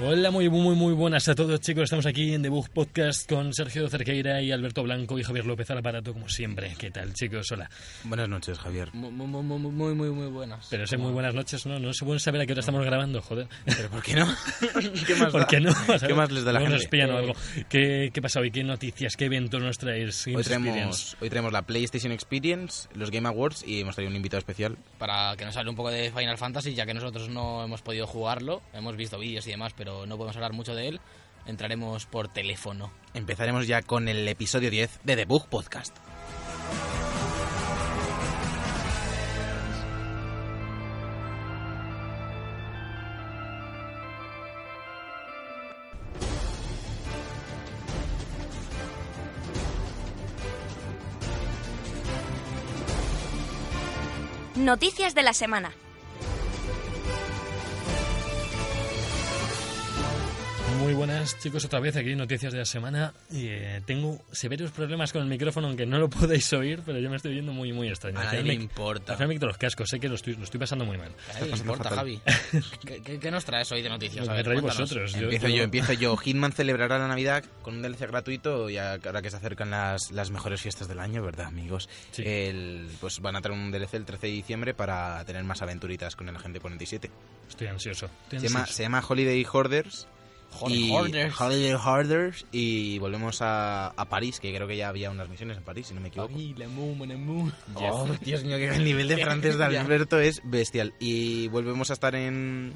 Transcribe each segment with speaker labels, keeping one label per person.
Speaker 1: Hola, muy, muy, muy buenas a todos, chicos. Estamos aquí en Debug Podcast con Sergio Cerqueira y Alberto Blanco y Javier López al aparato, como siempre. ¿Qué tal, chicos? Hola.
Speaker 2: Buenas noches, Javier.
Speaker 3: Muy, muy, muy, muy, muy, muy buenas.
Speaker 1: Pero sé muy buenas noches, ¿no? No se pueden saber a qué hora estamos grabando, joder.
Speaker 2: ¿Pero por qué no? ¿Qué más
Speaker 1: ¿Por
Speaker 2: da?
Speaker 1: qué no?
Speaker 2: ¿Qué más les da la
Speaker 1: Luego nos
Speaker 2: gente? Eh.
Speaker 1: pillan o algo. ¿Qué, ¿Qué pasa hoy? ¿Qué noticias? ¿Qué eventos nos traes?
Speaker 2: Hoy
Speaker 1: Games
Speaker 2: traemos,
Speaker 1: Experience.
Speaker 2: hoy traemos la PlayStation Experience, los Game Awards y hemos traído un invitado especial.
Speaker 3: Para que nos hable un poco de Final Fantasy, ya que nosotros no hemos podido jugarlo, hemos visto vídeos y demás, pero no podemos hablar mucho de él, entraremos por teléfono.
Speaker 2: Empezaremos ya con el episodio 10 de The Bug Podcast.
Speaker 4: Noticias de la semana.
Speaker 1: Muy buenas, chicos, otra vez aquí, noticias de la semana. Y, eh, tengo severos problemas con el micrófono, aunque no lo podéis oír, pero yo me estoy viendo muy, muy extraño.
Speaker 2: A
Speaker 1: Al
Speaker 2: nadie
Speaker 1: final
Speaker 2: le
Speaker 1: me-
Speaker 2: importa.
Speaker 1: Al final me quito los cascos, sé que lo estoy, lo estoy pasando muy mal.
Speaker 3: Ay, importa, Javi. ¿Qué, qué, qué nos traes hoy de
Speaker 1: Lo
Speaker 3: noticias?
Speaker 1: que
Speaker 3: A ver,
Speaker 1: traéis
Speaker 3: cuéntanos.
Speaker 1: vosotros. Pues Yo-
Speaker 2: Pues empiezo yo,
Speaker 1: yo-
Speaker 2: empiezo yo. Hitman celebrará la Navidad con un DLC gratuito y ahora que se acercan las, las mejores fiestas del año, ¿verdad, amigos?
Speaker 1: Sí.
Speaker 2: El- pues van a traer un DLC el 13 de diciembre para tener más aventuritas con el Agente 47.
Speaker 1: Estoy ansioso. Estoy
Speaker 2: Se llama,
Speaker 1: ansioso.
Speaker 2: se llama Holiday Hoarders.
Speaker 3: Holiday
Speaker 2: y-
Speaker 3: Hoarders.
Speaker 2: Holiday Hoarders. Y volvemos a, a París, que creo que ya había unas misiones en París, si no me equivoco.
Speaker 3: Ay, la mu, mon amu.
Speaker 2: Oh, Dios mío, que el nivel de francés de
Speaker 3: Ya.
Speaker 2: Alberto es bestial. Y volvemos a estar en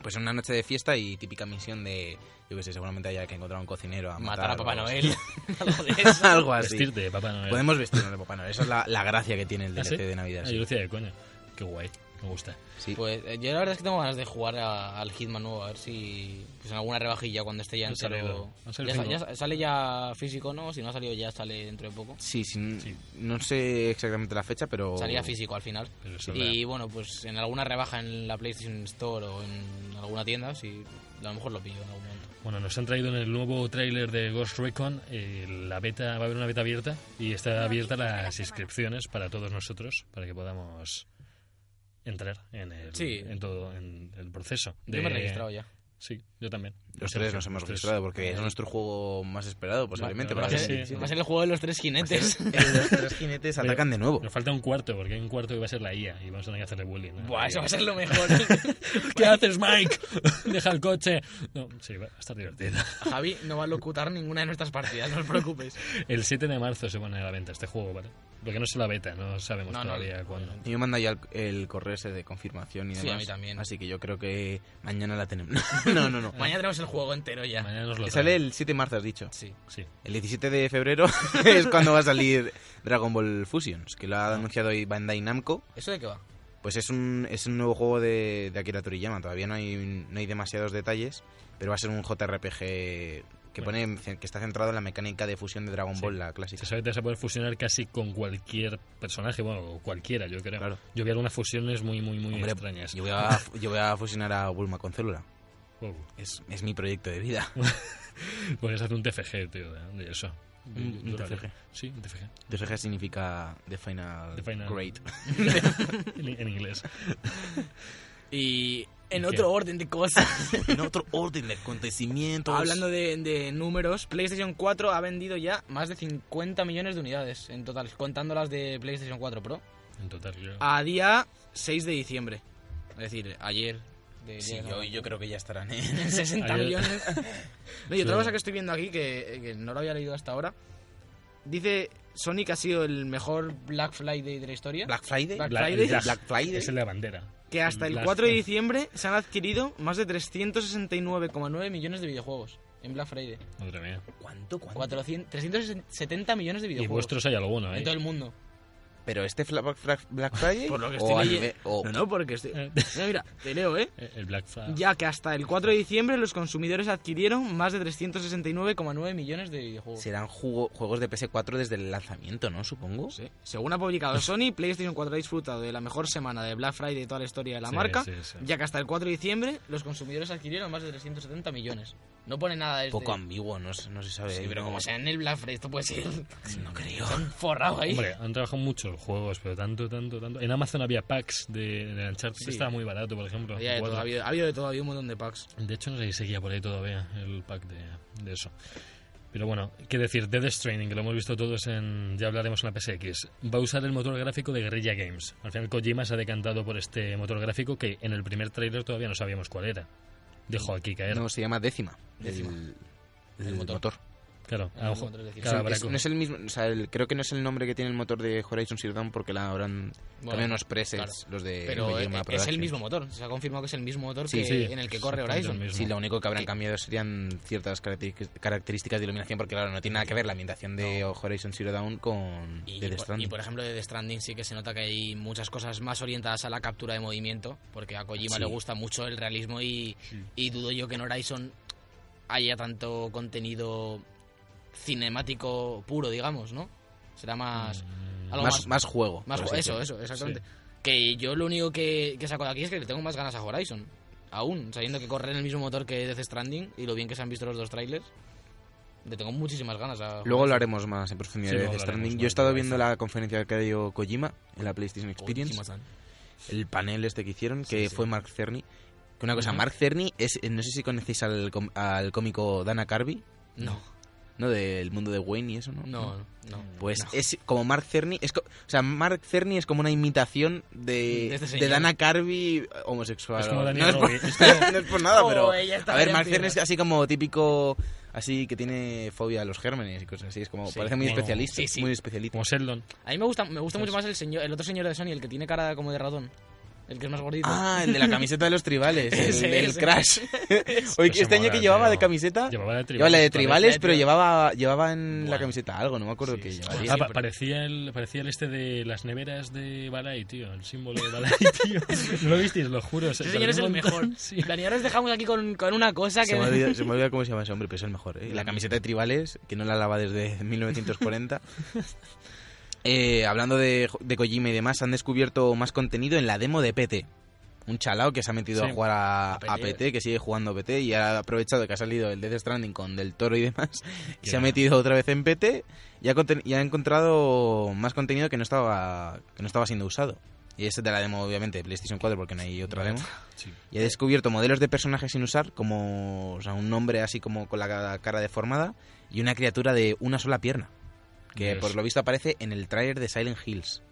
Speaker 2: pues en una noche de fiesta y típica misión de, yo qué sé, seguramente haya que encontrar a un cocinero a matar,
Speaker 3: Matar a
Speaker 2: o
Speaker 3: Papá
Speaker 2: algo así.
Speaker 3: Noel. Algo de eso.
Speaker 2: algo así.
Speaker 1: Vestirte, papá Noel.
Speaker 2: Podemos vestirnos de Papá Noel, esa es la, la gracia que tiene el
Speaker 1: ¿Ah,
Speaker 2: DLC
Speaker 1: sí?
Speaker 2: de Navidad.
Speaker 1: Ah,
Speaker 2: sí.
Speaker 1: yo lo hacía de coña. Qué guay, me gusta.
Speaker 2: Sí.
Speaker 3: Pues eh, yo la verdad es que tengo ganas de jugar a- al Hitman nuevo, a ver si pues en alguna rebajilla cuando esté ya
Speaker 1: Han
Speaker 3: entero.
Speaker 1: salido, han salido
Speaker 3: Ya sa-
Speaker 1: cinco.
Speaker 3: ya sa- sale ya físico, ¿no? Si no ha salido ya sale dentro de poco.
Speaker 2: Sí, sí,
Speaker 1: Sí.
Speaker 2: no sé exactamente la fecha, pero...
Speaker 3: Salía físico al final.
Speaker 1: Pero eso
Speaker 3: Y bueno, pues en alguna rebaja en la PlayStation Store o en alguna tienda, si a lo mejor lo pillo en algún momento.
Speaker 1: Bueno, nos han traído en el nuevo tráiler de Ghost Recon eh, la beta, va a haber una beta abierta y está abierta las inscripciones para todos nosotros, para que podamos entrar en el,
Speaker 3: Sí.
Speaker 1: en todo en el proceso.
Speaker 3: Yo me he
Speaker 1: de-
Speaker 3: registrado ya.
Speaker 1: Sí, yo también.
Speaker 2: Los
Speaker 1: Sergio,
Speaker 2: tres nos hemos
Speaker 1: los tres.
Speaker 2: registrado porque es nuestro juego más esperado, posiblemente.
Speaker 1: Va-
Speaker 3: Va,
Speaker 2: para
Speaker 3: a ser-
Speaker 1: sí,
Speaker 2: mí.
Speaker 1: sí.
Speaker 3: va a ser el juego de los tres jinetes.
Speaker 2: eh, Los tres jinetes atacan de nuevo.
Speaker 1: Nos falta un cuarto, porque hay un cuarto que va a ser la IA y vamos a tener que hacerle bullying. ¿no?
Speaker 3: Buah, eso va a ser lo mejor.
Speaker 1: ¿Qué haces, Mike? Deja el coche. No, sí, va a estar divertido.
Speaker 3: Javi no va a locutar ninguna de nuestras partidas, no os preocupes.
Speaker 1: El 7 de marzo se pone a la venta este juego, ¿vale? Porque no es la beta, no sabemos
Speaker 3: No, no,
Speaker 1: todavía cuándo.
Speaker 2: Y me manda ya el, el correo ese de confirmación y demás.
Speaker 3: Sí, a mí también.
Speaker 2: Así que yo creo que mañana la tenemos. No, no, no.
Speaker 3: Mañana tenemos el juego entero ya.
Speaker 1: Mañana nos lo
Speaker 2: Sale
Speaker 1: traen.
Speaker 2: el 7 de marzo, has dicho.
Speaker 3: Sí.
Speaker 1: Sí.
Speaker 2: El 17 de febrero es cuando va a salir Dragon Ball Fusions, que lo
Speaker 3: Ah.
Speaker 2: ha anunciado hoy Bandai Namco.
Speaker 3: ¿Eso de qué va?
Speaker 2: Pues es un, es un nuevo juego de, de Akira Toriyama. Todavía no hay, no hay demasiados detalles, pero va a ser un JRPG que, pone, que está centrado en la mecánica de fusión de Dragon
Speaker 1: Sí.
Speaker 2: Ball, la
Speaker 1: Se
Speaker 2: clásica.
Speaker 1: sabe que te vas a poder fusionar casi con cualquier personaje, bueno, o cualquiera, yo creo.
Speaker 2: Claro.
Speaker 1: Yo vi algunas fusiones muy, muy, muy
Speaker 2: Hombre,
Speaker 1: extrañas.
Speaker 2: yo voy, a, yo voy a fusionar a Bulma con Célula.
Speaker 1: Wow.
Speaker 2: Es, es mi proyecto de vida.
Speaker 1: Podrías hacer un TFG, tío, de, de eso.
Speaker 3: Mm,
Speaker 2: Un- un
Speaker 1: Yo lo haría.
Speaker 2: TFG.
Speaker 1: Sí, un TFG.
Speaker 2: DFG significa The Final,
Speaker 1: The Final.
Speaker 2: Great.
Speaker 1: En, en inglés.
Speaker 3: Y en
Speaker 1: ¿Qué?
Speaker 3: otro orden de cosas,
Speaker 2: en otro orden de acontecimientos.
Speaker 3: hablando de, de números, PlayStation 4 ha vendido ya más de 50 millones de unidades en total, contando las de PlayStation 4 Pro.
Speaker 1: En total, yo.
Speaker 3: a día 6 de diciembre. Es decir, ayer. De
Speaker 2: Sí,
Speaker 3: ayer, ¿no?
Speaker 2: yo, yo creo que ya estarán, ¿eh?
Speaker 3: 60
Speaker 1: Ayer.
Speaker 3: millones. No, y otra
Speaker 1: Sí.
Speaker 3: cosa que estoy viendo aquí, que, que no lo había leído hasta ahora. Dice Sonic ha sido el mejor Black Friday de la historia.
Speaker 2: Black Friday.
Speaker 3: Black
Speaker 1: Bla-
Speaker 3: Friday.
Speaker 1: el Black-
Speaker 2: Black Friday.
Speaker 1: Es el de la bandera.
Speaker 3: que hasta el
Speaker 1: Black-
Speaker 3: 4 de diciembre se han adquirido más de 369,9 millones de videojuegos en Black Friday.
Speaker 1: Madre mía.
Speaker 2: ¿Cuánto? ¿Cuánto?
Speaker 3: 400, 370 millones
Speaker 1: Y
Speaker 3: de videojuegos
Speaker 1: vuestros hay alguno,
Speaker 3: en
Speaker 1: ¿eh?
Speaker 3: todo el mundo.
Speaker 2: Pero este Fla- Black, Fra- Black Friday
Speaker 5: Por lo que
Speaker 2: o,
Speaker 5: estoy leyendo.
Speaker 2: anime-
Speaker 1: Oh.
Speaker 2: o-
Speaker 5: No, no, porque estoy. Mira, mira, te leo, ¿eh?
Speaker 1: Eh, El Black Friday.
Speaker 5: Ya que hasta el 4 de diciembre los consumidores adquirieron más de 369,9 millones de videojuegos.
Speaker 2: serán jugo- juegos de PS4 desde el lanzamiento, ¿no? Supongo.
Speaker 5: Sí. Según ha publicado Sony, PlayStation 4 ha disfrutado de la mejor semana de Black Friday de toda la historia de la
Speaker 1: Sí,
Speaker 5: marca,
Speaker 1: sí, sí.
Speaker 5: ya que hasta el 4 de diciembre los consumidores adquirieron más de 370 millones. No pone nada de este-
Speaker 2: Poco ambiguo, no, se- no se sabe.
Speaker 3: Sí, pero como sea Mm. en el Black Friday, esto puede ser
Speaker 2: No creo.
Speaker 3: forrado ahí.
Speaker 1: Hombre, han trabajado mucho los juegos, pero tanto, tanto, tanto. En Amazon había packs de, de Uncharted
Speaker 5: Sí.
Speaker 1: que estaba muy barato, por ejemplo.
Speaker 5: Había de todo,
Speaker 1: Cuatro.
Speaker 5: ha, habido, ha habido de todo, ha habido un montón de packs.
Speaker 1: De hecho, no sé si seguía por ahí todavía el pack de, de eso. Pero bueno, qué decir, Dead Stranding, que lo hemos visto todos en. Ya hablaremos en la PSX. Va a usar el motor gráfico de Guerrilla Games. Al final, Kojima se ha decantado por este motor gráfico que en el primer tráiler todavía no sabíamos cuál era. Dejó aquí caer.
Speaker 2: No, se llama décima.
Speaker 3: Décima.
Speaker 2: El,
Speaker 3: El
Speaker 2: el
Speaker 3: motor.
Speaker 2: motor.
Speaker 1: claro,
Speaker 3: El
Speaker 1: a ojo-
Speaker 3: motor gráfico.
Speaker 1: claro,
Speaker 2: Es-
Speaker 1: habrá
Speaker 2: es-
Speaker 1: co-
Speaker 2: no es el mismo, o sea, el- creo que no es el nombre que tiene el motor de Horizon Zero Dawn porque la habrán
Speaker 3: Bueno,
Speaker 2: también unos presets
Speaker 3: claro.
Speaker 2: los de
Speaker 3: pero
Speaker 5: eh,
Speaker 3: e-,
Speaker 2: Kojima
Speaker 3: es, es el
Speaker 2: Productions.
Speaker 3: mismo motor. Se ha confirmado que es el mismo motor
Speaker 2: Sí,
Speaker 3: que,
Speaker 1: sí,
Speaker 3: en el que
Speaker 1: es
Speaker 3: corre
Speaker 1: exactamente
Speaker 3: Horizon.
Speaker 1: el mismo.
Speaker 2: Sí, lo único que habrán
Speaker 3: Que-
Speaker 2: cambiado serían ciertas caracteri- características de iluminación, porque claro, no tiene nada que ver la ambientación de Horizon Zero Dawn con de
Speaker 3: Y, y
Speaker 2: The
Speaker 3: por, y
Speaker 2: Stranding.
Speaker 3: por ejemplo, de The Stranding sí que se nota que hay muchas cosas más orientadas a la captura de movimiento, porque a Kojima
Speaker 2: Sí.
Speaker 3: le gusta mucho el realismo y,
Speaker 1: Sí.
Speaker 3: y dudo yo que en Horizon haya tanto contenido cinemático puro, digamos, ¿no? Será más...
Speaker 1: Mm,
Speaker 3: algo
Speaker 2: más,
Speaker 3: más-
Speaker 2: más juego.
Speaker 3: más
Speaker 2: por
Speaker 3: ju-
Speaker 2: así
Speaker 3: eso,
Speaker 2: decirlo.
Speaker 3: eso, exactamente. Que yo lo único que, que saco de aquí es que le tengo más ganas a Horizon, aún, sabiendo que corre en el mismo motor que Death Stranding y lo bien que se han visto los dos trailers. Le tengo muchísimas ganas a...
Speaker 2: Luego lo haremos más en profundidad
Speaker 1: Sí,
Speaker 2: de
Speaker 1: luego
Speaker 2: Death
Speaker 1: hablaremos
Speaker 2: Stranding.
Speaker 1: más
Speaker 2: Yo he estado
Speaker 1: de
Speaker 2: viendo la conferencia que dio Kojima en la PlayStation Experience,
Speaker 3: Kojima-san.
Speaker 2: el panel este que hicieron, que
Speaker 3: sí.
Speaker 2: fue Mark Cerny. Que una cosa,
Speaker 3: Ujú.
Speaker 2: Mark Cerny es, no sé si conocéis al, com- al cómico Dana Carvey,
Speaker 3: No,
Speaker 2: ¿no? Del mundo de Wayne y eso, ¿no?
Speaker 3: no, no.
Speaker 2: Pues
Speaker 3: no.
Speaker 2: es como Mark Cerny, es co- o sea, Mark Cerny es como una imitación
Speaker 3: De
Speaker 2: de, de
Speaker 3: este señor.
Speaker 2: Dana Carvey eh, homosexual.
Speaker 1: Es como Daniel
Speaker 2: no, es por,
Speaker 1: Roby. Es como-
Speaker 2: no es por nada, pero
Speaker 3: Oh, ella está
Speaker 2: a ver,
Speaker 3: bien,
Speaker 2: Mark
Speaker 3: tío.
Speaker 2: Cerny es así como típico así que tiene fobia a los gérmenes y cosas así, es como
Speaker 3: Sí,
Speaker 2: parece muy
Speaker 1: como-
Speaker 2: especialista,
Speaker 3: sí, sí.
Speaker 2: muy especialista.
Speaker 1: como Sheldon.
Speaker 3: A mí me gusta, me gusta mucho más el señor, el otro señor de Sony, el que tiene cara como de ratón. El que es más gordito.
Speaker 2: Ah, el de la camiseta de los tribales, el
Speaker 3: Ese,
Speaker 2: del
Speaker 3: ese.
Speaker 2: Crash. Oye,
Speaker 1: Ese
Speaker 2: que este año
Speaker 1: mola,
Speaker 2: que llevaba
Speaker 1: Pues tío.
Speaker 2: de camiseta,
Speaker 1: Llevaba la de
Speaker 2: llevaba la de
Speaker 1: todavía.
Speaker 2: tribales,
Speaker 3: Sí,
Speaker 2: pero
Speaker 3: tío.
Speaker 2: llevaba llevaba en la
Speaker 3: Bueno.
Speaker 2: camiseta algo, no me acuerdo qué llevaba.
Speaker 1: Ah, pa- parecía, el, parecía el este de las neveras de Balay, tío. El símbolo de Balay, tío. ¿No lo visteis? Lo juro. se
Speaker 3: Ese señor
Speaker 1: perdió
Speaker 3: es
Speaker 1: un
Speaker 3: el
Speaker 1: montón.
Speaker 3: mejor.
Speaker 1: Sí.
Speaker 3: Dani, ahora os dejamos aquí con, con una cosa
Speaker 2: Se me,
Speaker 3: que...
Speaker 2: olvida, se me olvida cómo se llama ese hombre, pero es el mejor. ¿eh? La camiseta de tribales, que no la lava desde 1940. Eh, hablando de, de Kojima y demás, han descubierto más contenido en la demo de PT. Un chalao que se ha metido
Speaker 1: Sí.
Speaker 2: a jugar a,
Speaker 3: A PT.
Speaker 2: a PT, que sigue jugando a PT y ha aprovechado que ha salido el Death Stranding con Del Toro y demás. y
Speaker 1: Qué
Speaker 2: se ha
Speaker 1: bueno.
Speaker 2: metido otra vez en PT y ha, conten- y ha encontrado más contenido que no estaba que no estaba siendo usado. Y es de la demo, obviamente, de PlayStation 4, porque no hay otra demo.
Speaker 1: Sí.
Speaker 2: Y he descubierto modelos de personajes sin usar, como o sea, un hombre así como con la ca- cara deformada y una criatura de una sola pierna, que
Speaker 1: Dios.
Speaker 2: por lo visto aparece en el tráiler de Silent Hills.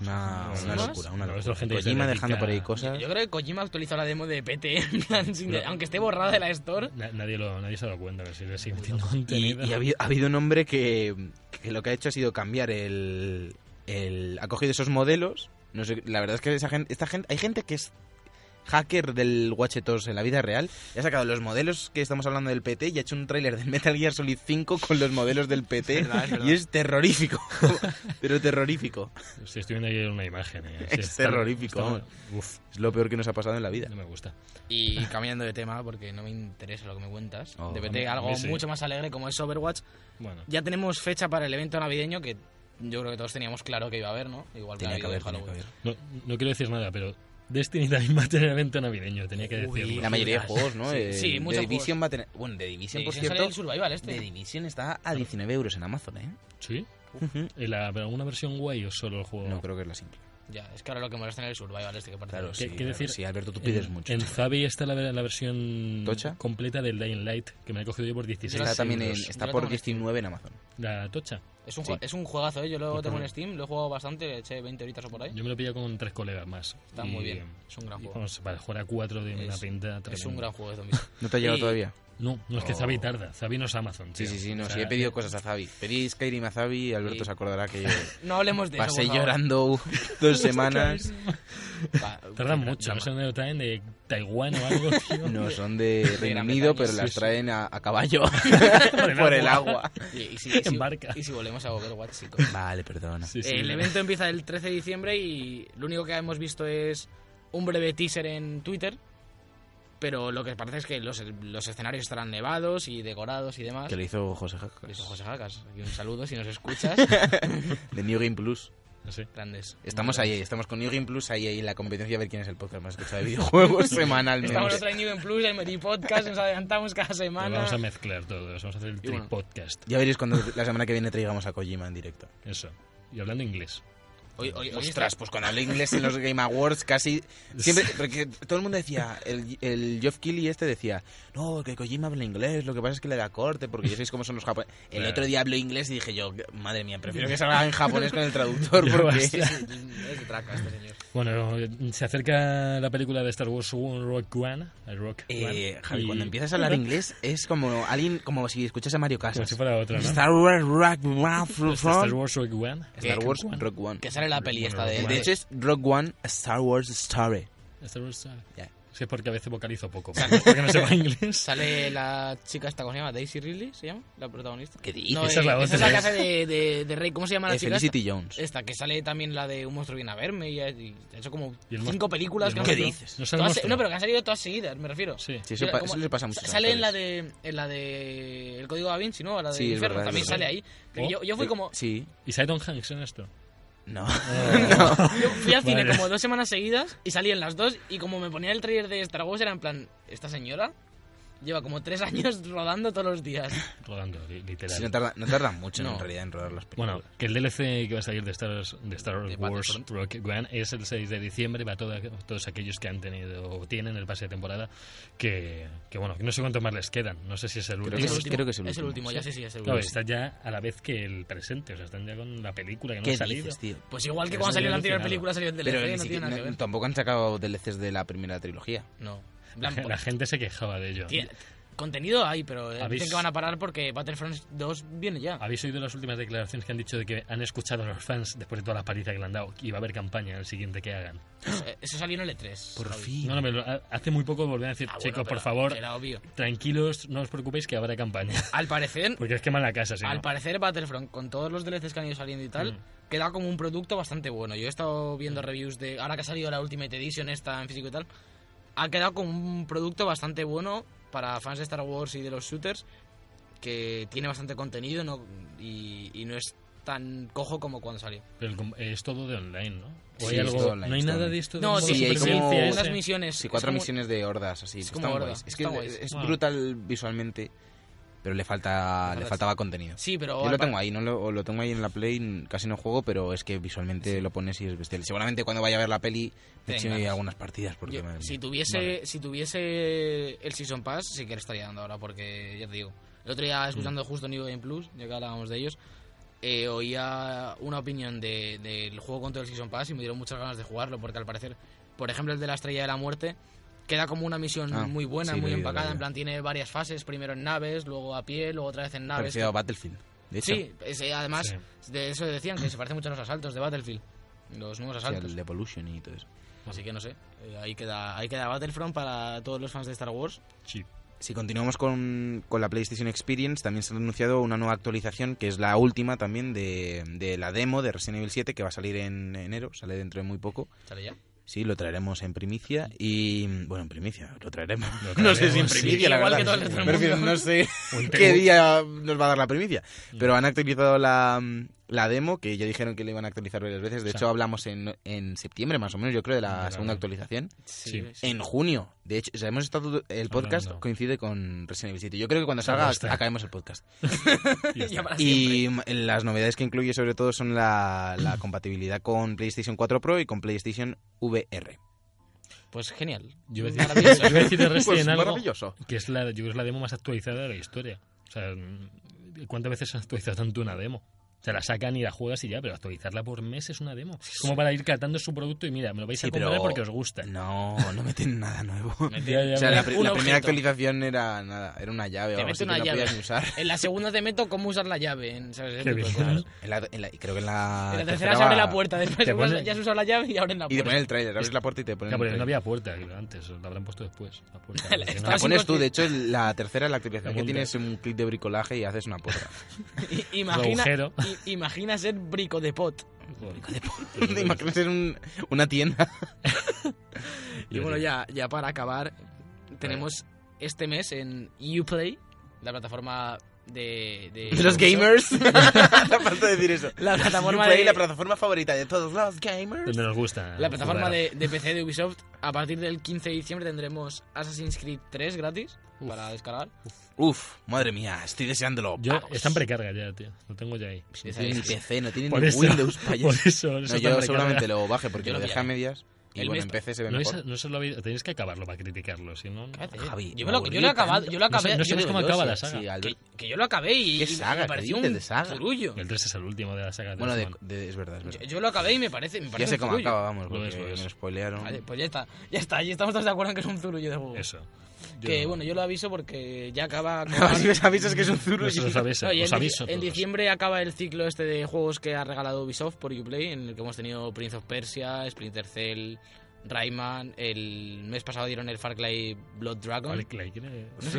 Speaker 2: Una,
Speaker 1: cosas
Speaker 2: una
Speaker 1: raras.
Speaker 2: locura, una
Speaker 1: No,
Speaker 2: locura.
Speaker 1: eso es gente que se
Speaker 2: Kojima
Speaker 1: dedica-
Speaker 2: dejando por ahí
Speaker 3: Yo,
Speaker 2: cosas.
Speaker 3: yo creo que Kojima actualizó la demo de PT, en plan, sin-
Speaker 1: Pero-
Speaker 3: aunque esté borrada de la Store.
Speaker 1: Na- nadie, lo, nadie se ha dado cuenta que sigue, sigue
Speaker 3: Muy
Speaker 1: metiendo
Speaker 2: Y,
Speaker 1: contenido.
Speaker 2: y ha, habido, ha habido un hombre que, que lo que ha hecho ha sido cambiar el, el- ha cogido esos modelos. No sé, la verdad es que esa gente, esta gente, hay gente que es hacker del Watchetos en la vida real. Y ha sacado los modelos que estamos hablando del PT y ha hecho un tráiler del Metal Gear Solid 5 con los modelos del PT. Y es terrorífico. Pero terrorífico.
Speaker 1: Sí, estoy viendo ahí una imagen. eh. Sí,
Speaker 2: Es
Speaker 1: está-
Speaker 2: terrorífico,
Speaker 1: está- uf,
Speaker 2: Es lo peor que nos ha pasado en la vida.
Speaker 1: no me gusta.
Speaker 3: Y cambiando de tema, porque no me interesa lo que me cuentas,
Speaker 2: Oh,
Speaker 3: de
Speaker 2: a mí-
Speaker 3: PT
Speaker 1: a
Speaker 3: algo
Speaker 1: mí sí.
Speaker 3: mucho más alegre como es Overwatch,
Speaker 1: Bueno,
Speaker 3: ya tenemos fecha para el evento navideño que yo creo que todos teníamos claro que iba a haber, ¿no? Igual que ha
Speaker 2: Tenía que
Speaker 3: habido
Speaker 2: haber,
Speaker 3: de
Speaker 2: tenía que haber.
Speaker 3: Halloween.
Speaker 1: no, no quiero decir nada, pero Destiny también va a tener evento navideño, tenía que
Speaker 3: Uy,
Speaker 1: decirlo.
Speaker 2: La mayoría de juegos, ¿no?
Speaker 3: Sí,
Speaker 2: Eh,
Speaker 3: sí, muchos
Speaker 2: The Division va a tener. Bueno, The Division,
Speaker 3: Sí,
Speaker 2: por
Speaker 3: se sale
Speaker 2: cierto.
Speaker 3: el survival este.
Speaker 2: The Division está a 19 euros en Amazon, ¿eh?
Speaker 1: ¿Sí? ¿Y la, pero alguna versión guay o solo el juego?
Speaker 2: No creo que es la simple.
Speaker 3: Ya, es que ahora lo que molesta en el survival este que parece...
Speaker 2: Claro,
Speaker 1: ¿Qué-
Speaker 2: sí.
Speaker 1: qué
Speaker 2: claro,
Speaker 1: decir?
Speaker 2: sí, Alberto, tú
Speaker 1: En-
Speaker 2: pides mucho.
Speaker 1: En Zabi está la, la versión
Speaker 2: ¿Tocha?
Speaker 1: completa del Dying Light, que me la he cogido yo por 16
Speaker 2: Está también en,
Speaker 1: euros.
Speaker 3: Yo
Speaker 2: está
Speaker 3: la
Speaker 2: por
Speaker 3: tengo en
Speaker 2: 19 en Amazon.
Speaker 1: La tocha.
Speaker 3: Es un,
Speaker 2: Sí.
Speaker 3: jue- es un juegazo, ¿eh? yo lo
Speaker 1: Yo
Speaker 3: tengo en
Speaker 1: también.
Speaker 3: Steam, lo he jugado bastante, le eché 20 horitas o por ahí.
Speaker 1: Yo me lo pillé con tres colegas más.
Speaker 3: Está
Speaker 1: Y,
Speaker 3: muy bien,
Speaker 1: eh,
Speaker 3: es un gran
Speaker 1: y
Speaker 3: juego.
Speaker 1: vamos, para jugar a cuatro de una
Speaker 3: Es-
Speaker 1: pinta
Speaker 3: Es un
Speaker 1: tremenda.
Speaker 3: gran juego de zombies.
Speaker 2: ¿No te ha llegado
Speaker 3: Y-
Speaker 2: todavía?
Speaker 1: No, no es que
Speaker 2: Oh.
Speaker 1: Zabi tarda. Zabi no es Amazon,
Speaker 2: Sí,
Speaker 1: tío.
Speaker 2: sí, sí, no,
Speaker 1: O sea,
Speaker 2: sí, he pedido cosas a Zabi. Pedí Skyrim a Zabi y Alberto
Speaker 3: Sí.
Speaker 2: se acordará que yo
Speaker 5: No hablemos de eso.
Speaker 2: pasé
Speaker 5: por favor.
Speaker 2: llorando dos semanas.
Speaker 3: Pa-
Speaker 1: Tardan
Speaker 3: pa-
Speaker 1: mucho,
Speaker 3: pa-
Speaker 1: no sé dónde lo traen, de Taiwán o algo, tío.
Speaker 2: No, son de Reino
Speaker 3: Gran
Speaker 2: Unido,
Speaker 3: Bretaña,
Speaker 2: pero
Speaker 3: sí,
Speaker 2: las
Speaker 3: sí.
Speaker 2: traen a, a caballo
Speaker 1: Por el
Speaker 2: por el
Speaker 1: agua.
Speaker 2: agua.
Speaker 3: Y, y si, y si-
Speaker 1: En barca.
Speaker 3: y si volvemos a Overwatch, chicos.
Speaker 2: Vale, perdona.
Speaker 1: Sí, sí,
Speaker 3: el
Speaker 1: no.
Speaker 3: evento empieza el 13 de diciembre y lo único que hemos visto es un breve teaser en Twitter. Pero lo que parece es que los, los escenarios estarán nevados y decorados y demás.
Speaker 2: Que lo hizo José Jaca.
Speaker 3: Eso, José Jacas, aquí un saludo si nos escuchas.
Speaker 2: De New Game Plus.
Speaker 1: Sí.
Speaker 3: Grandes.
Speaker 2: Estamos
Speaker 3: Muy
Speaker 2: ahí,
Speaker 3: grandes.
Speaker 2: estamos con New Game Plus ahí, ahí en la competencia a ver quién es el podcast más escuchado de videojuegos semanalmente.
Speaker 3: Estamos otra en New en Plus, en Meri Podcast, nos adelantamos cada
Speaker 1: Lo
Speaker 3: semana.
Speaker 1: vamos a mezclar todos, vamos a hacer el
Speaker 3: Y bueno.
Speaker 1: tripodcast.
Speaker 2: Ya veréis cuando la semana que viene traigamos a Kojima en directo.
Speaker 1: Eso. Y hablando inglés.
Speaker 3: Hoy, hoy, hoy
Speaker 2: Ostras,
Speaker 3: está-
Speaker 2: pues cuando hablé inglés en los Game Awards casi... Siempre, porque todo el mundo decía, el, el Geoff Keighley este decía, no, que Kojima habla inglés, lo que pasa es que le da corte, porque ya sabéis cómo son los japoneses. El
Speaker 1: Claro.
Speaker 2: otro día habló inglés y dije yo, madre mía, prefiero que salga en japonés con el traductor,
Speaker 1: Ya
Speaker 2: porque...
Speaker 3: Es de traca este señor.
Speaker 1: Bueno, se acerca la película de Star Wars One Rock One. el Rock
Speaker 2: Eh,
Speaker 1: One,
Speaker 2: Javi,
Speaker 1: y-
Speaker 2: cuando empiezas a hablar inglés es como alguien, como si escuchas a Mario
Speaker 1: Como
Speaker 2: Casas.
Speaker 1: si fuera otra, ¿no?
Speaker 2: Star Wars Rock One from-
Speaker 1: Star Wars Rock One. Eh,
Speaker 2: Star Wars Rock One. Eh,
Speaker 3: Que sale la peli esta de...
Speaker 2: De hecho es Rock One a Star Wars Story.
Speaker 1: Star Wars. ah.
Speaker 2: Ya.
Speaker 1: Es que es porque a veces vocalizo poco. Porque no se va inglés.
Speaker 3: Sale la chica esta, ¿cómo se llama? ¿Daisy Ridley se llama? ¿La protagonista?
Speaker 2: ¿Qué dices?
Speaker 3: No, eh,
Speaker 1: Esa es la otra.
Speaker 3: casa de, de, de Rey. ¿Cómo se llama la
Speaker 2: Eh,
Speaker 3: chica?
Speaker 2: Felicity Jones.
Speaker 3: Esta? Esta, que sale también la de Un monstruo viene a verme y, y ha hecho como
Speaker 1: Y el monstruo-
Speaker 3: cinco
Speaker 1: y
Speaker 3: películas.
Speaker 1: el
Speaker 3: que han
Speaker 1: monstruo-
Speaker 3: salido.
Speaker 2: ¿Qué dices?
Speaker 1: No sale
Speaker 3: Todas-
Speaker 1: monstruo.
Speaker 3: no, pero que han salido todas seguidas, me refiero.
Speaker 1: Sí.
Speaker 2: Sí, eso,
Speaker 3: Yo-
Speaker 2: pa-
Speaker 3: como-
Speaker 2: eso le pasa a muchos
Speaker 3: Sale en la,
Speaker 2: actores.
Speaker 3: de, en la de El Código Da Vinci, ¿no? La de
Speaker 2: Sí, es
Speaker 3: Inferno,
Speaker 2: verdad,
Speaker 3: también
Speaker 2: es
Speaker 3: sale
Speaker 2: verdad.
Speaker 3: ahí. Que
Speaker 1: Oh,
Speaker 3: yo,
Speaker 1: eh.
Speaker 3: yo fui como...
Speaker 2: Eh,
Speaker 3: Eh,
Speaker 2: Sí.
Speaker 1: ¿Y sale Tom Hanks en esto?
Speaker 2: No.
Speaker 3: Yo fui al cine
Speaker 1: Vale.
Speaker 3: como dos semanas seguidas y salí en las dos y como me ponía el trailer de Star Wars era en plan, esta señora lleva como tres años rodando todos los días.
Speaker 1: Rodando, li- literal.
Speaker 2: Sí, no tarda- no tardan mucho
Speaker 3: No.
Speaker 2: en realidad en rodar las películas.
Speaker 1: Bueno, que el DLC que va a salir de Star, de Star
Speaker 3: De
Speaker 1: Wars
Speaker 3: Battlefront.
Speaker 1: Rock One es el 6 de diciembre para toda- todos aquellos que han tenido o tienen el pase de temporada. Que, que bueno, que no sé cuántos más les quedan. No sé si es el
Speaker 2: Creo
Speaker 1: último.
Speaker 2: que es- creo que es el
Speaker 3: Es el
Speaker 2: último,
Speaker 3: último, ya sí, sí, es el
Speaker 1: Claro,
Speaker 3: último.
Speaker 1: están ya a la vez que el presente. O sea, están ya con la película que no
Speaker 2: ¿Qué
Speaker 1: ha salido.
Speaker 2: dices, tío?
Speaker 3: Pues igual que
Speaker 1: Pero
Speaker 3: cuando
Speaker 1: eso
Speaker 3: salió
Speaker 1: ya no
Speaker 3: la anterior
Speaker 1: tiene
Speaker 3: película salió el DLC,
Speaker 2: Pero ni
Speaker 3: no tiene
Speaker 2: siquiera-
Speaker 3: nada que
Speaker 2: no-
Speaker 3: ver.
Speaker 2: tampoco han sacado DLCs de la primera trilogía.
Speaker 3: No.
Speaker 1: La,
Speaker 3: En plan,
Speaker 1: gente se quejaba de ello.
Speaker 3: tie- Contenido hay, pero eh,
Speaker 1: Habéis-
Speaker 3: dicen que van a parar porque Battlefront 2 viene ya.
Speaker 1: ¿Habéis oído las últimas declaraciones que han dicho de que han escuchado a los fans después de todas las palizas que le han dado y va a haber campaña en el siguiente que hagan?
Speaker 3: Eh, Eso salió en el E3.
Speaker 2: Por
Speaker 3: Javi.
Speaker 2: fin.
Speaker 1: No, no, me lo- hace muy poco volvieron a decir,
Speaker 3: Ah, bueno,
Speaker 1: chicos, por
Speaker 3: pero
Speaker 1: favor,
Speaker 3: Era obvio.
Speaker 1: tranquilos, no os preocupéis que habrá campaña.
Speaker 3: Al parecer,
Speaker 1: Porque es que mala casa, si
Speaker 3: Al
Speaker 1: no.
Speaker 3: parecer Battlefront, con todos los DLCs que han ido saliendo y tal, queda como un producto bastante bueno. Yo he estado viendo reviews de... Ahora que ha salido la Ultimate Edition esta en físico y tal, ha quedado como un producto bastante bueno para fans de Star Wars y de los shooters, que tiene bastante contenido no, y, y no es tan cojo como cuando salió.
Speaker 1: Pero el com- es todo de online, ¿no? O
Speaker 2: Sí,
Speaker 1: hay
Speaker 2: es
Speaker 1: algo-
Speaker 2: todo online,
Speaker 1: no hay
Speaker 2: es todo
Speaker 1: nada de
Speaker 2: online.
Speaker 1: esto de
Speaker 3: No,
Speaker 1: modo
Speaker 3: sí,
Speaker 2: sí, hay como-
Speaker 1: supervivencia ese.
Speaker 3: unas misiones...
Speaker 2: Sí,
Speaker 3: es
Speaker 2: cuatro
Speaker 3: como-
Speaker 2: misiones de hordas, así.
Speaker 3: es
Speaker 2: que
Speaker 3: como
Speaker 2: están
Speaker 3: horda,
Speaker 2: guays. Es que
Speaker 3: están guays.
Speaker 2: es, es
Speaker 1: Wow.
Speaker 2: brutal visualmente, pero le falta le
Speaker 3: falta-
Speaker 2: faltaba contenido.
Speaker 3: Sí, pero...
Speaker 2: Yo
Speaker 3: al
Speaker 2: lo
Speaker 3: pa-
Speaker 2: tengo ahí, no lo, o lo tengo ahí en la Play, n- casi no juego, pero es que visualmente lo pones y es bestial. Seguramente cuando vaya a ver la peli me
Speaker 3: Te
Speaker 2: eche
Speaker 3: engañas.
Speaker 2: algunas partidas porque
Speaker 3: pues. Yo,
Speaker 2: me-
Speaker 3: si tuviese si tuviese el season pass sí que le estaría dando ahora porque ya te digo el otro día
Speaker 2: Mm.
Speaker 3: escuchando justo New Game Plus ya que hablábamos de ellos eh, oía una opinión de- del juego con todo el season pass y me dieron muchas ganas de jugarlo porque al parecer por ejemplo el de la estrella de la muerte queda como una misión
Speaker 2: Ah,
Speaker 3: muy buena
Speaker 2: sí, lo
Speaker 3: muy
Speaker 2: he oído, lo
Speaker 3: empacada
Speaker 2: he
Speaker 3: en
Speaker 2: oído.
Speaker 3: plan tiene varias fases primero en naves luego a pie luego otra vez en naves
Speaker 2: parecido a Battlefield. De hecho,
Speaker 3: sí ese, además
Speaker 1: Sí.
Speaker 3: de eso decían que se parece mucho a los asaltos de Battlefield los nuevos
Speaker 2: o sea,
Speaker 3: asaltos
Speaker 2: el de Evolution y todo eso.
Speaker 3: Así que no sé, eh, ahí queda, ahí queda Battlefront para todos los fans de Star Wars.
Speaker 1: Sí.
Speaker 2: Si continuamos con, con la PlayStation Experience, también se ha anunciado una nueva actualización, que es la última también de, de la demo de Resident Evil 7, que va a salir en enero, sale dentro de muy poco.
Speaker 3: Sale ya.
Speaker 2: Sí, lo traeremos en primicia y... Bueno, en primicia, lo traeremos.
Speaker 1: Lo
Speaker 2: No sé
Speaker 1: traeremos,
Speaker 2: si en
Speaker 1: sí.
Speaker 2: primicia, la
Speaker 3: Igual que
Speaker 2: verdad.
Speaker 3: todo el resto del
Speaker 2: Prefiero-
Speaker 3: mundo.
Speaker 2: no sé
Speaker 1: Un te-
Speaker 2: qué día Mm. nos va a dar la primicia. Pero han actualizado la, la demo, que ya dijeron que la iban a actualizar varias veces. De
Speaker 1: Sí.
Speaker 2: hecho, hablamos en, en septiembre, más o menos, yo creo, de la
Speaker 1: Claro.
Speaker 2: segunda actualización.
Speaker 1: Sí.
Speaker 3: sí.
Speaker 2: En junio. De hecho, o sea, hemos estado... El podcast
Speaker 1: Hablando.
Speaker 2: coincide con Resident Evil 7. Yo creo que cuando salga
Speaker 1: Hasta.
Speaker 2: acabemos el podcast.
Speaker 1: Ya está.
Speaker 3: Ya para Ah, siempre.
Speaker 2: Y mm, las novedades que incluye sobre todo son la, la compatibilidad con PlayStation 4 Pro y con PlayStation VR.
Speaker 3: Pues genial.
Speaker 1: Yo iba a decir, yo
Speaker 3: Maravilloso.
Speaker 1: iba a decir de Resident
Speaker 2: Pues
Speaker 1: algo
Speaker 2: maravilloso.
Speaker 1: que es mm, la, yo creo que es la demo más actualizada de la historia. O sea, ¿cuántas veces se ha actualizado tanto una demo? Te la sacan y la juegas y ya, pero actualizarla por mes es una demo. Es como para ir catando su producto y mira, me lo vais a
Speaker 2: Sí, pero-
Speaker 1: comprar porque os gusta.
Speaker 2: No, no meten nada nuevo.
Speaker 1: Ya, ya,
Speaker 2: o sea, la,
Speaker 1: pero-
Speaker 2: pri-
Speaker 3: un
Speaker 2: la
Speaker 3: objeto.
Speaker 2: primera actualización era nada, era una llave o
Speaker 3: Te
Speaker 2: algo
Speaker 3: meto
Speaker 2: así
Speaker 3: una
Speaker 2: que no
Speaker 3: llave.
Speaker 2: podías ni usar.
Speaker 3: En la segunda te meto cómo usar la llave. en- ¿sabes? Ese
Speaker 1: Qué
Speaker 2: Pues
Speaker 3: tipo de
Speaker 1: bien.
Speaker 3: cosas.
Speaker 2: En la- en la- creo que en la,
Speaker 3: En la tercera se abre
Speaker 2: va-
Speaker 3: la puerta. Después
Speaker 1: Te
Speaker 3: igual
Speaker 1: ponen-
Speaker 3: ya has usado la llave y abren la
Speaker 2: Y te ponen
Speaker 3: puerta.
Speaker 2: el trailer, abres la puerta y te ponen
Speaker 1: Ya,
Speaker 2: el
Speaker 1: porque no
Speaker 2: tráiler.
Speaker 1: había puerta creo, antes, la habrán puesto después. La puerta,
Speaker 3: La-
Speaker 1: porque no-
Speaker 3: estaba
Speaker 2: La
Speaker 3: Así
Speaker 2: pones tú,
Speaker 3: consigue-
Speaker 2: de hecho, la tercera, la actualización
Speaker 1: La
Speaker 2: que
Speaker 1: punta.
Speaker 2: tienes un clic de bricolaje y haces una puerta.
Speaker 3: I- Imagina,
Speaker 1: agujero.
Speaker 3: i- imagina ser brico de pot.
Speaker 2: ¿Te imaginas en un- una tienda?
Speaker 3: Y bueno, ya, ya para acabar, tenemos este mes en Uplay, la plataforma de... de-
Speaker 2: De los gamers. falta decir eso.
Speaker 3: La plataforma
Speaker 2: Play,
Speaker 3: de-
Speaker 2: la plataforma favorita de todos los gamers.
Speaker 1: Donde nos
Speaker 2: Ah,
Speaker 1: gusta.
Speaker 3: La plataforma
Speaker 1: jugar.
Speaker 3: de, de PC de Ubisoft. A partir del 15 de diciembre tendremos Assassin's Creed 3 gratis para descargar.
Speaker 2: Ah, Uf, madre mía, estoy deseándolo.
Speaker 1: Yo,
Speaker 2: Vamos.
Speaker 1: está en precarga ya, tío. Lo tengo ya ahí.
Speaker 2: No tiene ni PC, no tiene
Speaker 1: Por
Speaker 2: ni
Speaker 1: eso-
Speaker 2: Windows para allá.
Speaker 1: Por eso,
Speaker 2: No,
Speaker 1: eso está en
Speaker 2: yo
Speaker 1: precarga.
Speaker 2: seguramente lo baje porque
Speaker 3: Yo
Speaker 2: lo
Speaker 3: lo
Speaker 2: dejé a
Speaker 3: pillaré.
Speaker 2: medias. Y
Speaker 3: El
Speaker 2: bueno,
Speaker 3: mes-
Speaker 2: en PC se ve
Speaker 1: No,
Speaker 2: mejor.
Speaker 1: es- no se lo habéis- Tenéis que acabarlo para criticarlo, si no... no-
Speaker 3: Cállate.
Speaker 2: Javi,
Speaker 3: yo,
Speaker 2: me
Speaker 3: me lo,
Speaker 2: aburrí
Speaker 3: yo lo he acabado, yo lo
Speaker 1: No sé-
Speaker 3: acabé,
Speaker 1: no
Speaker 3: yo
Speaker 1: sé cómo
Speaker 3: lo-
Speaker 1: acaba la
Speaker 2: sí,
Speaker 1: saga.
Speaker 2: sí,
Speaker 3: que,
Speaker 2: Albert.
Speaker 3: que yo lo acabé y,
Speaker 2: ¿Qué
Speaker 3: y
Speaker 2: saga?
Speaker 3: me
Speaker 2: ¿Qué
Speaker 3: pareció
Speaker 2: dices
Speaker 3: un
Speaker 2: de saga?
Speaker 3: zurullo.
Speaker 1: El 3 es el último de la saga de
Speaker 2: Bueno, de-
Speaker 1: Batman.
Speaker 2: de- es verdad, es
Speaker 3: Yo,
Speaker 2: verdad.
Speaker 3: yo lo acabé y me parece, me
Speaker 2: ya
Speaker 3: parece
Speaker 2: sé
Speaker 3: un
Speaker 2: cómo
Speaker 3: zurullo.
Speaker 2: acaba, vamos,
Speaker 1: Lo
Speaker 2: porque
Speaker 1: es, lo
Speaker 2: me
Speaker 1: es.
Speaker 2: lo spoilearon.
Speaker 3: Vale, pues ya está, ya está, ya estamos todos de acuerdo en que es un zurullo de juego.
Speaker 1: Eso. Yo
Speaker 3: que
Speaker 1: no-
Speaker 3: bueno, yo lo aviso porque ya acaba...
Speaker 2: si me avisas que es un zurullo.
Speaker 3: Pues,
Speaker 1: Eso os Pues avisa,
Speaker 3: No, y en
Speaker 1: os
Speaker 3: dic-
Speaker 1: aviso.
Speaker 3: en
Speaker 1: todos.
Speaker 3: diciembre acaba el ciclo este de juegos que ha regalado Ubisoft por Uplay, en el que hemos tenido Prince of Persia, Splinter Cell, Rayman. El mes pasado dieron el Far Cry Blood Dragon.
Speaker 1: Vale, Clay, ¿quiere-
Speaker 2: Eh,
Speaker 3: Pues,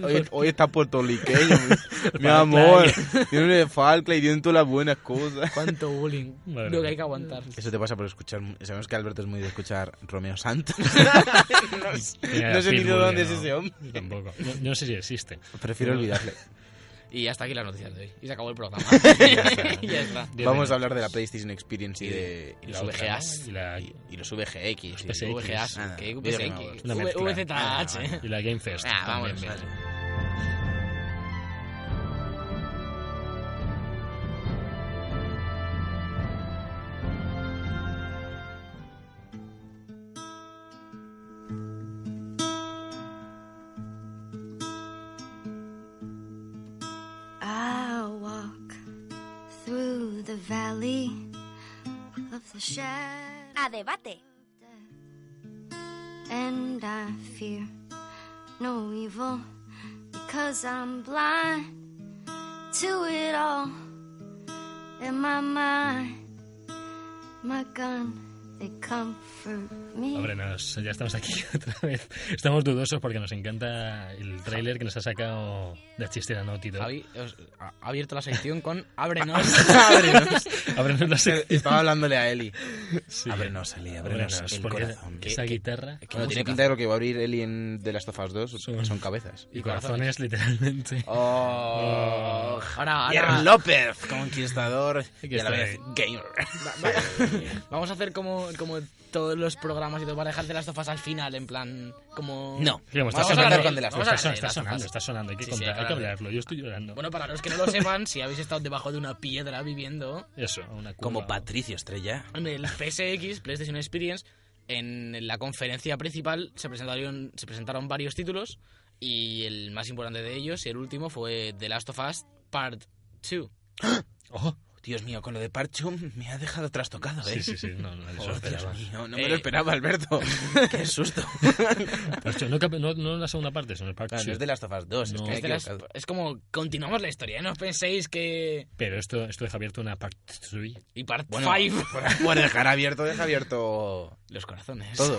Speaker 2: hoy, hoy está puertorriqueño, mi, mi amor. Tiene un falca y tiene todas las buenas cosas.
Speaker 3: Cuánto bullying.
Speaker 1: Madre
Speaker 3: Lo que
Speaker 1: mía.
Speaker 3: hay que aguantar.
Speaker 2: Eso te pasa por escuchar. Sabemos que Alberto es muy de escuchar Romeo Santos.
Speaker 1: Mira,
Speaker 2: no sé ni de
Speaker 1: Pitbull,
Speaker 2: dónde
Speaker 1: yo
Speaker 2: es
Speaker 1: no-
Speaker 2: ese hombre.
Speaker 1: yo Tampoco. Yo, yo no sé si existe.
Speaker 2: Prefiero olvidarle.
Speaker 3: Y hasta aquí las noticias de hoy. Y se acabó el programa. ya está.
Speaker 1: Diez
Speaker 2: Vamos
Speaker 1: minutos.
Speaker 2: a hablar de la PlayStation Experience y de.
Speaker 1: Y
Speaker 2: y
Speaker 1: la
Speaker 2: los
Speaker 1: otra,
Speaker 2: VGAs.
Speaker 1: ¿no? Y la-
Speaker 2: Y, y los VGX. y-
Speaker 1: PSX.
Speaker 3: VGAs.
Speaker 2: Nada,
Speaker 3: ¿Qué?
Speaker 2: videojuegos.
Speaker 3: VSX.
Speaker 1: Una mezcla.
Speaker 3: VZH.
Speaker 1: Y la Game Fest.
Speaker 3: Ah,
Speaker 1: también,
Speaker 3: vámonos,
Speaker 1: bien.
Speaker 3: vale.
Speaker 6: I'll walk through the valley of the shadow,
Speaker 4: A debate.
Speaker 6: and I fear no evil because I'm blind to it all. In my mind, my gun, they comfort me.
Speaker 1: Hombre, nos- ya estamos aquí otra vez. Estamos dudosos porque nos encanta el tráiler que nos ha sacado la chistera Naughty Dog.
Speaker 3: Javi os- ha ha abierto la sección con Ábrenos.
Speaker 2: Ábrenos.
Speaker 1: Ábrenos la sección.
Speaker 2: Estaba hablándole a Eli.
Speaker 1: Sí.
Speaker 2: Eh, Ábrenos, Eli, ábrenos, el
Speaker 1: porque
Speaker 2: corazón.
Speaker 1: Esa guitarra
Speaker 2: Bueno, tiene pinta de lo que va a abrir Eli en The Last of Us 2. Son, cabezas.
Speaker 1: y corazones, literalmente.
Speaker 2: Oh,
Speaker 3: Ahora,
Speaker 2: Pierre
Speaker 3: ahora
Speaker 2: López, conquistador y a
Speaker 1: está
Speaker 2: la vez
Speaker 1: ahí.
Speaker 2: gamer.
Speaker 3: vamos a hacer como, como todos los programas y todo para dejarte las tofas al final, en plan, como...
Speaker 2: No.
Speaker 1: Digamos,
Speaker 3: Vamos
Speaker 1: está
Speaker 3: a
Speaker 1: sonando, pues
Speaker 3: hablar de las
Speaker 1: está,
Speaker 3: cosas.
Speaker 1: son- está
Speaker 3: Las
Speaker 1: sonando,
Speaker 3: cosas.
Speaker 1: está sonando, hay que
Speaker 3: Sí, sí,
Speaker 1: contar-
Speaker 3: hay que
Speaker 1: hay que
Speaker 3: hablar.
Speaker 1: hablarlo. Yo estoy llorando.
Speaker 3: Bueno, para los que no lo sepan, si habéis estado debajo de una piedra viviendo,
Speaker 1: Eso, a una
Speaker 2: Como
Speaker 1: curva.
Speaker 2: Patricio Estrella.
Speaker 3: en el PSX, PlayStation Experience, en la conferencia principal se presentaron, se presentaron varios títulos y el más importante de ellos y el último fue The Last of Us Part 2.
Speaker 1: Oh,
Speaker 2: Dios mío, con lo de Parchum me ha dejado trastocado, ¿eh?
Speaker 1: sí, sí, sí, no, no, nadie se lo
Speaker 2: Oh, Dios
Speaker 1: esperaba.
Speaker 2: mío, no me
Speaker 3: Eh.
Speaker 2: lo esperaba, Alberto. Qué susto.
Speaker 1: Pero, hostia, no, cap- no, no en la segunda parte, sino en el Part
Speaker 2: Claro,
Speaker 1: Two.
Speaker 2: no es de Last of Us 2,
Speaker 1: No.
Speaker 2: es que me he
Speaker 3: Es, de las-
Speaker 2: equivocado.
Speaker 3: es como continuamos la historia, ¿eh? no os penséis que...
Speaker 1: Pero esto, esto deja abierto una Part 3.
Speaker 3: Y Part 5.
Speaker 2: Bueno, por dejar abierto, deja abierto
Speaker 3: Los corazones.
Speaker 2: todo.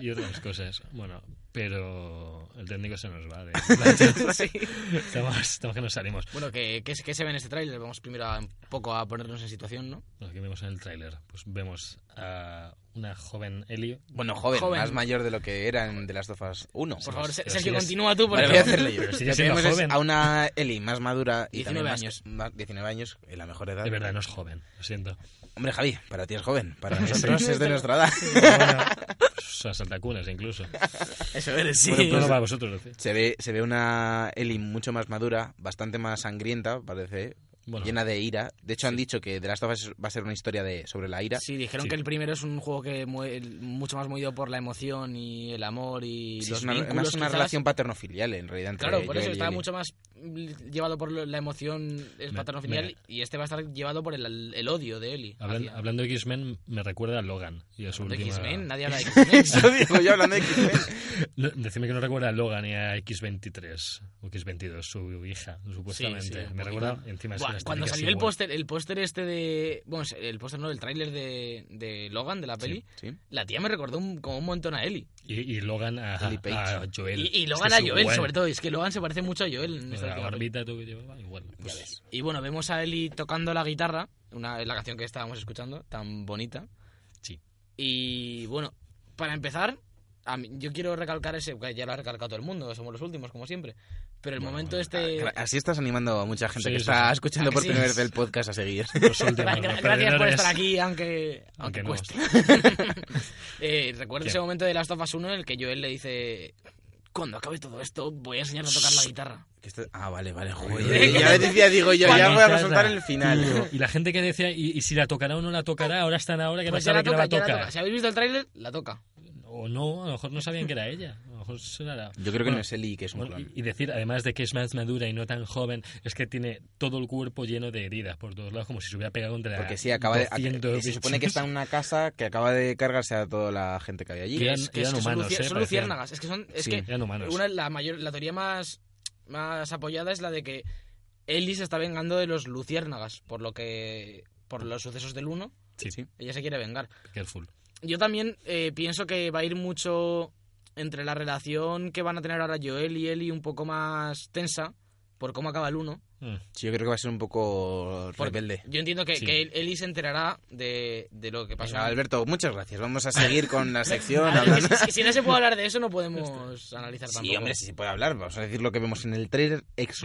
Speaker 1: y otras cosas. Bueno, pero el técnico se nos va. De...
Speaker 3: Sí.
Speaker 1: estamos, estamos que nos salimos.
Speaker 3: Bueno, ¿qué, qué, qué se ve en este tráiler? Vamos primero a- un poco a ponernos en situación, ¿no?
Speaker 1: Lo que vemos en el tráiler, pues vemos a una joven Ellie.
Speaker 2: Bueno, joven,
Speaker 3: Joven.
Speaker 2: más mayor de lo que era en The Last of Us 1.
Speaker 3: Por favor,
Speaker 1: sí,
Speaker 3: Se-
Speaker 1: sí,
Speaker 3: Sergio,
Speaker 1: sí, es-
Speaker 3: continúa tú.
Speaker 2: Vale,
Speaker 3: Porque
Speaker 2: voy a hacerlo yo.
Speaker 1: Pero si
Speaker 2: Lo
Speaker 1: ya
Speaker 2: que
Speaker 1: siendo
Speaker 2: vemos es
Speaker 1: joven.
Speaker 2: a una Eli más madura y
Speaker 3: 19
Speaker 2: también más-
Speaker 3: años.
Speaker 2: más 19 años, en la mejor edad.
Speaker 1: De verdad, no es joven, lo siento.
Speaker 2: Hombre, Javi, para ti es joven, para
Speaker 1: Sí.
Speaker 2: nosotros es de nuestra edad.
Speaker 1: Bueno, pues, a saltacunas incluso.
Speaker 3: Eso eres, sí.
Speaker 1: Bueno, no para vosotros, lo sé.
Speaker 2: Se ve, se ve una Ellie mucho más madura, bastante más sangrienta, parece.
Speaker 1: Bueno,
Speaker 2: llena de ira. De hecho, han dicho que The Last of Us va a ser una historia de, sobre la ira.
Speaker 3: Sí, dijeron
Speaker 1: Sí.
Speaker 3: que el primero es un juego que mue- el- mucho más movido por la emoción y el amor y
Speaker 2: Sí,
Speaker 3: los
Speaker 2: es una,
Speaker 3: vínculos,
Speaker 2: además es una
Speaker 3: quizás.
Speaker 2: relación paterno-filial, en realidad. Entre
Speaker 3: Claro, por
Speaker 2: Joel
Speaker 3: eso
Speaker 2: y
Speaker 3: está
Speaker 2: Ellie.
Speaker 3: mucho más mm, llevado por lo- la emoción es
Speaker 1: Me-
Speaker 3: paterno
Speaker 1: me-
Speaker 3: filial y este va a estar llevado por el, el odio de Eli.
Speaker 1: hablan-
Speaker 3: hacia-
Speaker 1: hablando de X-Men, me recuerda a Logan. Y a su
Speaker 3: de
Speaker 1: última-
Speaker 3: X-Men, nadie habla de X-Men.
Speaker 2: Eso digo yo hablando de X-Men.
Speaker 1: No, decime que no recuerda a Logan y a X23 o X22, su hija, supuestamente.
Speaker 3: Sí, sí, un
Speaker 1: me
Speaker 3: poquito.
Speaker 1: recuerda encima es
Speaker 3: Buah,
Speaker 1: que las
Speaker 3: cuando
Speaker 1: técnicas
Speaker 3: salió el
Speaker 1: igual.
Speaker 3: póster, el póster este de. Bueno, el póster no, el tráiler de, de Logan, de la peli.
Speaker 2: Sí.
Speaker 3: La tía me recordó un- como un montón a Ellie.
Speaker 1: Y, y Logan a,
Speaker 2: Ellie Page.
Speaker 1: a Joel.
Speaker 3: Y, y
Speaker 1: Es
Speaker 3: Logan
Speaker 1: que
Speaker 3: a
Speaker 1: es Pues
Speaker 3: Joel,
Speaker 1: igual.
Speaker 3: sobre todo. Es que Logan se parece mucho a Joel. en esta
Speaker 1: La
Speaker 3: última peli.
Speaker 1: barbita tú que llevaba, igual. Pues,
Speaker 3: Y bueno, vemos a Eli tocando la guitarra, una, la canción que estábamos escuchando, tan bonita.
Speaker 1: Sí.
Speaker 3: Y bueno, para empezar, a mí- yo quiero recalcar ese, que ya lo ha recalcado todo el mundo, somos los últimos, como siempre. Pero el
Speaker 1: Bueno,
Speaker 3: momento
Speaker 1: bueno,
Speaker 3: este...
Speaker 2: Ah, Gra- Así estás animando a mucha gente
Speaker 1: Sí,
Speaker 2: que
Speaker 1: sí,
Speaker 2: está
Speaker 1: sí.
Speaker 2: escuchando
Speaker 3: ¿A que
Speaker 2: por
Speaker 3: sí?
Speaker 2: primera vez el podcast a seguir.
Speaker 1: los
Speaker 3: Gra-
Speaker 1: últimos,
Speaker 3: gra-
Speaker 1: los
Speaker 3: gracias por
Speaker 1: perdedores.
Speaker 3: estar aquí, aunque, aunque
Speaker 1: Aunque no.
Speaker 3: cueste. Eh, recuerdo ese
Speaker 1: ¿Quién?
Speaker 3: momento de Last of Us 1 en el que Joel le dice... Cuando acabe todo esto, voy a enseñarle a tocar la guitarra.
Speaker 2: Que esto- Ah, vale, vale,
Speaker 1: Uy,
Speaker 2: joder. Ya me decía, digo yo, ya voy a resaltar el final.
Speaker 1: Y la gente que decía, y, y si la tocará o no la tocará, ahora están ahora que
Speaker 3: Pues
Speaker 1: no
Speaker 3: ya la
Speaker 1: saben que la va
Speaker 3: toca,
Speaker 1: a
Speaker 3: ya la
Speaker 1: tocar.
Speaker 3: toca. Si habéis visto el tráiler, la toca.
Speaker 1: O no, a lo mejor no sabían que era ella. A lo mejor será la-
Speaker 2: Yo creo que
Speaker 1: Bueno,
Speaker 2: no es Eli, que es un
Speaker 1: bueno, y,
Speaker 2: clon.
Speaker 1: y decir, además de que es más madura y no tan joven, es que tiene todo el cuerpo lleno de heridas por todos lados, como si se hubiera pegado contra
Speaker 2: Porque sí, acaba de. eh,
Speaker 1: 200
Speaker 2: Se supone que está en una casa que acaba de cargarse a toda la gente que había allí.
Speaker 1: Que eran-
Speaker 3: es que, es
Speaker 1: eran
Speaker 3: que
Speaker 1: humanos,
Speaker 3: son, luci-
Speaker 1: eh,
Speaker 3: son
Speaker 1: parecían.
Speaker 3: luciérnagas. Es que son. Es
Speaker 2: Sí.
Speaker 3: que
Speaker 1: Eran humanos.
Speaker 3: una, la, mayor, la teoría más, más apoyada es la de que Ellie se está vengando de los luciérnagas por lo que por los sucesos del 1.
Speaker 1: Sí,
Speaker 2: Sí.
Speaker 3: Ella se quiere vengar.
Speaker 1: careful.
Speaker 3: Yo también eh, pienso que va a ir mucho entre la relación que van a tener ahora Joel y Ellie un poco más tensa por cómo acaba el 1.
Speaker 1: Mm.
Speaker 2: Sí, yo creo que va a ser un poco rebelde.
Speaker 3: Yo entiendo que,
Speaker 1: Sí.
Speaker 3: que Ellie se enterará de, de lo que pasó.
Speaker 2: Venga, Alberto, muchas gracias. Vamos a seguir con la sección.
Speaker 3: Ah,
Speaker 2: hablando-
Speaker 3: es que si- si no se puede hablar de eso, no podemos analizar tampoco.
Speaker 2: Este, Sí, hombre, sí se puede hablar. Vamos a decir lo que vemos en el tráiler,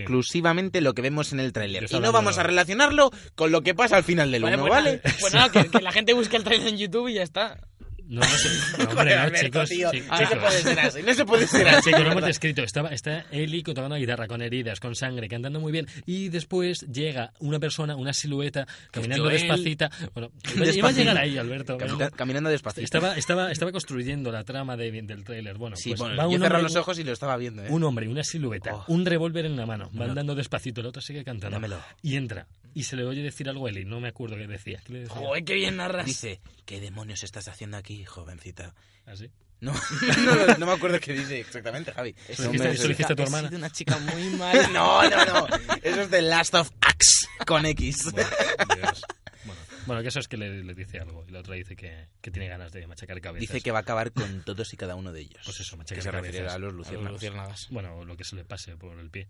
Speaker 2: exclusivamente lo que vemos en el
Speaker 1: Yo
Speaker 2: tráiler. Y
Speaker 1: estaba
Speaker 2: no vamos a
Speaker 1: hablando-
Speaker 2: relacionarlo con lo que pasa al final del
Speaker 3: Vale,
Speaker 2: uno,
Speaker 3: pues
Speaker 2: ¿vale?
Speaker 3: nada, pues nada, que, que la gente busque el trailer en YouTube y ya está.
Speaker 1: No, no sé. No, hombre, no,
Speaker 2: Alberto,
Speaker 1: chicos.
Speaker 2: tío,
Speaker 1: chi-
Speaker 2: no se
Speaker 1: chicos.
Speaker 2: puede ser así, no se puede ser así.
Speaker 1: Chicos, lo hemos descrito. Estaba, está Eli tocando la guitarra con heridas, con sangre, cantando muy bien. Y después llega una persona, una silueta, caminando
Speaker 3: Joel.
Speaker 1: despacita. Bueno, iba a
Speaker 2: Despacito.
Speaker 1: llegar ahí, Alberto.
Speaker 2: Camina- caminando despacito.
Speaker 1: Estaba, estaba, estaba construyendo la trama de- del tráiler. Bueno,
Speaker 2: Sí,
Speaker 1: pues
Speaker 2: bueno,
Speaker 1: va
Speaker 2: yo
Speaker 1: un
Speaker 2: cerraba
Speaker 1: hombre,
Speaker 2: los ojos y lo estaba viendo, ¿eh?
Speaker 1: un hombre, una silueta,
Speaker 2: Oh.
Speaker 1: un revólver en la mano, va andando despacito, el otro sigue cantando.
Speaker 2: Dámelo.
Speaker 1: Y entra. Y se le oye decir algo a Eli, no me acuerdo qué decía. ¿Qué le decía?
Speaker 3: Joder, qué bien narras.
Speaker 2: Dice, ¿qué demonios estás haciendo aquí, jovencita?
Speaker 1: Así.
Speaker 2: No, no, no me acuerdo qué dice exactamente, Javi.
Speaker 1: Eso dijiste-
Speaker 2: me-
Speaker 1: eso dijiste a tu
Speaker 2: he
Speaker 1: hermana.
Speaker 2: sido una chica muy mala. No, no, no. Eso es de Last of Us con X.
Speaker 1: Bueno, Dios. Bueno, bueno, que eso es que le, le dice algo. Y la otra dice que, que tiene ganas de machacar cabezas.
Speaker 2: Dice que va a acabar con todos y cada uno de ellos.
Speaker 1: Pues eso, machacar
Speaker 2: Que se refiere
Speaker 1: cabezas.
Speaker 2: a los
Speaker 3: A los
Speaker 2: luciérnagas.
Speaker 3: luciérnagas.
Speaker 1: Bueno, o lo que se le pase por el pie.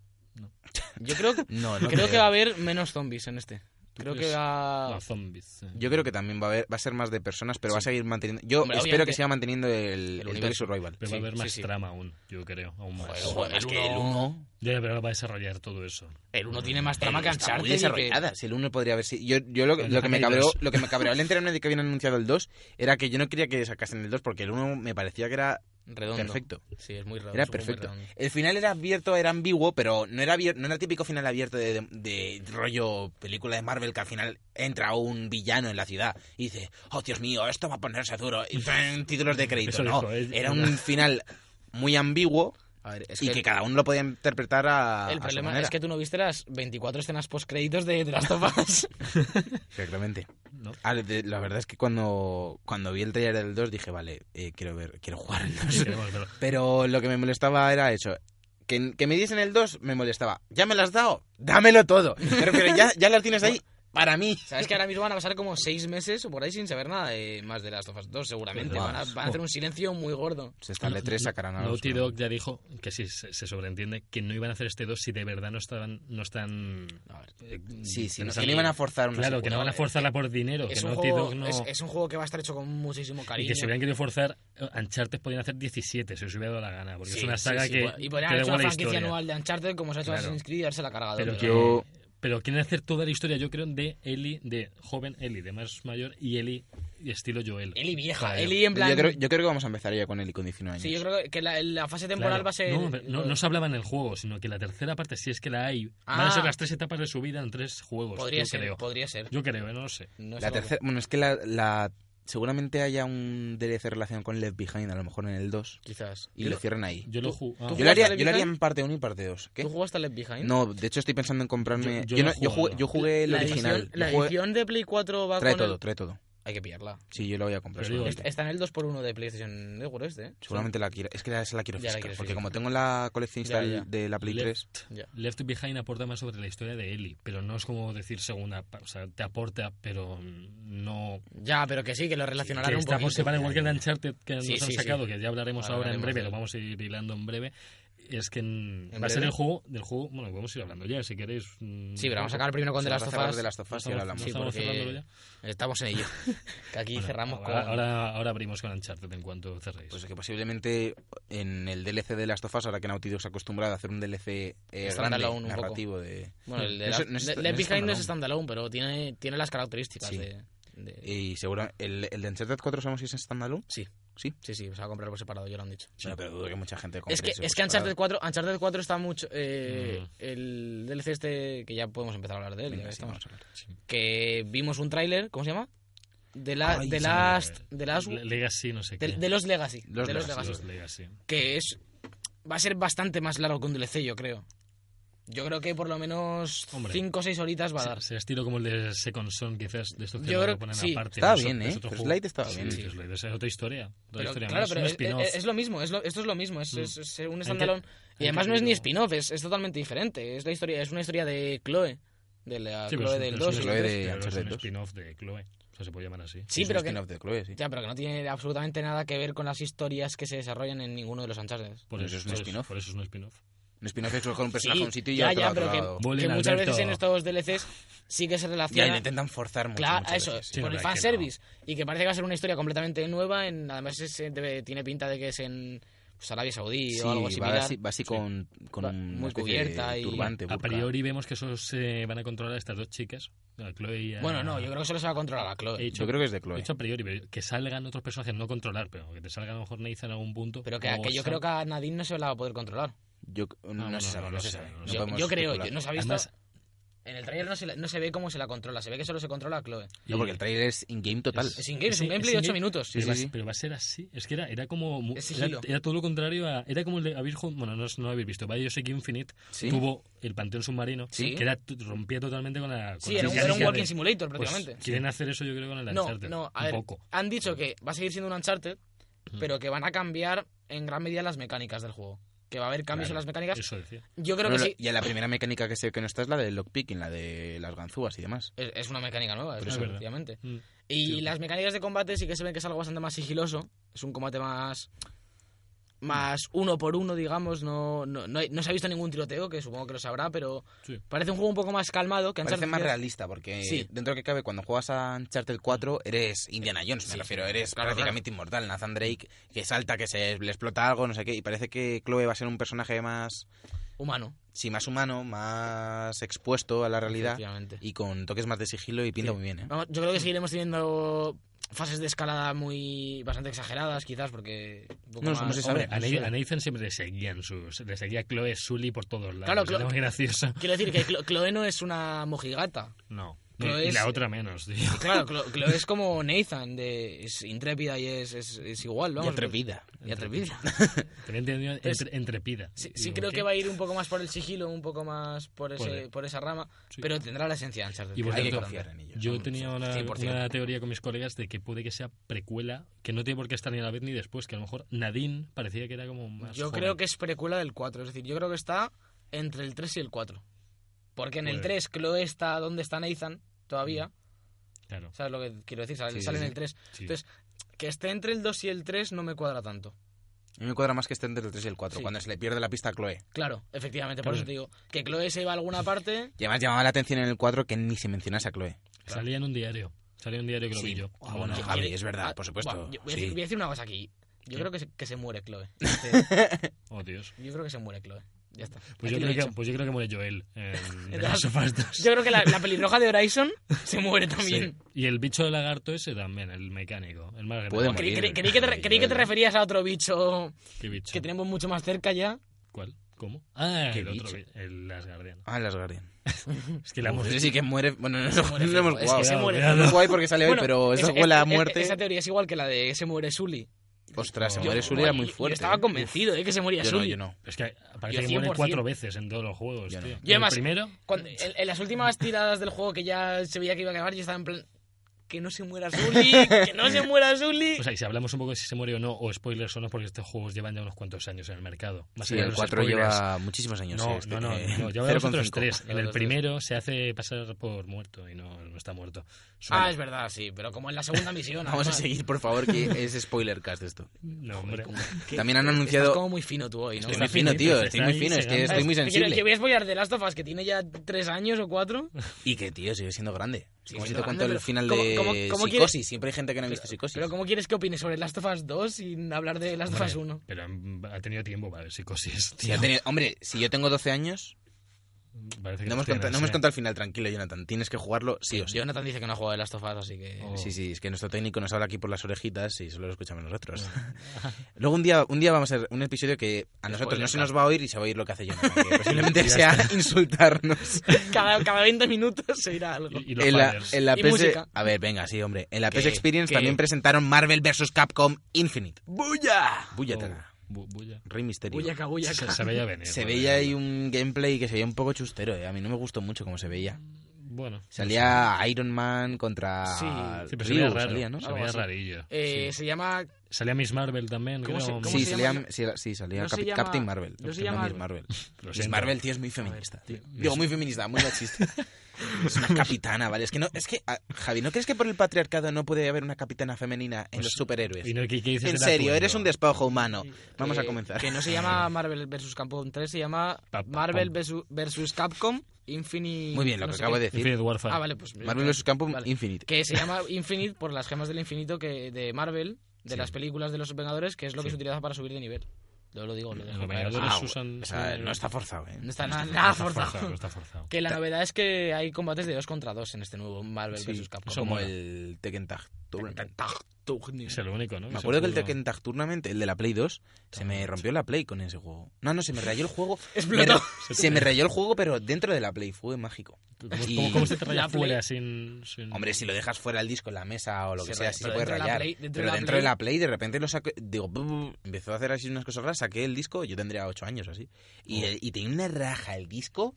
Speaker 3: Yo creo,
Speaker 2: No, no
Speaker 3: creo
Speaker 2: creo.
Speaker 3: que va a haber menos zombies en este. Creo que
Speaker 1: crees?
Speaker 3: va...
Speaker 1: No, zombies. eh.
Speaker 2: Yo creo que también va a, haber, va a ser más de personas, pero va a seguir manteniendo... Yo
Speaker 3: Hombre,
Speaker 2: espero
Speaker 3: obviamente.
Speaker 2: que siga manteniendo el,
Speaker 3: El
Speaker 2: el,
Speaker 3: universo.
Speaker 2: Toy Survival.
Speaker 1: Pero
Speaker 3: sí,
Speaker 1: va a haber
Speaker 3: sí,
Speaker 1: más
Speaker 3: sí.
Speaker 1: trama aún, yo creo. Aún más.
Speaker 3: Joder, es que el uno-
Speaker 2: uno...
Speaker 1: Ya, pero ahora va a desarrollar todo eso.
Speaker 3: El 1 tiene más trama que
Speaker 2: Eh, Está
Speaker 3: Uncharted.
Speaker 2: muy
Speaker 3: y que- Pues
Speaker 2: desarrollada. Si el 1 podría haber sido. Yo, yo lo,
Speaker 1: Bueno,
Speaker 2: lo que me
Speaker 1: hay dos.
Speaker 2: cabreó, lo que me cabreó al enterarme de que habían anunciado el 2 era que yo no quería que sacasen el 2 porque el 1 me parecía que era
Speaker 3: Redondo.
Speaker 2: perfecto.
Speaker 3: Sí, es muy redondo.
Speaker 2: Era
Speaker 3: es un juego
Speaker 2: perfecto.
Speaker 3: muy redondo.
Speaker 2: El final era abierto, era ambiguo, pero no era abier- no era el típico final abierto de, de rollo película de Marvel que al final entra un villano en la ciudad y dice, oh Dios mío, esto va a ponerse duro. Y ¡pam! títulos de crédito.
Speaker 1: Eso
Speaker 2: No,
Speaker 1: dijo, ¿eh?
Speaker 2: era un final muy ambiguo
Speaker 3: A ver, es
Speaker 2: y
Speaker 3: que...
Speaker 2: que cada uno lo podía interpretar a. a
Speaker 3: el
Speaker 2: su
Speaker 3: problema
Speaker 2: manera.
Speaker 3: es que tú no viste las 24 escenas post-créditos de The Last of Us.
Speaker 2: Exactamente.
Speaker 1: ¿no?
Speaker 2: Ah, de- La verdad es que cuando, cuando vi el trailer del 2 dije, vale, eh, quiero ver, quiero jugar el 2.
Speaker 1: Queremos verlo.
Speaker 2: Pero lo que me molestaba era eso. Que, que me diesen el 2 me molestaba. Ya me lo has dado, dámelo todo. Pero, ya, ya lo tienes ahí para mí.
Speaker 3: Sabes que ahora mismo van a pasar como 6 meses o por ahí sin saber nada de más de The Last of Us 2, seguramente.
Speaker 2: Pero
Speaker 3: Van a,
Speaker 2: vamos.
Speaker 3: van a hacer un silencio muy gordo.
Speaker 2: Se está el 3 sacarán algo.
Speaker 1: Naughty Dog ya dijo que sí, se, se sobreentiende que no iban a hacer este 2 si de verdad no estaban. No están
Speaker 3: A ver.
Speaker 1: eh,
Speaker 2: Sí, sí, no,
Speaker 1: pensando-
Speaker 2: que no iban a forzar una
Speaker 1: Claro, que
Speaker 2: secuela.
Speaker 1: no van a forzarla por dinero.
Speaker 3: Es
Speaker 1: que
Speaker 3: un,
Speaker 1: Naughty
Speaker 3: juego,
Speaker 1: Dog no.
Speaker 3: es, es un juego que va a estar hecho con muchísimo
Speaker 1: y
Speaker 3: cariño.
Speaker 1: que si hubieran querido forzar, eh, Uncharted podían hacer 17, si os hubiera dado la gana, porque es una saga que.
Speaker 3: pues, Y
Speaker 1: te da
Speaker 3: podrían haber hecho
Speaker 1: igual
Speaker 3: una
Speaker 1: la
Speaker 3: franquicia
Speaker 1: historia.
Speaker 3: anual de Uncharted como se ha hecho
Speaker 1: Claro.
Speaker 3: Assassin's Creed y darse la carga.
Speaker 1: Pero, que-
Speaker 2: Yo-
Speaker 1: pero quieren hacer toda la historia, yo creo, de Ellie, de joven Ellie, de más mayor, y Ellie y estilo Joel.
Speaker 3: Eli vieja,
Speaker 1: Claro.
Speaker 3: Eli en plan...
Speaker 2: Yo creo, yo creo que vamos a empezar ya con Eli con 19 años.
Speaker 3: Sí, yo creo que la, la fase temporal
Speaker 1: Claro.
Speaker 3: va a ser...
Speaker 1: No, pero no, no se hablaba en el juego, sino que la tercera parte, si es que la hay, van a
Speaker 3: Ah.
Speaker 1: ser las tres etapas de su vida en tres juegos.
Speaker 3: podría
Speaker 1: pues yo
Speaker 3: ser,
Speaker 1: creo.
Speaker 3: podría ser.
Speaker 1: Yo creo, eh, no lo sé.
Speaker 3: No sé
Speaker 2: la
Speaker 3: lo que-
Speaker 2: tercera, bueno, es que la, la- seguramente haya un DLC en relación con Left Behind, a lo mejor en el 2,
Speaker 3: Quizás.
Speaker 2: y
Speaker 3: Yo
Speaker 2: lo
Speaker 3: no-
Speaker 2: cierren ahí.
Speaker 1: Yo lo
Speaker 3: ¿Tú-
Speaker 1: ju- ah,
Speaker 3: tú
Speaker 2: Yo lo, haría,
Speaker 3: jugaste a
Speaker 2: yo lo haría
Speaker 3: Left
Speaker 2: en parte 1 y parte 2. ¿Qué?
Speaker 3: ¿Tú jugaste a Left Behind?
Speaker 2: No, de hecho estoy pensando en comprarme...
Speaker 1: Yo- yo
Speaker 2: Yo,
Speaker 1: no
Speaker 2: no-
Speaker 1: he
Speaker 2: yo
Speaker 1: jugado.
Speaker 2: jugué, yo jugué el
Speaker 3: la
Speaker 2: original.
Speaker 3: Edición, la
Speaker 2: Yo jugué-
Speaker 3: edición de Play 4 va
Speaker 2: Trae
Speaker 3: con el-
Speaker 2: todo, trae todo.
Speaker 3: Hay que pillarla.
Speaker 2: Sí, yo la voy a comprar.
Speaker 1: Pero digo,
Speaker 2: seguramente.
Speaker 3: Est- Está en el 2 por 1 de PlayStation Network este, ¿eh?
Speaker 2: Seguramente la quiero. Es que la- esa la quiero
Speaker 3: Ya la
Speaker 2: física.
Speaker 3: quieres
Speaker 2: porque
Speaker 3: física.
Speaker 2: como tengo la coleccionista
Speaker 3: Ya, ya.
Speaker 2: de la Play
Speaker 1: Left.
Speaker 2: 3.
Speaker 3: Ya.
Speaker 1: Left Behind aporta más sobre la historia de Ellie, pero no es como decir segunda, pa- o sea, te aporta, pero mm, no...
Speaker 3: Ya, pero que sí, que lo relacionarán
Speaker 1: que
Speaker 3: un
Speaker 1: está por
Speaker 3: poquito.
Speaker 1: separar, igual que el Uncharted que
Speaker 3: Sí,
Speaker 1: nos han
Speaker 3: sí, sí.
Speaker 1: sacado, que ya hablaremos
Speaker 3: Ahora
Speaker 1: ahora, en
Speaker 3: hablaremos
Speaker 1: breve,
Speaker 3: de
Speaker 1: lo
Speaker 3: él.
Speaker 1: vamos a ir hilando en breve, es que en- va
Speaker 3: ¿En
Speaker 1: a ser
Speaker 3: breve?
Speaker 1: el juego, del juego, bueno, podemos ir hablando ya, si queréis... mm,
Speaker 3: Sí, pero vamos a acabar primero con The Last of Us.
Speaker 2: de las tofas y ahora
Speaker 1: ¿Estamos,
Speaker 2: hablamos.
Speaker 1: ¿no
Speaker 3: Sí,
Speaker 1: estamos
Speaker 3: porque-
Speaker 1: cerrándolo ya?
Speaker 3: Estamos en ello. que aquí
Speaker 1: Bueno,
Speaker 3: cerramos
Speaker 1: ahora,
Speaker 3: con...
Speaker 1: ahora, ahora abrimos con Uncharted en cuanto cerréis.
Speaker 2: Pues es que posiblemente en el DLC de las tofas, ahora que Naughty Dog se ha acostumbrado a hacer un DLC eh,
Speaker 3: Standalone
Speaker 2: grande,
Speaker 3: un poco.
Speaker 2: narrativo de.
Speaker 3: Bueno, el de
Speaker 2: No
Speaker 3: la-
Speaker 2: es- no es-
Speaker 3: de-
Speaker 2: no
Speaker 3: Left
Speaker 2: es
Speaker 3: Behind no es
Speaker 2: standalone.
Speaker 3: standalone, pero tiene, tiene las características
Speaker 2: Sí.
Speaker 3: de... de-
Speaker 2: Y seguro. ¿El, el de Uncharted 4 sabemos si es standalone?
Speaker 3: Sí.
Speaker 2: ¿Sí?
Speaker 3: Sí, sí, se va a comprar por separado, ya lo han dicho.
Speaker 2: Bueno, pero dudo que mucha gente compre
Speaker 3: Es que,
Speaker 2: ese pues
Speaker 3: es que Uncharted
Speaker 2: separado.
Speaker 3: 4, Uncharted 4 está mucho... eh,
Speaker 1: Mm.
Speaker 3: El DLC este, que ya podemos empezar a hablar de él,
Speaker 2: Venga,
Speaker 3: ya
Speaker 2: sí,
Speaker 3: estamos.
Speaker 2: vamos a hablar.
Speaker 3: que vimos un tráiler, ¿cómo se llama? De la,
Speaker 2: Ay,
Speaker 3: de
Speaker 2: sí.
Speaker 3: Last, de Last,
Speaker 1: eh, Le- Legacy, no sé
Speaker 3: de,
Speaker 1: qué.
Speaker 3: de los Legacy,
Speaker 2: Los
Speaker 3: de los
Speaker 2: Legacy,
Speaker 3: Legacy,
Speaker 1: Los Legacy.
Speaker 3: que es va a ser bastante más largo que un DLC, yo creo. Yo creo que por lo menos
Speaker 1: Hombre.
Speaker 3: 5 o 6 horitas va a dar.
Speaker 1: Se- Será estilo como el de Second Son, quizás, de estos que
Speaker 3: Yo
Speaker 1: luego
Speaker 3: creo-
Speaker 1: ponen
Speaker 3: sí.
Speaker 1: aparte.
Speaker 2: Estaba
Speaker 1: es o-
Speaker 2: bien,
Speaker 1: es
Speaker 2: ¿eh?
Speaker 1: otro
Speaker 2: Pero
Speaker 1: juego.
Speaker 2: Slade estaba
Speaker 1: Sí,
Speaker 2: bien.
Speaker 1: sí, Slade es otra historia. Otra
Speaker 3: Pero,
Speaker 1: historia
Speaker 3: claro,
Speaker 1: más,
Speaker 3: pero
Speaker 1: un
Speaker 3: es,
Speaker 1: spin-off. Mm.
Speaker 3: es- es lo mismo, es lo- esto es lo mismo, es, es- es un
Speaker 1: que-
Speaker 3: standalone.
Speaker 1: que
Speaker 3: Y además no es ni
Speaker 1: verlo.
Speaker 3: spin-off, es, es totalmente diferente. Es la historia, es una historia de Chloe, de la
Speaker 1: Sí, pero
Speaker 3: Chloe
Speaker 1: es-
Speaker 3: del
Speaker 1: pero
Speaker 3: 2.
Speaker 1: es un
Speaker 2: Chloe
Speaker 3: del
Speaker 2: de
Speaker 1: spin-off, pero
Speaker 2: Uncharted
Speaker 1: Es un
Speaker 2: 2.
Speaker 1: spin-off de Chloe. O sea, se puede llamar así.
Speaker 3: Sí,
Speaker 2: Es un
Speaker 3: pero que-
Speaker 2: spin-off de Chloe, sí.
Speaker 3: Ya, pero que no tiene absolutamente nada que ver con las historias que se desarrollan en ninguno de los Uncharted.
Speaker 1: Por
Speaker 2: pero
Speaker 1: eso,
Speaker 2: eso es un
Speaker 1: por eso-
Speaker 2: spin-off.
Speaker 1: Por eso es un spin-off.
Speaker 2: Un spin-off es con un personaje
Speaker 3: Sí,
Speaker 2: a un sitio y
Speaker 3: ya,
Speaker 2: otro
Speaker 3: ya,
Speaker 2: a otro
Speaker 3: pero que-
Speaker 2: lado.
Speaker 1: Bullying
Speaker 3: que
Speaker 1: al
Speaker 3: muchas veces
Speaker 1: Berto.
Speaker 3: en estos DLCs sí que se
Speaker 2: Ya, lo
Speaker 3: relaciona
Speaker 2: intentan forzar mucho.
Speaker 3: claro
Speaker 2: muchas
Speaker 3: a eso
Speaker 2: veces, sí.
Speaker 3: con
Speaker 1: pero
Speaker 3: el
Speaker 1: es que no.
Speaker 3: fanservice y que parece que va a ser una historia completamente nueva en, además es- eh, debe- tiene pinta de que es en pues, Arabia Saudí
Speaker 2: Sí,
Speaker 3: o algo
Speaker 2: va
Speaker 3: similar
Speaker 2: así, va así con, con
Speaker 3: Va
Speaker 2: una
Speaker 3: muy
Speaker 2: especie de
Speaker 3: cubierta y-
Speaker 2: turbante.
Speaker 1: A
Speaker 2: burka.
Speaker 1: priori vemos que esos se van a controlar a estas dos chicas. A Chloe y a...
Speaker 3: bueno no yo creo que solo se va a controlar a
Speaker 1: He
Speaker 3: Chloe
Speaker 1: dicho-
Speaker 2: Yo creo que es de
Speaker 1: he
Speaker 2: Chloe.
Speaker 1: dicho a priori, pero que salgan otros personajes, no controlar, pero que te salga a lo mejor Nathan en algún punto.
Speaker 3: pero que,
Speaker 1: o
Speaker 3: que yo
Speaker 1: Sam.
Speaker 3: creo que a Nadine no se la va a poder controlar
Speaker 2: Yo,
Speaker 3: Ah,
Speaker 2: no,
Speaker 1: bueno,
Speaker 2: se sabe,
Speaker 1: no
Speaker 2: no,
Speaker 1: lo
Speaker 2: se
Speaker 1: sé,
Speaker 2: sabe.
Speaker 1: no lo
Speaker 2: No
Speaker 1: sé.
Speaker 3: yo,
Speaker 2: podemos
Speaker 3: yo creo
Speaker 2: especular.
Speaker 3: yo- no se ha visto
Speaker 1: Además,
Speaker 3: en el trailer no se, la- no se ve cómo se la controla se ve que solo se controla a Chloe
Speaker 1: y-
Speaker 2: No, porque el trailer es in-game total.
Speaker 1: Es-
Speaker 3: es in-game es
Speaker 1: Sí,
Speaker 3: un gameplay
Speaker 1: es
Speaker 3: de 8
Speaker 1: in-game.
Speaker 3: minutos
Speaker 2: Sí,
Speaker 1: pero, va,
Speaker 2: sí.
Speaker 1: pero va a ser así. Es que era, era como. mu-
Speaker 3: Es
Speaker 1: era,
Speaker 3: sigilo.
Speaker 1: era todo lo contrario a. Era como el de. Habéis jugado- bueno, no, os- no lo habéis visto. Bioshock Infinite
Speaker 2: Sí.
Speaker 1: tuvo el Panteón Submarino.
Speaker 3: Sí.
Speaker 1: Que era, t- rompía totalmente con la. Con
Speaker 3: sí
Speaker 1: la
Speaker 3: era un,
Speaker 1: esencia
Speaker 3: era un
Speaker 1: de-
Speaker 3: walking simulator
Speaker 1: pues,
Speaker 3: prácticamente
Speaker 1: quieren hacer eso, yo creo, con el
Speaker 3: No,
Speaker 1: Uncharted,
Speaker 3: no, a
Speaker 1: un
Speaker 3: ver,
Speaker 1: poco.
Speaker 3: han dicho que va a seguir siendo un Uncharted,
Speaker 1: Mm.
Speaker 3: pero que van a cambiar en gran medida las mecánicas del juego. Que va a haber cambios
Speaker 1: Claro,
Speaker 3: en las mecánicas.
Speaker 1: Eso decía.
Speaker 3: Yo creo
Speaker 2: No,
Speaker 3: que
Speaker 2: lo-
Speaker 3: sí.
Speaker 2: Y a la primera mecánica que sé que no está es la del lockpicking, la de las ganzúas y demás.
Speaker 3: Es es una mecánica nueva,
Speaker 1: Pero
Speaker 3: eso,
Speaker 1: es verdad.
Speaker 3: efectivamente.
Speaker 1: Mm.
Speaker 3: Y
Speaker 1: Cierto.
Speaker 3: las mecánicas de combate sí que se ven que es algo bastante más sigiloso. Es un combate más. Más uno por uno, digamos. No, no, no, hay- no se ha visto ningún tiroteo, que supongo que lo sabrá, pero
Speaker 1: Sí.
Speaker 3: parece un juego un poco más calmado que
Speaker 2: Parece
Speaker 3: Uncharted.
Speaker 2: más realista porque
Speaker 3: Sí.
Speaker 2: dentro que cabe cuando juegas a Uncharted 4 eres Indiana Jones, me
Speaker 3: Sí.
Speaker 2: refiero, eres
Speaker 3: Claro,
Speaker 2: prácticamente inmortal, Nathan Drake que salta, que se le explota algo, no sé qué, y parece que Chloe va a ser un personaje más,
Speaker 3: Humano,
Speaker 2: sí, más humano, más expuesto a la realidad
Speaker 3: efectivamente.
Speaker 2: y con toques más de sigilo y pinta
Speaker 3: Sí.
Speaker 2: muy bien, ¿eh?
Speaker 3: Vamos, yo creo que seguiremos teniendo fases de escalada muy bastante exageradas, quizás, porque... un poco
Speaker 2: No,
Speaker 3: más-
Speaker 2: no se
Speaker 1: Hombre,
Speaker 2: sabe.
Speaker 1: a,
Speaker 2: no se
Speaker 1: Nathan,
Speaker 2: sabe.
Speaker 1: a Nathan siempre le seguían sus. Le seguía Chloe Sully por todos lados.
Speaker 3: Claro, Chlo-
Speaker 1: Era muy graciosa.
Speaker 3: Quiero decir que Clo- Chloe no es una mojigata.
Speaker 1: No.
Speaker 3: Chloe
Speaker 1: y
Speaker 3: es-
Speaker 1: la otra menos, tío.
Speaker 3: Claro, Clo- Chloe es como Nathan, de, es intrépida y es, es, es igual,
Speaker 2: Y
Speaker 3: vamos.
Speaker 2: atrevida.
Speaker 3: Y atrevida.
Speaker 1: Tenía entendido entre- entrepida.
Speaker 3: Sí, sí
Speaker 1: Digo,
Speaker 3: creo
Speaker 1: ¿qué?
Speaker 3: que va a ir un poco más por el sigilo, un poco más por,
Speaker 1: Puede.
Speaker 3: ese, por esa rama,
Speaker 1: Sí.
Speaker 3: pero tendrá la esencia de Uncharted.
Speaker 1: Y por
Speaker 3: Hay
Speaker 1: cierto,
Speaker 3: que confiar.
Speaker 2: en ellos.
Speaker 1: Yo
Speaker 2: Vamos,
Speaker 1: tenía una,
Speaker 3: 100%.
Speaker 1: una teoría con mis colegas de que puede que sea precuela, que no tiene por qué estar ni a la vez ni después, que a lo mejor Nadine parecía que era como más.
Speaker 3: Yo
Speaker 1: joven.
Speaker 3: creo que es precuela del 4, es decir, yo creo que está entre el 3 y el 4. Porque en el
Speaker 1: Puede.
Speaker 3: 3 Chloe está donde está Nathan todavía,
Speaker 1: Claro.
Speaker 3: ¿sabes lo que quiero decir? Sale,
Speaker 2: Mm. Sí,
Speaker 3: sale
Speaker 2: sí,
Speaker 3: en
Speaker 2: sí.
Speaker 3: el 3.
Speaker 1: sí.
Speaker 3: Entonces, que esté entre el 2 y el 3 no me cuadra tanto.
Speaker 2: A mí me cuadra más que esté entre el 3 y el 4,
Speaker 3: Sí.
Speaker 2: cuando se le pierde la pista a Chloe.
Speaker 3: Claro, efectivamente, por
Speaker 1: Claro.
Speaker 3: eso te digo que Chloe se iba a alguna parte.
Speaker 2: Y además llamaba la atención en el 4 que ni se mencionase a Chloe.
Speaker 1: Salía en un diario. Salía en un diario que lo vi yo.
Speaker 2: Ah, bueno,
Speaker 1: Bueno,
Speaker 2: Javi,
Speaker 3: quiere-
Speaker 2: es verdad,
Speaker 3: Ah,
Speaker 2: por supuesto.
Speaker 3: buah, yo voy, a
Speaker 2: sí.
Speaker 3: decir, voy a decir una cosa aquí. Yo creo que se, que se muere Chloe.
Speaker 1: Oh, Dios.
Speaker 3: Yo creo que se muere Chloe. Ya está.
Speaker 1: Pues, yo
Speaker 3: Aquí lo
Speaker 1: creo,
Speaker 3: he
Speaker 1: que,
Speaker 3: hecho.
Speaker 1: pues yo creo que muere Joel en The
Speaker 3: Claro.
Speaker 1: Last of Us 2.
Speaker 3: Yo creo que la, la pelirroja de Horizon se muere
Speaker 1: Sí.
Speaker 3: también.
Speaker 1: Y el bicho de lagarto ese también, el mecánico, el más grande.
Speaker 2: Puede morir.
Speaker 3: Creí, creí- creí que te, re- creí que te referías a otro bicho
Speaker 1: ¿Qué bicho?
Speaker 3: que tenemos mucho más cerca ya.
Speaker 1: ¿Cuál? ¿Cómo? Ah,
Speaker 2: ¿Qué
Speaker 1: el otro,
Speaker 2: bicho?
Speaker 1: bi- el asgardiano.
Speaker 2: Ah, las Guardian.
Speaker 1: Es que la hemos
Speaker 2: Ese sí que muere. Bueno, no, no
Speaker 3: muere
Speaker 2: lo hemos
Speaker 3: fijo, es
Speaker 2: jugado.
Speaker 3: que se
Speaker 1: Cuidado,
Speaker 3: muere.
Speaker 1: cuidado.
Speaker 2: No es guay porque sale hoy,
Speaker 3: Bueno,
Speaker 2: pero eso
Speaker 3: es-
Speaker 2: huele a
Speaker 3: es- es-
Speaker 2: muerte.
Speaker 3: Esa teoría es igual que la de se muere Sully.
Speaker 2: Ostras, se
Speaker 1: Yo-
Speaker 2: muere Sully era muy fuerte.
Speaker 3: Yo estaba
Speaker 2: ¿eh?
Speaker 3: convencido de que se moría
Speaker 2: Yo no,
Speaker 3: Sully.
Speaker 2: yo no.
Speaker 1: Es que parece
Speaker 3: Yo
Speaker 1: que muere
Speaker 3: 100%.
Speaker 1: cuatro veces en todos los juegos,
Speaker 2: Yo no.
Speaker 1: tío.
Speaker 3: Yo además-
Speaker 1: ¿El primero?
Speaker 3: Cuando- en, en las últimas tiradas del juego que ya se veía que iba a acabar, yo estaba en plan. Que no se muera Sully, que no se muera Sully.
Speaker 2: Pues,
Speaker 1: O sea, y si hablamos un poco de si se muere o no, o spoilers o no, porque estos juegos llevan ya unos cuantos años en el mercado. Más
Speaker 2: Sí,
Speaker 1: allá de
Speaker 2: el
Speaker 1: los
Speaker 2: 4
Speaker 1: spoilers.
Speaker 2: lleva muchísimos años.
Speaker 1: No,
Speaker 2: eh, este,
Speaker 1: no, no,
Speaker 2: eh,
Speaker 1: no, lleva
Speaker 2: 0,5.
Speaker 1: los otros tres. En
Speaker 3: Los
Speaker 1: el
Speaker 3: otros
Speaker 1: primero se hace pasar por muerto y no, no está muerto. Suena-
Speaker 3: ah, es verdad, sí, pero como en la segunda misión.
Speaker 2: Vamos a
Speaker 3: además.
Speaker 2: seguir, por favor, que es spoiler cast esto.
Speaker 1: No, hombre.
Speaker 3: ¿Qué?
Speaker 2: También han
Speaker 3: Estás
Speaker 2: anunciado.
Speaker 3: como muy fino tú hoy, ¿no?
Speaker 2: Estoy
Speaker 1: Está
Speaker 2: muy fino,
Speaker 1: fino,
Speaker 2: tío,
Speaker 1: está
Speaker 2: estoy muy
Speaker 1: ahí
Speaker 2: fino, es que
Speaker 1: segando.
Speaker 2: estoy muy
Speaker 3: Que quiero- Que
Speaker 2: sensible.
Speaker 3: voy a spoilear de Last of Us, que tiene ya tres años o cuatro.
Speaker 2: Y que, tío, sigue siendo grande. Es
Speaker 3: Sigue
Speaker 2: como si
Speaker 3: siendo
Speaker 2: te cuento
Speaker 3: grande,
Speaker 2: el
Speaker 3: pero
Speaker 2: final
Speaker 3: ¿cómo-
Speaker 2: de
Speaker 3: cómo- cómo
Speaker 2: Psicosis.
Speaker 3: quieres-
Speaker 2: Siempre hay gente que no ha visto Psicosis.
Speaker 3: Pero ¿cómo quieres que opine sobre Last of Us 2 sin hablar de Last of Us 1?
Speaker 1: Hombre, Pero han- ha tenido tiempo para ver psicosis.
Speaker 2: Si
Speaker 1: tío.
Speaker 2: ha tenido- hombre, si yo tengo 12 años,
Speaker 1: Parece que
Speaker 2: no hemos,
Speaker 1: tiene
Speaker 2: contado, no
Speaker 1: ansia.
Speaker 2: hemos contado el final, tranquilo, Jonathan. Tienes que jugarlo sí o sí.
Speaker 3: Jonathan dice que no ha jugado de Last of Us, así que...
Speaker 1: Oh.
Speaker 2: Sí, sí, es que nuestro técnico nos habla aquí por las orejitas y solo lo escuchamos nosotros. Luego un día, un día vamos a hacer un episodio que a nosotros no se nos va a oír y se va a oír lo que hace Jonathan, que posiblemente sea insultarnos.
Speaker 3: Cada, cada 20 minutos se irá algo.
Speaker 1: Y, y los
Speaker 2: en la,
Speaker 1: fighters.
Speaker 2: en la
Speaker 3: Y
Speaker 2: PS
Speaker 3: música.
Speaker 2: A ver, venga, sí, hombre. En la PS
Speaker 3: ¿Qué?
Speaker 2: Experience
Speaker 3: ¿Qué?
Speaker 2: también presentaron Marvel vs. Capcom Infinite.
Speaker 3: ¡Bulla!
Speaker 2: Búllatela.
Speaker 1: Oh, bu- bulla.
Speaker 2: Rey Misterio.
Speaker 3: Bullaca, bullaca.
Speaker 1: Se, se veía venir.
Speaker 2: Se
Speaker 1: ¿no?
Speaker 2: veía ahí un gameplay que se veía un poco chustero, eh. A mí no me gustó mucho cómo se veía.
Speaker 1: Bueno.
Speaker 2: Salía Iron Man contra
Speaker 3: Sí.
Speaker 1: Sí, pero se
Speaker 2: Ryu,
Speaker 1: veía raro.
Speaker 2: salía, ¿no?
Speaker 1: Se
Speaker 3: Algo
Speaker 1: veía
Speaker 3: así.
Speaker 1: rarillo.
Speaker 3: Eh,
Speaker 1: sí.
Speaker 3: Se llama...
Speaker 1: Salía Miss Marvel también,
Speaker 3: ¿Cómo
Speaker 1: creo.
Speaker 3: se- cómo
Speaker 2: Sí,
Speaker 3: se
Speaker 2: salía,
Speaker 3: llama?
Speaker 2: sí, sí, salía
Speaker 3: No se
Speaker 2: Cap-
Speaker 3: llama-
Speaker 2: Captain Marvel.
Speaker 3: no se
Speaker 2: No,
Speaker 3: llama-
Speaker 2: Miss Marvel.
Speaker 1: Lo
Speaker 2: Miss
Speaker 1: siento.
Speaker 2: Marvel, tío, es muy feminista. tío. Digo, muy feminista, muy machista. Es una capitana, ¿vale? Es que no, es que, ah, Javi, ¿no crees que por el patriarcado no puede haber una capitana femenina en
Speaker 1: Pues,
Speaker 2: los superhéroes?
Speaker 1: Y no, ¿qué, qué dices
Speaker 2: En
Speaker 1: del
Speaker 2: serio,
Speaker 1: atuendo?
Speaker 2: eres un despojo humano. Vamos a
Speaker 3: eh,
Speaker 2: comenzar.
Speaker 3: Que no se llama Marvel vs. Capcom 3, se llama
Speaker 1: Pa- pa-
Speaker 3: Marvel
Speaker 1: pom.
Speaker 3: versus, versus Capcom Infinite...
Speaker 2: Muy bien, lo
Speaker 3: no
Speaker 2: que
Speaker 3: sé
Speaker 2: acabo
Speaker 3: qué.
Speaker 2: de decir.
Speaker 1: Infinite Warfare.
Speaker 3: Ah, vale, pues...
Speaker 2: Marvel vs. Capcom
Speaker 3: Vale.
Speaker 2: Infinite.
Speaker 3: Que se llama Infinite por las gemas del infinito que de Marvel, de las películas de los Vengadores, que es lo que se utiliza para subir de nivel. Yo lo digo, lo dejo
Speaker 1: Los
Speaker 3: para-
Speaker 1: Vengadores
Speaker 2: Ah,
Speaker 1: usan...
Speaker 2: o sea,
Speaker 1: sí,
Speaker 2: no está forzado, ¿eh?
Speaker 3: No está nada,
Speaker 1: no
Speaker 3: nada
Speaker 1: está
Speaker 3: forzado.
Speaker 1: forzado, no está forzado.
Speaker 3: Que la novedad es que hay combates de 2 contra 2 en este nuevo Marvel
Speaker 2: Sí,
Speaker 3: vs. Capcom.
Speaker 2: como el Tekken Tag. Tournament.
Speaker 1: Es el único, ¿no?
Speaker 2: Me acuerdo que el
Speaker 1: Seguro.
Speaker 2: Tekken Tag Tournament, el de la Play 2, se me rompió la Play con ese juego. No, no, se me rayó el juego. Me
Speaker 3: Explotó.
Speaker 2: ra- se me rayó el juego, pero dentro de la Play. Fue mágico.
Speaker 1: ¿Cómo,
Speaker 2: Y-
Speaker 1: cómo- cómo se te raya
Speaker 3: La Play-
Speaker 1: fuera sin, sin-
Speaker 2: Hombre, si lo dejas fuera el disco en la mesa o lo que
Speaker 3: Mm. Se
Speaker 2: sea,
Speaker 3: raya,
Speaker 2: sí se
Speaker 3: pero
Speaker 2: puede
Speaker 3: dentro de la
Speaker 2: rayar.
Speaker 3: Play- dentro de
Speaker 2: pero
Speaker 3: la
Speaker 2: dentro de
Speaker 3: Play-
Speaker 2: la Play, de repente lo saqué. Digo, bu, bu, bu, empezó a hacer así unas cosas raras. Saqué el disco, yo tendría 8 años o así. Y, y tenía una raja el disco.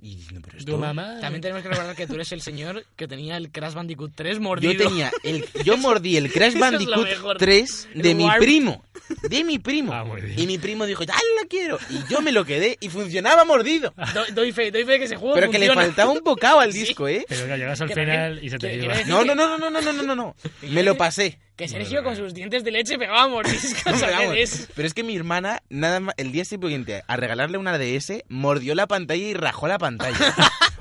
Speaker 2: Y diciendo,
Speaker 1: Tu
Speaker 2: pero esto.
Speaker 1: mamá...
Speaker 3: También tenemos que recordar que tú eres el señor que tenía el Crash Bandicoot 3
Speaker 2: Yo
Speaker 3: mordido.
Speaker 2: tenía el, yo mordí el Crash
Speaker 3: eso es lo
Speaker 2: Bandicoot
Speaker 3: mejor.
Speaker 2: 3 de
Speaker 3: El
Speaker 2: mi
Speaker 3: Warp.
Speaker 2: primo. De mi primo.
Speaker 1: Ah, muy bien.
Speaker 2: y mi primo dijo, ¡ah, lo quiero! Y yo me lo quedé y funcionaba mordido.
Speaker 3: Do- doy fe, doy fe que ese juego
Speaker 2: Pero que le
Speaker 3: funciona.
Speaker 2: faltaba un bocado al disco, ¿eh?
Speaker 1: Pero que llegas al
Speaker 3: Que
Speaker 1: final
Speaker 3: también-
Speaker 1: y se te
Speaker 3: que-
Speaker 1: iba.
Speaker 3: que-
Speaker 2: No, no, no, no, no, no, no, no, no. Me lo pasé.
Speaker 3: Que Sergio con sus dientes de leche pegaba mordiscos.
Speaker 2: Hombre,
Speaker 3: a
Speaker 2: vamos.
Speaker 3: veces.
Speaker 2: Pero es que mi hermana, nada más, el día siguiente, a regalarle una DS, mordió la pantalla y rajó la pantalla.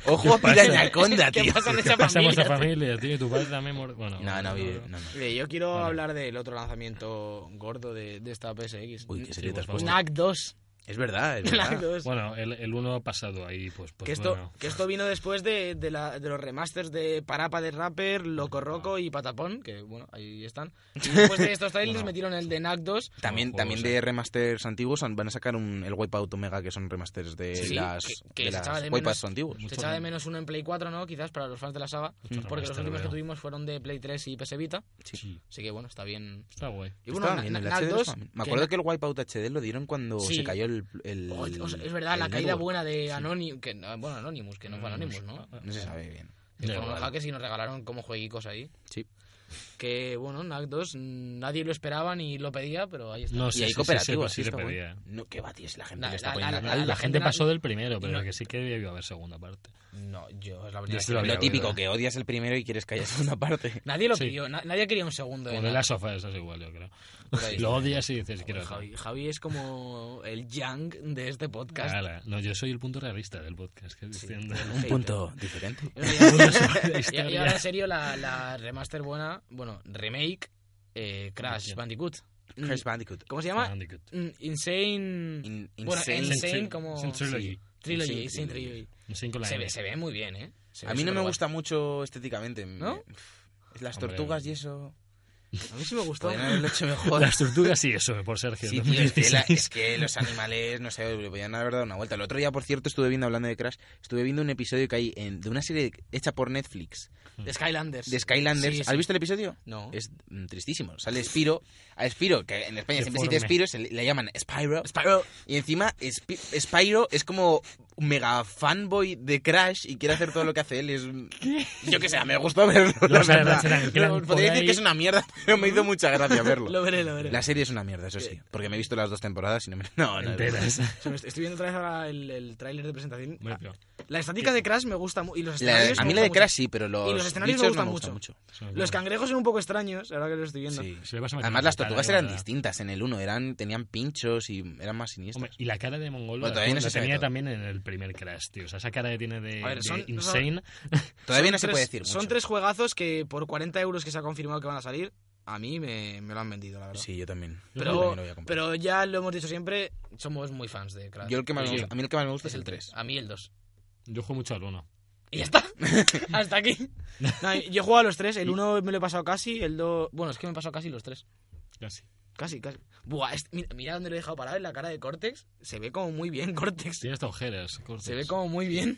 Speaker 2: Ojo a Pirañaconda,
Speaker 3: ¿Qué
Speaker 2: tío.
Speaker 3: pasa en esa
Speaker 1: Pasamos a
Speaker 3: familia?
Speaker 1: familia, tío. y Tu padre también... mor- Bueno,
Speaker 2: No, no, vive. No, no.
Speaker 3: Eh, Yo quiero hablar del otro lanzamiento gordo de, de esta PSX.
Speaker 2: Uy, qué Ah. serio te has
Speaker 1: por
Speaker 2: puesto.
Speaker 1: favor.
Speaker 3: Knack 2.
Speaker 2: Es verdad, es
Speaker 3: Knack
Speaker 2: verdad.
Speaker 3: 2.
Speaker 1: Bueno, el, el uno ha pasado ahí, pues, pues
Speaker 3: que, esto,
Speaker 1: bueno.
Speaker 3: que esto vino después de, de la- de los remasters de Parapa de Rapper, Loco Roco y Patapón, que bueno, ahí están. Y después de estos trailers
Speaker 1: Bueno.
Speaker 3: metieron el de NAC 2.
Speaker 2: También,
Speaker 1: Juegos,
Speaker 2: también
Speaker 1: eh.
Speaker 2: de remasters antiguos van a sacar un, el Wipeout Omega, que son remasters de
Speaker 3: Sí,
Speaker 2: las,
Speaker 3: que- que
Speaker 2: de
Speaker 3: se
Speaker 2: las
Speaker 3: echaba de menos.
Speaker 2: Wipeouts antiguos.
Speaker 3: Se
Speaker 1: Mucho
Speaker 3: echaba de
Speaker 1: rem-
Speaker 3: menos uno en Play 4, ¿no? Quizás para los fans de la saga.
Speaker 1: Mucho
Speaker 3: Porque los
Speaker 1: remaster,
Speaker 3: últimos que
Speaker 1: veo.
Speaker 3: tuvimos fueron de Play 3 y PS Vita.
Speaker 1: Sí.
Speaker 3: Así que bueno, está bien.
Speaker 1: Está guay.
Speaker 3: Y bueno,
Speaker 2: Estaba bien,
Speaker 3: Na-
Speaker 2: el
Speaker 3: Knack
Speaker 2: HD
Speaker 3: 2.
Speaker 2: estaba bien. Me acuerdo que el Wipeout HD lo dieron cuando
Speaker 3: Sí.
Speaker 2: se cayó el... el-
Speaker 3: Oh, o sea, es verdad, la
Speaker 2: el
Speaker 3: caída
Speaker 2: network.
Speaker 3: buena de Anonymous, que, no- bueno, Anonymous, que no
Speaker 1: Mm, Ah,
Speaker 3: fue Anonymous, ¿no?
Speaker 2: No se sabe bien.
Speaker 3: Que
Speaker 1: Da
Speaker 3: fueron los
Speaker 1: igual.
Speaker 3: hackers y nos regalaron como jueguicos ahí.
Speaker 2: Sí.
Speaker 3: Que bueno, NAC 2 nadie lo esperaba ni lo pedía, pero ahí está.
Speaker 1: No,
Speaker 2: y
Speaker 1: sí,
Speaker 2: hay
Speaker 1: sí,
Speaker 2: cooperativo,
Speaker 1: sí, sí, sí,
Speaker 2: así
Speaker 1: se
Speaker 2: está guay.
Speaker 1: pedía.
Speaker 2: No, qué va, tío, si la gente
Speaker 3: La-
Speaker 2: le está
Speaker 3: la-
Speaker 2: poniendo...
Speaker 3: la-
Speaker 1: La,
Speaker 3: la
Speaker 1: gente
Speaker 3: gente-
Speaker 1: pasó del primero, pero
Speaker 3: no-
Speaker 1: que sí que debió haber segunda parte.
Speaker 3: No, yo es la verdad.
Speaker 1: Yo
Speaker 3: es
Speaker 1: sí
Speaker 3: que
Speaker 1: lo
Speaker 3: no-
Speaker 1: había Claro,
Speaker 2: Lo típico,
Speaker 1: verdad.
Speaker 2: que odias el primero y quieres que haya segunda parte.
Speaker 3: Nadie lo
Speaker 1: Sí.
Speaker 3: pidió, na- nadie quería un segundo. de
Speaker 1: O de
Speaker 3: nada.
Speaker 1: las sofás, es igual, yo creo.
Speaker 3: Por ahí.
Speaker 1: Lo odias y dices, quiero.
Speaker 3: Joder,
Speaker 1: otro.
Speaker 3: Javi, Javi es como el yang de este podcast.
Speaker 1: Ala, No, yo soy el punto realista del podcast. Que estoy diciendo.
Speaker 2: Un punto diferente. este
Speaker 3: Y, y ahora en serio la, la remaster buena, bueno, remake, eh, Crash
Speaker 1: Bien.
Speaker 3: Bandicoot. Mm,
Speaker 2: Crash Bandicoot.
Speaker 3: ¿Cómo se llama?
Speaker 1: Bandicoot.
Speaker 3: Mm, Insane...
Speaker 2: In-
Speaker 3: Bueno,
Speaker 2: Insane.
Speaker 3: Insane
Speaker 1: Insane-
Speaker 3: como...
Speaker 1: Insane Trilogy.
Speaker 3: sí, Trilogy,
Speaker 2: Insane
Speaker 3: Insane
Speaker 2: Trilogy.
Speaker 3: Trilogy.
Speaker 1: Insane con la
Speaker 3: Se
Speaker 1: M.
Speaker 3: ve, se ve muy bien, ¿eh? Se ve
Speaker 2: A mí no me
Speaker 3: superguay.
Speaker 2: gusta mucho estéticamente.
Speaker 3: ¿No?
Speaker 2: Es Las
Speaker 1: Hombre.
Speaker 2: tortugas y eso.
Speaker 3: A mí sí me gustó.
Speaker 2: Podrían haberlo hecho mejor.
Speaker 1: Las tortugas y eso, por Sergio.
Speaker 2: Sí,
Speaker 1: ¿no?
Speaker 2: tío, es que, la- es que los animales, no sé, le podían haber dado una vuelta. El otro día, por cierto, estuve viendo, hablando de Crash, estuve viendo un episodio que hay en- de una serie hecha por Netflix,
Speaker 3: De Skylanders.
Speaker 2: de Skylanders.
Speaker 3: Sí, sí.
Speaker 2: ¿Has visto el episodio?
Speaker 3: No.
Speaker 2: Es mm, tristísimo. Sale Spiro, a Spiro, que en España siempre se
Speaker 1: Deforme.
Speaker 2: dice Spiro, se le, le llaman Spyro.
Speaker 3: Spyro.
Speaker 2: Y encima, Spi- Spyro es como un mega fanboy de Crash y quiere hacer todo lo que hace él. Es, un- Yo que sé, me gustó verlo.
Speaker 1: Los
Speaker 2: la
Speaker 1: de
Speaker 2: verdad.
Speaker 1: Ratchet and Clank
Speaker 2: Podría
Speaker 1: por
Speaker 2: decir
Speaker 1: ahí.
Speaker 2: que es una mierda, pero me hizo mucha gracia verlo.
Speaker 3: Lo veré, lo veré.
Speaker 2: La serie es una mierda, eso sí. Porque me he visto las dos temporadas y no me... No, no.
Speaker 1: Enteras.
Speaker 5: O sea, me est- Estoy viendo otra vez ahora el, el tráiler de presentación.
Speaker 1: Hombre, pero
Speaker 5: La estática de Crash me gusta mucho. Y los
Speaker 2: La-
Speaker 5: escenarios
Speaker 2: a
Speaker 5: me
Speaker 2: mí la de
Speaker 5: gustan
Speaker 2: Crash sí, pero los,
Speaker 5: Y los escenarios me
Speaker 2: bichos no
Speaker 5: gustan mucho. mucho. Los cangrejos son un poco extraños, ahora que los estoy viendo.
Speaker 2: Sí.
Speaker 1: se le vas a meter
Speaker 2: Además,
Speaker 1: una
Speaker 2: las
Speaker 1: patada
Speaker 2: tortugas
Speaker 1: en la
Speaker 2: eran
Speaker 1: cara.
Speaker 2: distintas en el 1. Eran, tenían pinchos y eran más siniestras.
Speaker 1: Hombre, y la cara de Mongolo
Speaker 2: Bueno, todavía
Speaker 1: la-
Speaker 2: no se
Speaker 1: la
Speaker 2: sabe
Speaker 1: tenía
Speaker 2: todo.
Speaker 1: también en el primer Crash, tío. O sea, esa cara que tiene de,
Speaker 5: A ver,
Speaker 1: de
Speaker 5: son- son-
Speaker 1: insane.
Speaker 2: Todavía
Speaker 5: Son
Speaker 2: no se
Speaker 5: tres-
Speaker 2: puede decir mucho.
Speaker 5: Son tres juegazos que por 40 euros que se ha confirmado que van a salir, a mí me, me lo han vendido, la verdad.
Speaker 2: Sí, yo también. yo
Speaker 3: Pero,
Speaker 2: también lo voy a comprar.
Speaker 3: pero ya lo hemos dicho siempre, somos muy fans de Crash.
Speaker 2: Yo el que más me
Speaker 1: Sí.
Speaker 2: gusta, a mí el que más me gusta es el 3.
Speaker 3: A mí el 2.
Speaker 1: Yo juego mucho al uno.
Speaker 3: Y ya está. Hasta aquí.
Speaker 5: No, yo he jugado a los tres, el uno me lo he pasado casi, el dos...
Speaker 3: Bueno, es que me pasó casi los tres.
Speaker 1: Casi.
Speaker 5: Casi, casi.
Speaker 3: Buah, es- mira, mira dónde lo he dejado parado en la cara de Cortex. Se ve como muy bien, Cortex.
Speaker 1: Tiene hasta ojeras. cortes.
Speaker 3: Se ve como muy bien.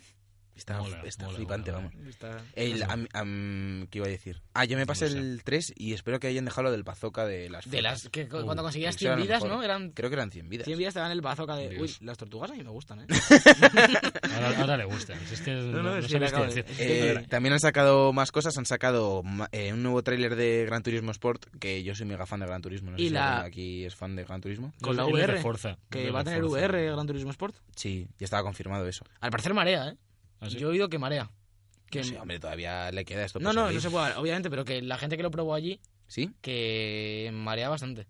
Speaker 2: Está,
Speaker 1: Mola,
Speaker 2: está
Speaker 1: mola,
Speaker 2: flipante,
Speaker 1: mola,
Speaker 2: vamos.
Speaker 5: Está-
Speaker 2: El, am- am- ¿Qué iba a decir? Ah, yo me pasé
Speaker 1: No sé.
Speaker 2: el 3 y espero que hayan dejado lo del pazoca de las...
Speaker 3: De las que cu-
Speaker 1: Uh,
Speaker 3: cuando conseguías
Speaker 2: eso era
Speaker 3: 100
Speaker 2: lo
Speaker 3: vidas,
Speaker 2: mejor.
Speaker 3: ¿no? Eran
Speaker 2: Creo que eran 100 vidas. Eh,
Speaker 5: 100 vidas te dan el bazoca de...
Speaker 1: Dios.
Speaker 5: Uy, las tortugas a mí me gustan, ¿eh?
Speaker 1: Ahora, ahora le gustan. Si es que no,
Speaker 5: no,
Speaker 1: no
Speaker 5: sí,
Speaker 1: sabes
Speaker 5: le acabo
Speaker 1: qué
Speaker 5: de-
Speaker 1: decir.
Speaker 2: Eh, también han sacado más cosas, han sacado ma- eh, un nuevo tráiler de Gran Turismo Sport, que yo soy mega fan de Gran Turismo, no sé
Speaker 5: Y
Speaker 2: si
Speaker 5: la-
Speaker 2: alguien aquí es fan de Gran Turismo.
Speaker 5: Con la
Speaker 1: Él le
Speaker 5: VR,
Speaker 1: refuerza,
Speaker 5: Que
Speaker 1: le
Speaker 5: va a tener
Speaker 1: refuerza.
Speaker 5: VR Gran Turismo Sport.
Speaker 2: Sí, ya estaba confirmado eso.
Speaker 3: Al parecer marea, ¿eh?
Speaker 1: ¿Ah, sí?
Speaker 3: Yo he oído que marea. Que,
Speaker 2: Ah, Sí, hombre, todavía le queda esto.
Speaker 3: no,
Speaker 2: por
Speaker 3: no,
Speaker 2: salir.
Speaker 3: no se puede, obviamente, pero que la gente que lo probó allí,
Speaker 2: ¿Sí?
Speaker 3: que marea bastante.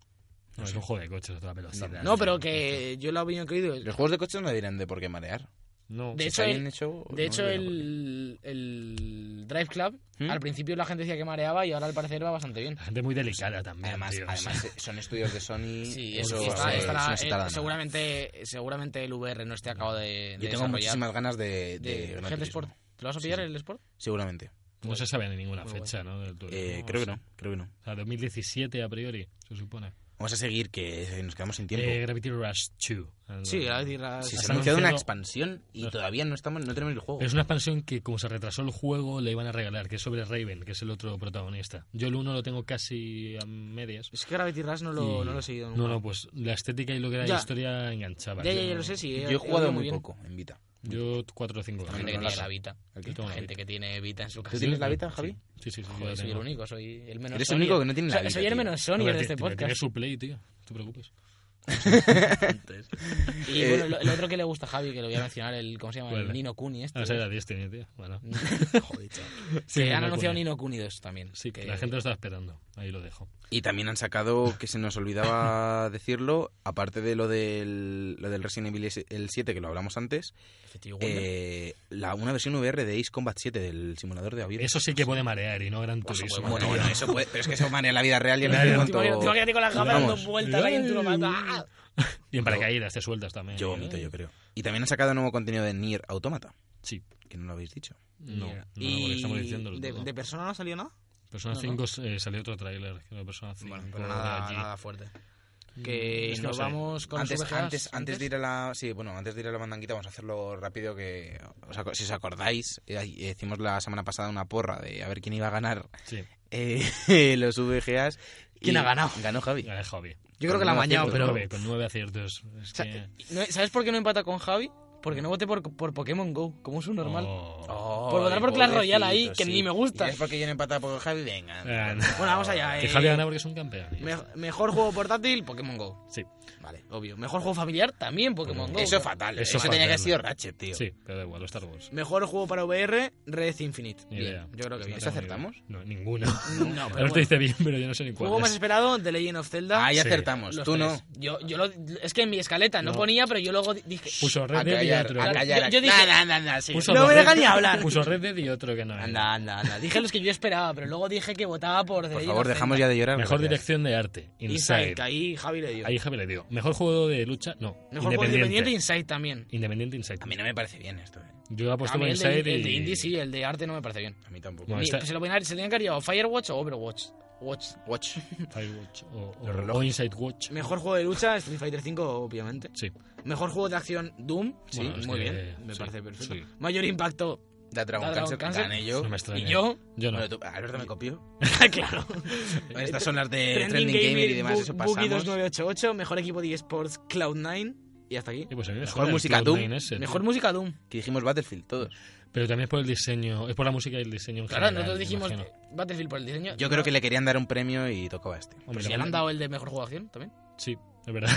Speaker 1: No, es un juego de coches a toda velocidad.
Speaker 3: No, pero que yo la opinión que he oído es-
Speaker 2: Los juegos de coches no deberían de por qué marear.
Speaker 1: No.
Speaker 3: De
Speaker 2: Si
Speaker 3: hecho,
Speaker 2: está
Speaker 3: el-
Speaker 2: bien hecho,
Speaker 3: De
Speaker 2: no
Speaker 3: hecho,
Speaker 2: debería por
Speaker 3: el, el Drive Club,
Speaker 2: ¿Mm?
Speaker 3: al principio la gente decía que mareaba y ahora al parecer va bastante bien.
Speaker 1: La gente muy delicada
Speaker 2: qué.
Speaker 1: también.
Speaker 2: Además,
Speaker 1: tío, o sea,
Speaker 2: además eh, son estudios de Sony.
Speaker 3: Sí,
Speaker 2: eso,
Speaker 3: eso,
Speaker 1: sí,
Speaker 3: está-
Speaker 2: eh,
Speaker 3: estará-
Speaker 2: eso no se
Speaker 3: eh,
Speaker 2: tarda nada.
Speaker 3: seguramente, seguramente el VR no esté acabado de, de
Speaker 2: Yo tengo
Speaker 3: desarrollar.
Speaker 2: muchísimas ganas de, de,
Speaker 3: de,
Speaker 2: Gran
Speaker 3: GT
Speaker 2: Turismo,
Speaker 3: Sport. ¿Te lo vas a pillar
Speaker 2: Sí, sí.
Speaker 3: el Sport?
Speaker 2: Seguramente.
Speaker 1: no se sabe de ninguna
Speaker 3: Muy
Speaker 1: fecha, ¿no? Del turismo,
Speaker 2: Eh,
Speaker 1: o
Speaker 2: creo que
Speaker 1: sea,
Speaker 2: no, creo que no.
Speaker 1: O sea, 2017 a priori, se supone.
Speaker 2: Vamos a seguir, que nos quedamos sin tiempo.
Speaker 1: Eh, Gravity Rush 2. algo
Speaker 5: Sí,
Speaker 1: así.
Speaker 5: a decir, la-
Speaker 2: Si
Speaker 1: Has
Speaker 2: se ha anunciado una
Speaker 1: anunciado-
Speaker 2: expansión y
Speaker 1: No.
Speaker 2: todavía no estamos, no tenemos el juego.
Speaker 1: Pero es una expansión que, como se retrasó el juego, le iban a regalar, que es sobre Raven, que es el otro protagonista. Yo el uno lo tengo casi a medias.
Speaker 5: Es que Gravity Rush no lo,
Speaker 1: Y-
Speaker 5: no lo he seguido nunca.
Speaker 1: No, no, pues la estética y lo que era
Speaker 5: Ya.
Speaker 1: la historia enganchaba.
Speaker 5: Ya,
Speaker 1: Yo
Speaker 5: ya, ya
Speaker 1: no-
Speaker 5: lo sé, sí.
Speaker 2: Yo he jugado
Speaker 5: oído
Speaker 2: muy
Speaker 5: bien.
Speaker 2: poco en Vita.
Speaker 1: Yo 4 o 5
Speaker 3: La gente que tiene la Vita.
Speaker 1: Yo tengo
Speaker 3: La
Speaker 1: la
Speaker 3: gente que tiene Vita en su casa.
Speaker 2: ¿Tú tienes la Vita,
Speaker 1: Sí.
Speaker 2: Javi?
Speaker 1: Sí, sí, sí. yo la
Speaker 3: Joder, soy el
Speaker 1: tengo.
Speaker 3: único, soy el menos
Speaker 2: Eres el
Speaker 3: sonier.
Speaker 2: único que no tiene la
Speaker 3: Soy-
Speaker 2: Vita,
Speaker 3: Soy el
Speaker 2: tío.
Speaker 3: menos
Speaker 1: No,
Speaker 3: Sonier
Speaker 1: pero
Speaker 3: de
Speaker 1: ti-
Speaker 3: este
Speaker 1: pero Tiene
Speaker 3: podcast. Mm.
Speaker 1: su play, tío. No te preocupes.
Speaker 3: Y
Speaker 2: Eh.
Speaker 3: bueno, lo- el otro que le gusta a Javi, que lo voy a mencionar, el, ¿cómo se llama? El
Speaker 1: Vale.
Speaker 3: Nino Kuni este.
Speaker 1: Ah, esa era Destiny, tío. Bueno.
Speaker 3: Mm. Joder, chaval.
Speaker 1: Sí,
Speaker 3: Que han
Speaker 1: me
Speaker 3: anunciado
Speaker 1: acuerdo.
Speaker 3: Nino Kuni 2 también.
Speaker 1: Sí,
Speaker 3: que
Speaker 1: la gente lo estaba esperando. Ahí lo dejo.
Speaker 2: Y también han sacado, que se nos olvidaba decirlo, aparte de lo del, lo del Resident Evil S- el 7, que lo hablamos antes,
Speaker 3: Efectivo, Wonder.
Speaker 2: eh, la, una versión VR de Ace Combat 7, del simulador de aviones.
Speaker 1: Eso sí que puede marear y no gran
Speaker 3: Por
Speaker 1: turismo.
Speaker 3: supuesto,
Speaker 2: Bueno,
Speaker 1: tío.
Speaker 2: bueno, eso puede, pero es que eso maneja la vida real y en
Speaker 1: Claro.
Speaker 2: el
Speaker 3: Te imagino- te
Speaker 2: momento...
Speaker 3: imagínate con las gafas
Speaker 2: Vamos.
Speaker 3: dando vueltas ahí en tu ¡Ah!
Speaker 1: Y en paracaídas te sueltas también.
Speaker 2: Yo
Speaker 1: ¿eh?
Speaker 2: vomito, yo creo. Y también han sacado nuevo contenido de Nier Automata,
Speaker 1: Sí.
Speaker 2: que no lo habéis dicho.
Speaker 1: No, no, porque
Speaker 5: y
Speaker 1: estamos diciéndolo
Speaker 5: de,
Speaker 1: todo.
Speaker 5: de persona no ha salido nada.
Speaker 1: Persona 5 eh, salió otro tráiler. creo, Persona 5.
Speaker 3: Bueno, pero nada,
Speaker 1: allí.
Speaker 3: nada fuerte. Que
Speaker 1: Es que no
Speaker 3: nos
Speaker 1: sé.
Speaker 3: vamos con
Speaker 2: antes,
Speaker 3: los VGAs
Speaker 2: antes, antes de ir a la sí bueno antes de ir a la mandanguita vamos a hacerlo rápido que os aco- si os acordáis eh, ahí, eh, hicimos la semana pasada una porra de a ver quién iba a ganar
Speaker 1: Sí,
Speaker 2: eh, los VGAs y
Speaker 3: ¿Quién ha ganado?
Speaker 2: ganó Javi
Speaker 1: ya es hobby.
Speaker 3: Yo creo que la ha
Speaker 2: Con nueve
Speaker 3: mañado,
Speaker 1: Con
Speaker 3: pero...
Speaker 1: nueve- Con nueve aciertos. Es
Speaker 3: Sa-
Speaker 1: que...
Speaker 3: no- ¿Sabes por qué no empata con Javi? Porque no voté por, por Pokémon GO, como es un normal.
Speaker 1: Oh.
Speaker 3: Por votar por Clash
Speaker 2: pobrecito,
Speaker 3: Royale ahí, que ni me gusta.
Speaker 2: ¿Y es porque yo no he empatado por Javi venga
Speaker 1: Ah, no.
Speaker 5: Bueno, vamos allá.
Speaker 1: Que
Speaker 5: eh,
Speaker 1: Javi gana porque es un campeón.
Speaker 5: me- mejor juego portátil, Pokémon Go.
Speaker 1: Sí,
Speaker 5: Vale.
Speaker 3: Obvio. Mejor juego familiar también Pokémon GO.
Speaker 2: Mm. eso es fatal eh.
Speaker 1: Eso
Speaker 2: eso,
Speaker 1: fatal.
Speaker 2: tenía que haber sido Ratchet tío
Speaker 1: sí, pero da igual, los Star Wars.
Speaker 5: Mejor juego para VR, Red Infinite.
Speaker 1: Ni
Speaker 5: Bien,
Speaker 1: idea.
Speaker 5: yo creo que bien.
Speaker 2: ¿Eso acertamos?
Speaker 1: No, ninguno.
Speaker 3: No,
Speaker 1: Ahora
Speaker 3: pero
Speaker 1: te
Speaker 3: bueno.
Speaker 1: dice bien, pero yo no sé ni cuál.
Speaker 5: Juego
Speaker 1: es.
Speaker 5: más esperado, The Legend of Zelda.
Speaker 2: ahí
Speaker 1: Sí.
Speaker 2: acertamos
Speaker 3: Los
Speaker 2: tú
Speaker 3: tres.
Speaker 2: no
Speaker 3: Yo, yo lo- es que en mi escaleta no,
Speaker 1: No.
Speaker 3: ponía, pero yo luego dije...
Speaker 1: Puso Red
Speaker 2: Ah, que
Speaker 1: Dead y
Speaker 2: callar,
Speaker 1: otro.
Speaker 2: a callar.
Speaker 3: Yo- yo dije-
Speaker 2: Nah, nah, nah, nah, sí.
Speaker 1: Puso
Speaker 5: No
Speaker 1: dos
Speaker 5: me deja
Speaker 1: Red-
Speaker 5: ni hablar.
Speaker 1: Puso Red Dead y otro que no. era.
Speaker 3: Anda, anda, anda. Dije los que yo esperaba, pero luego dije que votaba por...
Speaker 2: Por favor, dejamos ya de llorar.
Speaker 1: Mejor
Speaker 2: gracias.
Speaker 1: dirección de arte,
Speaker 3: Inside,
Speaker 1: Inside.
Speaker 3: que ahí Javi le dio.
Speaker 1: Ahí Javi le dio. Mejor juego de lucha, no.
Speaker 3: Mejor juego independiente, e Inside también.
Speaker 1: Independiente Inside.
Speaker 2: A mí no me parece bien esto, eh.
Speaker 1: Yo apuesto
Speaker 3: A mí
Speaker 1: por
Speaker 3: el de,
Speaker 1: Inside
Speaker 3: el
Speaker 1: y...
Speaker 3: de Indie sí, el de arte no me parece bien.
Speaker 2: A mí tampoco.
Speaker 1: Bueno,
Speaker 3: Ni-
Speaker 1: está-
Speaker 3: pues se, lo podían haber- se tenían que haber llevado Firewatch o Overwatch. Watch.
Speaker 2: Watch.
Speaker 1: Firewatch o, o-
Speaker 2: Los relojes.
Speaker 1: o Inside Watch.
Speaker 3: Mejor juego de lucha, Street Fighter V, obviamente.
Speaker 1: Sí.
Speaker 3: Mejor juego de acción, Doom. Sí,
Speaker 1: Bueno, es
Speaker 3: muy
Speaker 1: que-
Speaker 3: bien. Me
Speaker 1: sí,
Speaker 3: parece perfecto.
Speaker 1: sí.
Speaker 3: Mayor impacto.
Speaker 2: Da Dragon
Speaker 3: Da Dragon
Speaker 2: Cancer.
Speaker 3: Cancer.
Speaker 2: gané yo.
Speaker 1: No me extraña.
Speaker 3: ¿Y yo?
Speaker 1: Yo no.
Speaker 2: Bueno, tú- Alberto me copió.
Speaker 3: claro.
Speaker 2: Estas son las de Eh, Trending Gamer y demás, eso
Speaker 3: Boogie
Speaker 2: pasamos.
Speaker 3: 2988, mejor equipo de eSports, Cloud9. Y hasta aquí.
Speaker 1: Y pues a mí me
Speaker 2: Mejor
Speaker 1: suena el
Speaker 2: música,
Speaker 1: Cloud9
Speaker 2: Doom.
Speaker 1: ese, tío.
Speaker 3: Mejor música, Doom.
Speaker 2: Que dijimos Battlefield, todos.
Speaker 1: Pero también es por el diseño, es por la música y el diseño en
Speaker 3: Claro,
Speaker 1: general,
Speaker 3: nosotros dijimos
Speaker 1: imagino.
Speaker 3: Battlefield por el diseño.
Speaker 2: Yo creo que le querían dar un premio y tocaba este.
Speaker 1: Hombre,
Speaker 3: Pues ya
Speaker 1: la-
Speaker 3: le han dado el de mejor juego de acción también.
Speaker 1: Sí, es verdad.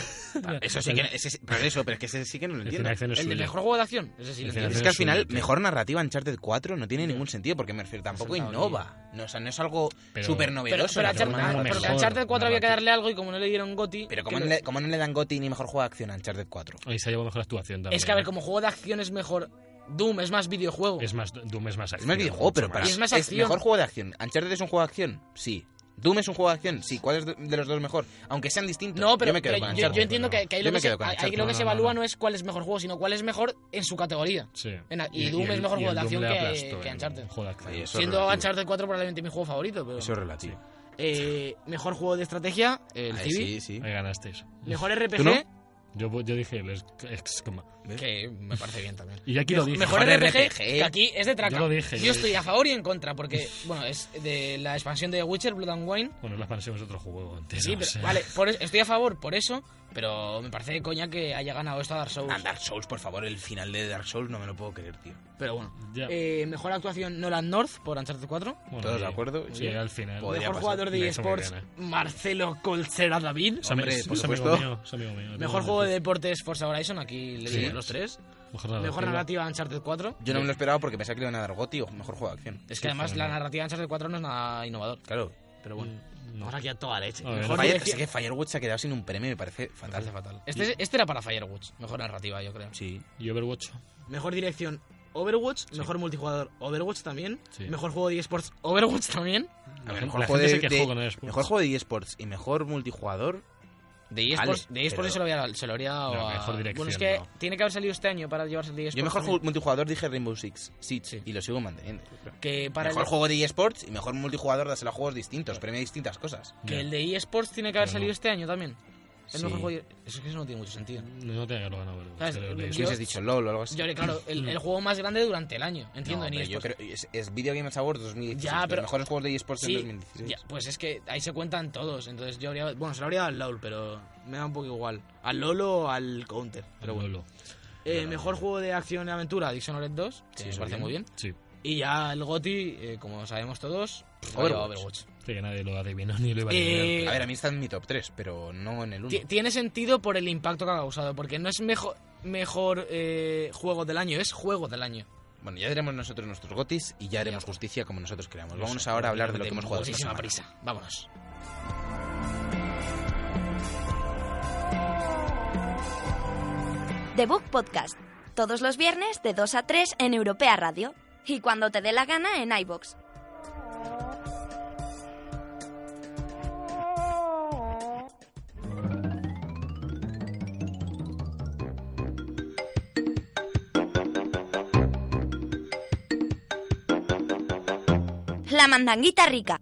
Speaker 2: Eso sí que... Ese, sí- pero eso, pero es que ese sí que no lo
Speaker 1: El final
Speaker 2: entiendo.
Speaker 1: de acción es
Speaker 3: El de
Speaker 1: suyo.
Speaker 3: mejor juego de acción. Ese sí lo
Speaker 1: El final
Speaker 3: entiendo.
Speaker 2: Es que al
Speaker 1: es suyo,
Speaker 2: final,
Speaker 1: tío.
Speaker 2: mejor narrativa Uncharted 4 no tiene ningún sentido, porque me refiero, tampoco
Speaker 3: sentado
Speaker 2: innova. No, o sea, no es algo
Speaker 1: Pero-
Speaker 2: súper
Speaker 3: Pero,
Speaker 2: novedoso.
Speaker 3: pero, a
Speaker 1: pero
Speaker 3: Uncharted-
Speaker 1: no
Speaker 3: pero
Speaker 1: mejor
Speaker 3: a Uncharted 4 había que
Speaker 1: narrativa.
Speaker 3: darle algo y como no le dieron Goti.
Speaker 2: Pero
Speaker 3: que
Speaker 2: ¿cómo, no
Speaker 3: lo-
Speaker 2: le, cómo no le dan Goti ni mejor juego de acción a Uncharted 4?
Speaker 1: Hoy se ha llevado mejor actuación también.
Speaker 3: Es que a ver,
Speaker 1: ¿eh?
Speaker 3: como juego de acción es mejor. Doom es más videojuego.
Speaker 1: Es más, Doom es más
Speaker 2: Es
Speaker 1: acción.
Speaker 2: más videojuego, pero
Speaker 1: mucho
Speaker 2: para...
Speaker 3: Y es más acción.
Speaker 2: mejor juego de acción. ¿Uncharted es un juego de acción? Sí. ¿Doom es un juego de acción? Sí. ¿Cuál es de- de los dos mejor? Aunque sean distintos.
Speaker 3: No, pero
Speaker 2: yo me quedo
Speaker 3: pero
Speaker 2: con
Speaker 3: yo,
Speaker 2: Uncharted.
Speaker 3: yo entiendo que, que ahí
Speaker 2: Yo
Speaker 3: lo
Speaker 2: me
Speaker 3: que, se,
Speaker 2: quedo con
Speaker 3: ahí- ahí
Speaker 2: Uncharted.
Speaker 3: lo que
Speaker 1: No,
Speaker 3: se
Speaker 1: no,
Speaker 3: evalúa
Speaker 1: no.
Speaker 3: no es cuál es mejor juego, sino cuál es mejor en su categoría.
Speaker 1: Sí.
Speaker 3: En a- y Doom es mejor juego de acción que- que Uncharted.
Speaker 2: Ahí
Speaker 1: Joder,
Speaker 2: es. Eso
Speaker 3: Siendo
Speaker 2: relativo.
Speaker 3: Uncharted 4 probablemente mi juego favorito, pero
Speaker 2: Eso es relativo.
Speaker 3: eh, mejor juego de estrategia, el
Speaker 2: Ahí
Speaker 3: Civi.
Speaker 2: sí, sí.
Speaker 1: Ahí ganasteis.
Speaker 3: Mejor RPG,
Speaker 2: ¿Tú no?
Speaker 1: Yo, yo dije el ex- excoma.
Speaker 3: que me parece bien también.
Speaker 1: Y aquí lo dije.
Speaker 3: Mejor
Speaker 2: Mejor
Speaker 3: RPG,
Speaker 2: RPG,
Speaker 3: que aquí es de traca.
Speaker 1: Yo lo dije, yo
Speaker 3: Yo estoy
Speaker 1: dije.
Speaker 3: a favor y en contra, porque, bueno, es de la expansión de Witcher, Blood and Wine.
Speaker 1: Bueno, la expansión es otro juego entero.
Speaker 3: Sí,
Speaker 1: o
Speaker 3: pero,
Speaker 1: sea.
Speaker 3: vale, por es- estoy a favor por eso, pero me parece de coña que haya ganado esto a Dark Souls.
Speaker 2: Ah, Dark Souls, por favor, el final de Dark Souls no me lo puedo creer, tío.
Speaker 3: Pero bueno.
Speaker 1: Ya.
Speaker 3: Eh, mejor actuación Nolan North por Uncharted 4.
Speaker 1: Bueno,
Speaker 2: ¿Todos
Speaker 1: sí.
Speaker 2: de acuerdo?
Speaker 1: Sí, al final.
Speaker 2: Podría
Speaker 3: mejor
Speaker 2: pasar.
Speaker 3: jugador de
Speaker 1: Me ha hecho muy
Speaker 3: eSports
Speaker 1: bien, eh.
Speaker 3: Marcelo Colcera David.
Speaker 1: Es ami-
Speaker 2: Hombre,
Speaker 1: es
Speaker 2: por
Speaker 1: amigo
Speaker 2: supuesto.
Speaker 1: mío, es amigo mío.
Speaker 3: Mejor
Speaker 1: Tengo-
Speaker 3: juego de deportes Forza Horizon, aquí le
Speaker 1: Sí.
Speaker 3: dimos los tres.
Speaker 1: Mejor narrativa.
Speaker 3: Mejor narrativa Uncharted 4.
Speaker 2: Yo no me lo esperaba porque pensaba que le iban a dar Goti o mejor juego de acción.
Speaker 3: Es que además la narrativa Uncharted 4 no es nada innovador.
Speaker 2: Claro.
Speaker 3: Pero bueno,
Speaker 1: Mm, no.
Speaker 3: vamos aquí a toda leche.
Speaker 1: A ver,
Speaker 3: Mejor
Speaker 1: Fire-
Speaker 2: Fire,
Speaker 3: dirección-
Speaker 2: es que Firewatch se ha quedado sin un premio, me parece fatal.
Speaker 3: Parece fatal. Este, este era para Firewatch, mejor narrativa, yo creo.
Speaker 2: Sí.
Speaker 1: Y Overwatch.
Speaker 3: Mejor dirección Overwatch, mejor multijugador Overwatch también,
Speaker 1: Sí.
Speaker 3: mejor juego de esports Overwatch
Speaker 2: A
Speaker 3: también,
Speaker 1: La
Speaker 2: ver, mejor,
Speaker 1: gente
Speaker 2: juego de,
Speaker 1: se quejó
Speaker 2: de-
Speaker 1: con el eSports.
Speaker 2: mejor juego de eSports y mejor multijugador.
Speaker 3: de esports,
Speaker 2: Vale,
Speaker 3: de esports
Speaker 2: pero-
Speaker 3: se lo habría, se lo habría dado
Speaker 1: No,
Speaker 3: a-
Speaker 1: mejor dirección,
Speaker 3: Bueno, es que
Speaker 1: no.
Speaker 3: tiene que haber salido este año para llevarse el de esports.
Speaker 2: Yo mejor
Speaker 3: también.
Speaker 2: juego multijugador dije Rainbow Six Siege
Speaker 3: Sí.
Speaker 2: y lo sigo manteniendo.
Speaker 3: que para
Speaker 2: mejor
Speaker 3: el,
Speaker 2: juego de eSports y mejor multijugador dáselo a juegos distintos, premia distintas cosas.
Speaker 3: que
Speaker 1: Ya.
Speaker 3: el de esports tiene que haber
Speaker 1: Pero
Speaker 3: salido
Speaker 1: no.
Speaker 3: este año también. El
Speaker 2: Sí.
Speaker 3: mejor juego de- eso es que eso no tiene mucho sentido.
Speaker 1: No tenía que haberlo ganado Overwatch.
Speaker 3: ¿Sabes?
Speaker 1: creo, de
Speaker 3: Yo-
Speaker 2: Si hubieses dicho LOL o algo así.
Speaker 3: Yo, claro, el, el juego más grande durante el año,
Speaker 2: No,
Speaker 3: entiendo, en
Speaker 2: hombre, yo
Speaker 3: eSports.
Speaker 2: creo, es, es Video Game Awards 2016.
Speaker 3: Ya,
Speaker 2: los
Speaker 3: pero-
Speaker 2: mejores juegos de eSports
Speaker 3: Sí,
Speaker 2: en 2016.
Speaker 3: ya, pues es que ahí se cuentan todos, entonces yo habría... Bueno, se lo habría dado al LoL, pero me da un poco igual. Al LoL o al Counter, pero
Speaker 1: Lolo.
Speaker 3: bueno. Eh, mejor juego de acción y aventura, Dishonored 2, que
Speaker 2: Sí,
Speaker 3: me
Speaker 2: eso
Speaker 3: parece
Speaker 2: bien.
Speaker 3: muy bien.
Speaker 1: Sí.
Speaker 3: Y ya el GOTI, eh, como sabemos todos, pues,
Speaker 2: Overwatch.
Speaker 3: Overwatch.
Speaker 1: pues, Sí, que nadie lo adivinó ni lo iba a
Speaker 3: Eh,
Speaker 1: adivinar.
Speaker 2: A ver, a mí está en mi top 3, pero no en el 1.
Speaker 3: Ti- Tiene sentido por el impacto que ha causado, porque no es mejor, mejor eh, juego del año, es juego del año.
Speaker 2: Bueno, ya daremos nosotros nuestros gotis y ya haremos justicia como nosotros queramos. Vámonos
Speaker 1: Eso,
Speaker 2: ahora a hablar de lo que
Speaker 3: Tengo
Speaker 2: hemos jugado. esta
Speaker 3: Muchísima
Speaker 2: semana.
Speaker 3: prisa, vámonos.
Speaker 4: The Book Podcast. Todos los viernes de 2 a 3 en Europea Radio. Y cuando te dé la gana en iBox. La mandanguita rica.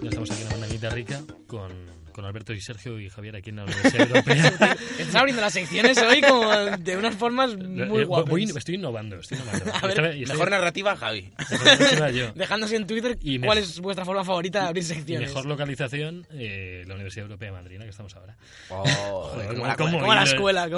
Speaker 1: Ya estamos aquí en la mandanguita rica con, con Alberto y Sergio y Javier aquí en la Universidad Europea.
Speaker 3: Estás abriendo las secciones hoy como de unas formas muy
Speaker 1: Eh, voy-
Speaker 3: guapas.
Speaker 1: voy- estoy innovando, estoy innovando. Y esta vez- y esta
Speaker 2: Mejor
Speaker 1: vez-
Speaker 2: narrativa, Javi.
Speaker 1: esta vez yo.
Speaker 3: Dejándose en Twitter
Speaker 1: Y me-
Speaker 3: cuál es vuestra forma favorita de abrir
Speaker 1: Y
Speaker 3: secciones.
Speaker 1: mejor localización, eh, la Universidad Europea de Madrid, en la que estamos ahora.
Speaker 2: Oh,
Speaker 1: Joder,
Speaker 2: cómo
Speaker 1: cómo-
Speaker 2: la-
Speaker 1: cómo
Speaker 3: como la
Speaker 1: hilo-
Speaker 3: escuela,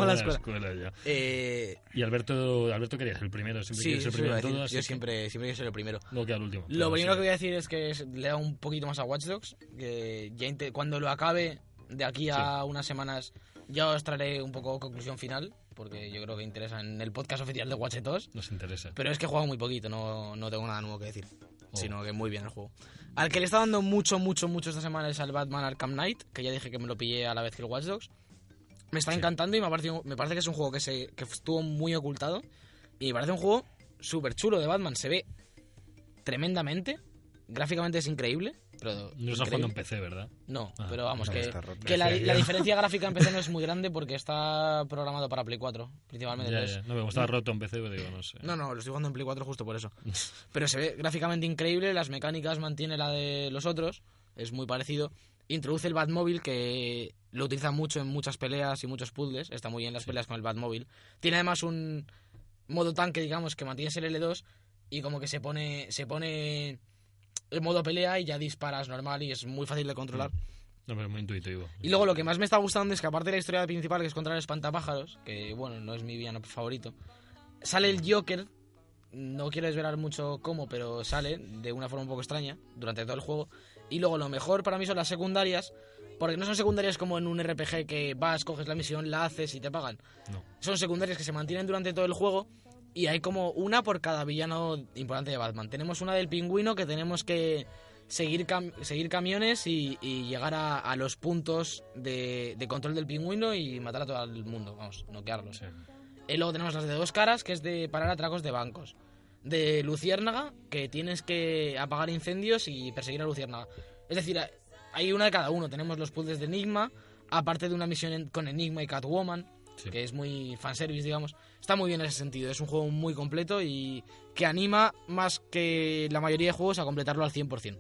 Speaker 3: como la
Speaker 1: ya.
Speaker 3: Eh,
Speaker 1: Y Alberto, Alberto quería ser el primero, siempre
Speaker 3: sí,
Speaker 1: quiere
Speaker 3: eso
Speaker 1: ser el primero
Speaker 3: iba a
Speaker 1: en
Speaker 3: decir.
Speaker 1: todo, así
Speaker 3: yo
Speaker 1: que
Speaker 3: siempre, siempre yo soy el primero.
Speaker 1: luego queda el último.
Speaker 3: Lo
Speaker 1: Pero
Speaker 3: primero
Speaker 1: sí.
Speaker 3: que voy a decir es que es- le da un poquito más a Watch Dogs. Que ya inte- cuando lo acabe, de aquí a unas semanas, ya os traeré un poco conclusión final. Porque yo creo que interesa en el podcast oficial de Watch Dogs.
Speaker 1: Nos interesa.
Speaker 3: Pero es que he jugado muy poquito, no, no tengo nada nuevo que decir.
Speaker 1: Oh.
Speaker 3: sino que muy bien el juego. Al que le está dando mucho, mucho, mucho esta semana es al Batman Arkham Knight, que ya dije que me lo pillé a la vez que el Watch Dogs. Me está encantando y me, ha parecido- me parece que es un juego que, se, que estuvo muy ocultado. Y me parece un juego súper chulo de Batman. Se ve tremendamente. Gráficamente es increíble. Pero
Speaker 1: No estás jugando en
Speaker 3: increíble.
Speaker 1: PC, ¿verdad?
Speaker 3: No,
Speaker 1: Ah,
Speaker 3: pero vamos,
Speaker 1: no,
Speaker 3: que,
Speaker 2: está roto.
Speaker 3: que la,
Speaker 1: Decía
Speaker 3: la
Speaker 1: yo.
Speaker 3: diferencia gráfica en PC no es muy grande porque está programado para Play 4, principalmente.
Speaker 1: Ya,
Speaker 3: entonces-
Speaker 1: ya. No, me gustaba roto en PC, pero digo, no sé.
Speaker 3: pues, No, no, lo estoy jugando en Play 4 justo por eso. Pero se ve gráficamente increíble, las mecánicas mantiene la de los otros, es muy parecido. Introduce el Batmóvil que lo utiliza mucho en muchas peleas y muchos puzzles, está muy bien las peleas con el Batmóvil. Tiene además un modo tanque, digamos, que mantienes el L2 y como que se pone se pone en modo pelea y ya disparas normal y es muy fácil de controlar.
Speaker 1: No, pero muy intuitivo.
Speaker 3: Y luego lo que más me está gustando es que aparte de la historia principal que es contra el espantapájaros, que bueno, no es mi villano favorito, sale el Joker, no quiero desvelar mucho cómo, pero sale de una forma un poco extraña durante todo el juego. Y luego lo mejor para mí son las secundarias, porque no son secundarias como en un RPG que vas, coges la misión, la haces y te pagan.
Speaker 1: No.
Speaker 3: Son secundarias que se mantienen durante todo el juego y hay como una por cada villano importante de Batman. Tenemos una del pingüino que tenemos que seguir, cam- seguir camiones y, y llegar a, a los puntos de, de control del pingüino y matar a todo el mundo, vamos, noquearlos.
Speaker 1: Sí.
Speaker 3: Y luego tenemos las de dos caras, que es de parar atracos de bancos. De Luciérnaga, que tienes que apagar incendios y perseguir a Luciérnaga. Es decir, hay una de cada uno. Tenemos los puzzles de Enigma, aparte de una misión en- con Enigma y Catwoman,
Speaker 1: Sí.
Speaker 3: que es muy fanservice, digamos. Está muy bien en ese sentido. Es un juego muy completo y que anima más que la mayoría de juegos a completarlo al 100%.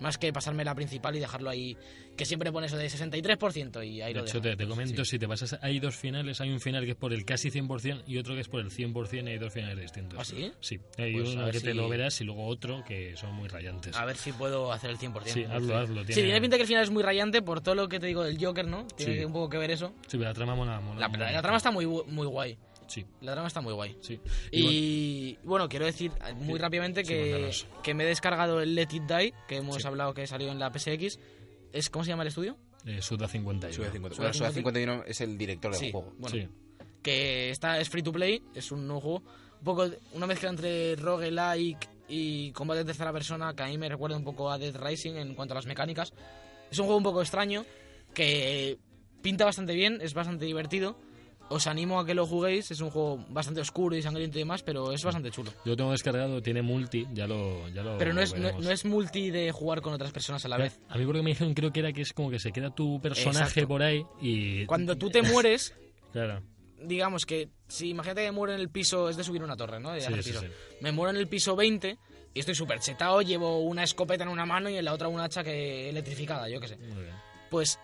Speaker 3: Más que pasarme la principal y dejarlo ahí, que siempre pone eso de 63% y ahí
Speaker 1: De
Speaker 3: lo
Speaker 1: hecho,
Speaker 3: dejas.
Speaker 1: te, te comento,
Speaker 3: Sí.
Speaker 1: si te pasas, hay dos finales, hay un final que es por el casi 100% y otro que es por el 100% y hay dos finales distintos.
Speaker 3: ¿Ah, sí?
Speaker 1: Sí, hay
Speaker 3: Pues, a
Speaker 1: uno
Speaker 3: ver
Speaker 1: que te
Speaker 3: si-
Speaker 1: lo verás y luego otro que son muy rayantes.
Speaker 3: A ver si puedo hacer el 100%.
Speaker 1: Sí, hazlo, hazlo.
Speaker 3: Sí, tiene pinta que el final es muy rayante por todo lo que te digo del Joker, ¿no? Tiene
Speaker 1: Sí.
Speaker 3: que- un poco que ver eso.
Speaker 1: Sí, pero la trama mola, mola
Speaker 3: La,
Speaker 1: un
Speaker 3: la
Speaker 1: montón.
Speaker 3: trama está muy, bu- muy guay.
Speaker 1: Sí,
Speaker 3: La trama está muy guay.
Speaker 1: sí. Y...
Speaker 3: Y bueno, quiero decir eh, muy
Speaker 1: Sí,
Speaker 3: rápidamente
Speaker 1: sí,
Speaker 3: que,
Speaker 1: cuéntanos.
Speaker 3: que me he descargado el Let It Die, que hemos
Speaker 1: Sí.
Speaker 3: hablado que salió en la PSX. ¿Es, ¿Cómo se llama el estudio?
Speaker 1: Eh, Suda 51.
Speaker 2: Suda 51.
Speaker 3: Suda
Speaker 2: Bueno, Suda
Speaker 3: 51.
Speaker 2: 51 es el director del
Speaker 3: sí,
Speaker 2: juego.
Speaker 3: bueno,
Speaker 1: Sí.
Speaker 3: que está, es free to play, es un nuevo juego. Un poco una mezcla entre roguelike y combate en tercera persona, que a mí me recuerda un poco a Dead Rising en cuanto a las mecánicas. Es un juego un poco extraño, que pinta bastante bien, es bastante divertido. Os animo a que lo juguéis, es un juego bastante oscuro y sangriento y demás, pero es bastante chulo.
Speaker 1: Yo lo tengo descargado, tiene multi, ya lo, ya lo
Speaker 3: Pero no es, no,
Speaker 1: veremos.
Speaker 3: no es multi de jugar con otras personas a la vez.
Speaker 1: A mí porque me dijeron, creo que era que es como que se queda tu personaje
Speaker 3: Exacto.
Speaker 1: por ahí y...
Speaker 3: Cuando tú te mueres,
Speaker 1: Claro,
Speaker 3: digamos que, si imagínate que muero en el piso, es de subir una torre, ¿no? De
Speaker 1: sí,
Speaker 3: hacer
Speaker 1: sí,
Speaker 3: piso.
Speaker 1: sí.
Speaker 3: Me muero en el piso 20 y estoy súper chetado, llevo una escopeta en una mano y en la otra una hacha que electrificada, yo qué sé.
Speaker 1: Muy bien.
Speaker 3: Pues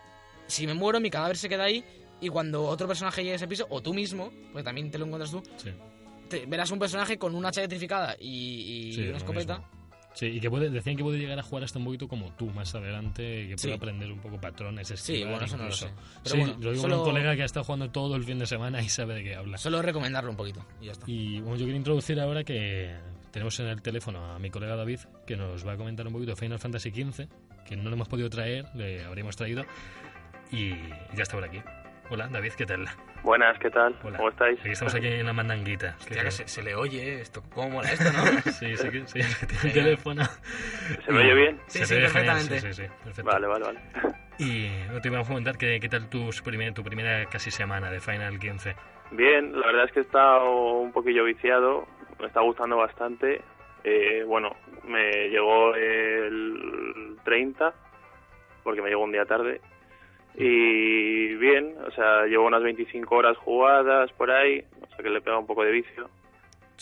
Speaker 3: si me muero, mi cadáver se queda ahí y cuando otro personaje llegue a ese piso, o tú mismo, porque también te lo encuentras tú,
Speaker 1: Sí.
Speaker 3: te- verás un personaje con una hacha electrificada y, y
Speaker 1: Sí,
Speaker 3: una
Speaker 1: lo
Speaker 3: escopeta.
Speaker 1: mismo. Sí, y que puede, decían que puede llegar a jugar hasta un poquito como tú más adelante, que puede
Speaker 3: Sí.
Speaker 1: aprender un poco patrones, esquivar
Speaker 3: bueno, eso no lo
Speaker 1: incluso.
Speaker 3: sé. Pero
Speaker 1: sí,
Speaker 3: bueno,
Speaker 1: lo digo
Speaker 3: solo-
Speaker 1: con un colega que ha estado jugando todo el fin de semana y sabe de qué habla.
Speaker 3: Solo recomendarlo un poquito y ya está.
Speaker 1: Y bueno, yo quiero introducir ahora que tenemos en el teléfono a mi colega David, que nos va a comentar un poquito de Final Fantasy XV, que no lo hemos podido traer, le habríamos traído, y ya está por aquí. Hola, David, ¿qué tal?
Speaker 7: Buenas, ¿qué tal?
Speaker 1: Hola.
Speaker 7: ¿Cómo estáis?
Speaker 1: Aquí estamos aquí en la mandanguita.
Speaker 5: Hostia, que se, se le oye esto. ¿Cómo mola esto, no?
Speaker 1: Sí, sí, que- sí, tiene el teléfono.
Speaker 7: ¿Se me oye bien?
Speaker 5: Sí,
Speaker 1: Se
Speaker 5: sí,
Speaker 1: te oye genial,
Speaker 5: perfectamente.
Speaker 1: sí, sí, sí, perfecto.
Speaker 7: Vale, vale, vale.
Speaker 1: Y no te íbamos a comentar que- qué tal tus primer- tu primera casi semana de Final 15.
Speaker 7: Bien, la verdad es que he estado un poquillo viciado, me está gustando bastante. Eh, bueno, me llegó el 30, porque me llegó un día tarde. Y bien, o sea, llevo unas 25 horas jugadas por ahí, o sea que le pega un poco de vicio.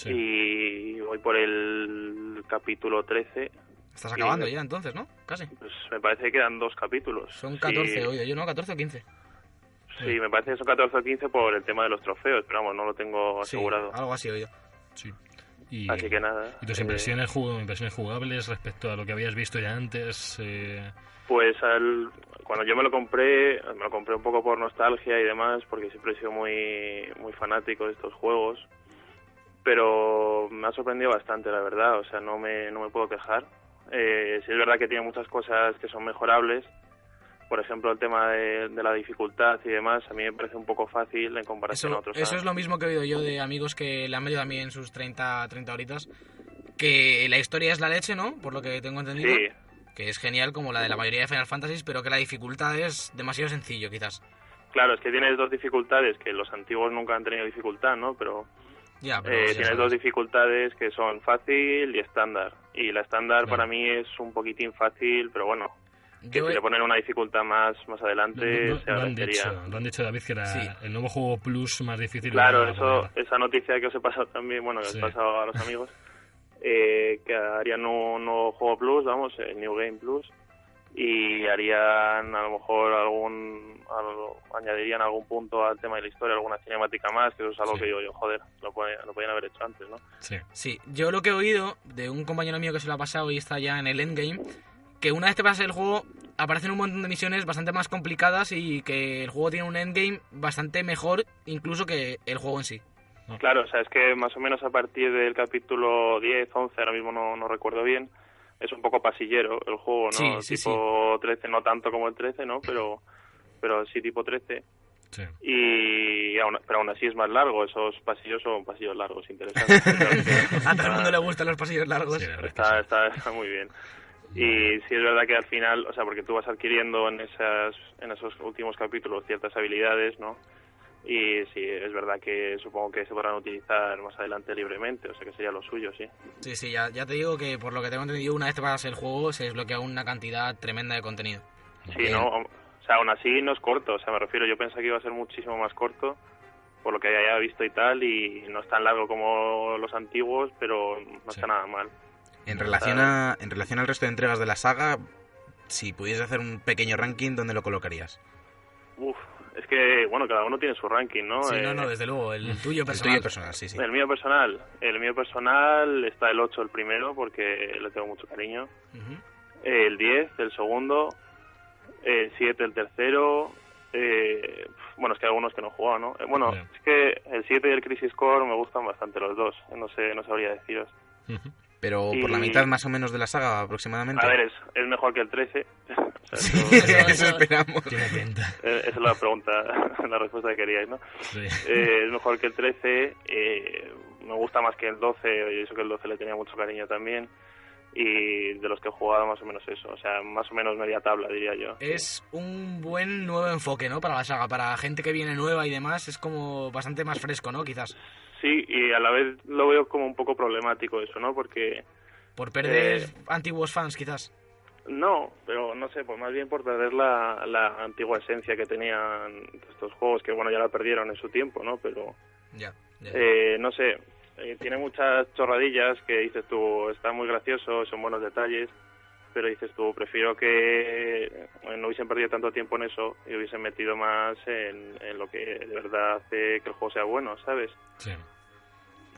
Speaker 7: Y voy por el capítulo 13,
Speaker 5: Estás
Speaker 7: Sí,
Speaker 5: acabando
Speaker 7: no.
Speaker 5: ya entonces, ¿no? Casi.
Speaker 7: pues me parece que quedan dos capítulos.
Speaker 5: Son
Speaker 7: Sí,
Speaker 5: 14, oye, yo no, 14 o 15.
Speaker 7: Sí, me parece que son 14 o 15 por el tema de los trofeos, pero vamos, no lo tengo
Speaker 5: Sí,
Speaker 7: asegurado.
Speaker 3: Ah,
Speaker 5: algo así, oye.
Speaker 1: Sí. Y,
Speaker 7: Así que nada.
Speaker 1: ¿Y tus
Speaker 7: eh,
Speaker 1: impresiones, jug- impresiones jugables respecto a lo que habías visto ya antes? eh,
Speaker 7: Pues al- cuando yo me lo compré, me lo compré un poco por nostalgia y demás, porque siempre he sido muy, muy fanático de estos juegos. Pero me ha sorprendido bastante, la verdad. O sea, no me, no me puedo quejar. Eh, sí es verdad que tiene muchas cosas que son mejorables. Por ejemplo, el tema de, de la dificultad y demás, a mí me parece un poco fácil en comparación a
Speaker 5: Eso,
Speaker 7: otros.
Speaker 5: eso
Speaker 7: ¿no?
Speaker 5: es lo mismo que he oído yo de amigos que le han metido también sus 30, 30 horitas.
Speaker 3: Que la historia es la leche, ¿no? Por lo que tengo entendido.
Speaker 7: Sí,
Speaker 3: Que es genial como la de la mayoría de Final Fantasy, pero que la dificultad es demasiado sencillo, quizás.
Speaker 7: claro, es que tienes dos dificultades, que los antiguos nunca han tenido dificultad, ¿no? Pero
Speaker 3: Ya, pero
Speaker 7: Eh,
Speaker 3: ya
Speaker 7: tienes
Speaker 3: sabes.
Speaker 7: dos dificultades que son fácil y estándar. Y la estándar
Speaker 1: Claro.
Speaker 7: para mí es un poquitín fácil, pero bueno, que
Speaker 3: Yo
Speaker 7: si
Speaker 3: he-
Speaker 7: le ponen una dificultad más más
Speaker 1: Lo,
Speaker 7: adelante
Speaker 1: lo-
Speaker 7: se
Speaker 1: lo han
Speaker 7: agradecería.
Speaker 1: dicho, lo han dicho David que era
Speaker 3: Sí.
Speaker 1: el nuevo juego Plus más difícil.
Speaker 7: Claro,
Speaker 1: de la
Speaker 7: eso,
Speaker 1: palabra.
Speaker 7: esa noticia que os he pasado también, bueno, que os
Speaker 1: Sí.
Speaker 7: he pasado a los amigos, eh, que harían un nuevo juego Plus, vamos, el New Game Plus, y harían a lo mejor algún, algo- añadirían algún punto al tema de la historia, alguna cinemática más, que eso es algo
Speaker 1: Sí.
Speaker 7: que digo yo, joder, lo, puede- lo podían haber hecho antes, ¿no?
Speaker 1: Sí.
Speaker 3: Sí, yo lo que he oído de un compañero mío que se lo ha pasado y está ya en el endgame, que una vez te pasas el juego aparecen un montón de misiones bastante más complicadas y que el juego tiene un endgame bastante mejor incluso que el juego en sí.
Speaker 7: Claro, o sea, es que más o menos a partir del capítulo 10, 11, ahora mismo no, no recuerdo bien, es un poco pasillero el juego, ¿no?
Speaker 3: Sí, sí,
Speaker 7: tipo 13, no tanto como el 13, ¿no? Pero, pero sí tipo 13.
Speaker 1: Sí.
Speaker 7: Y aún- pero aún así es más largo, esos pasillos son pasillos largos, interesantes.
Speaker 3: A todo el mundo le gustan los pasillos largos.
Speaker 1: Sí, la verdad es que
Speaker 7: Está, está, está muy bien. Y sí es verdad que al final, o sea, porque tú vas adquiriendo en, esas, en esos últimos capítulos ciertas habilidades, ¿no? Y sí, es verdad que supongo que se podrán utilizar más adelante libremente, o sea que sería lo suyo, sí.
Speaker 3: Sí, sí, ya, ya te digo que por lo que tengo entendido, una vez te pasas el juego se desbloquea una cantidad tremenda de contenido.
Speaker 7: Sí, no, o sea, aún así no es corto, o sea, me refiero, yo pensaba que iba a ser muchísimo más corto, por lo que haya visto y tal, y no es tan largo como los antiguos, pero no
Speaker 1: Sí.
Speaker 7: está nada mal.
Speaker 2: En relación, a, en relación al resto de entregas de la saga, si pudieses hacer un pequeño ranking, ¿dónde lo colocarías?
Speaker 7: Uf, es que, bueno, cada uno tiene su ranking, ¿no?
Speaker 3: Sí,
Speaker 7: Eh,
Speaker 3: no, no, desde luego, Pues, el tuyo
Speaker 2: El
Speaker 3: personal.
Speaker 2: tuyo personal, sí, sí.
Speaker 7: El mío personal, el mío personal está el 8 el primero porque le tengo mucho cariño,
Speaker 3: Ujú.
Speaker 7: el 10 el segundo, el 7 el tercero, eh, bueno, es que hay algunos que no he jugado, ¿no? Eh, Bueno,
Speaker 1: Ya.
Speaker 7: es que el 7 y el Crisis Core me gustan bastante los dos, no sé, no sabría deciros.
Speaker 1: Ujú.
Speaker 2: Pero por la
Speaker 7: Y-
Speaker 2: mitad más o menos de la saga aproximadamente.
Speaker 7: A ver, es, es mejor que el 13. O sea,
Speaker 2: Sí,
Speaker 7: eso-
Speaker 2: eso, esperamos.
Speaker 1: Tiene pinta.
Speaker 7: eh, esa es la pregunta, la respuesta que queríais, ¿no?
Speaker 1: Sí.
Speaker 7: Eh, es mejor que el 13. eh, me gusta más que el 12. Y eso que el 12 le tenía mucho cariño también. Y de los que he jugado, más o menos eso. O sea, más o menos media tabla, diría yo.
Speaker 3: Es un buen nuevo enfoque, ¿no? Para la saga, para gente que viene nueva y demás, es como bastante más fresco, ¿no? Quizás.
Speaker 7: Sí, y a la vez lo veo como un poco problemático eso, ¿no? Porque
Speaker 3: Por perder
Speaker 7: Eh,
Speaker 3: antiguos fans, quizás.
Speaker 7: No, pero no sé, pues más bien por perder la, la antigua esencia que tenían estos juegos, que bueno, ya la perdieron en su tiempo, ¿no? Pero,
Speaker 3: Ya. ya.
Speaker 7: eh, no sé, eh, tiene muchas chorradillas que dices tú, está muy gracioso, son buenos detalles, pero dices tú, prefiero que eh, no hubiesen perdido tanto tiempo en eso y hubiesen metido más en, en lo que de verdad hace que el juego sea bueno, ¿sabes?
Speaker 1: Sí.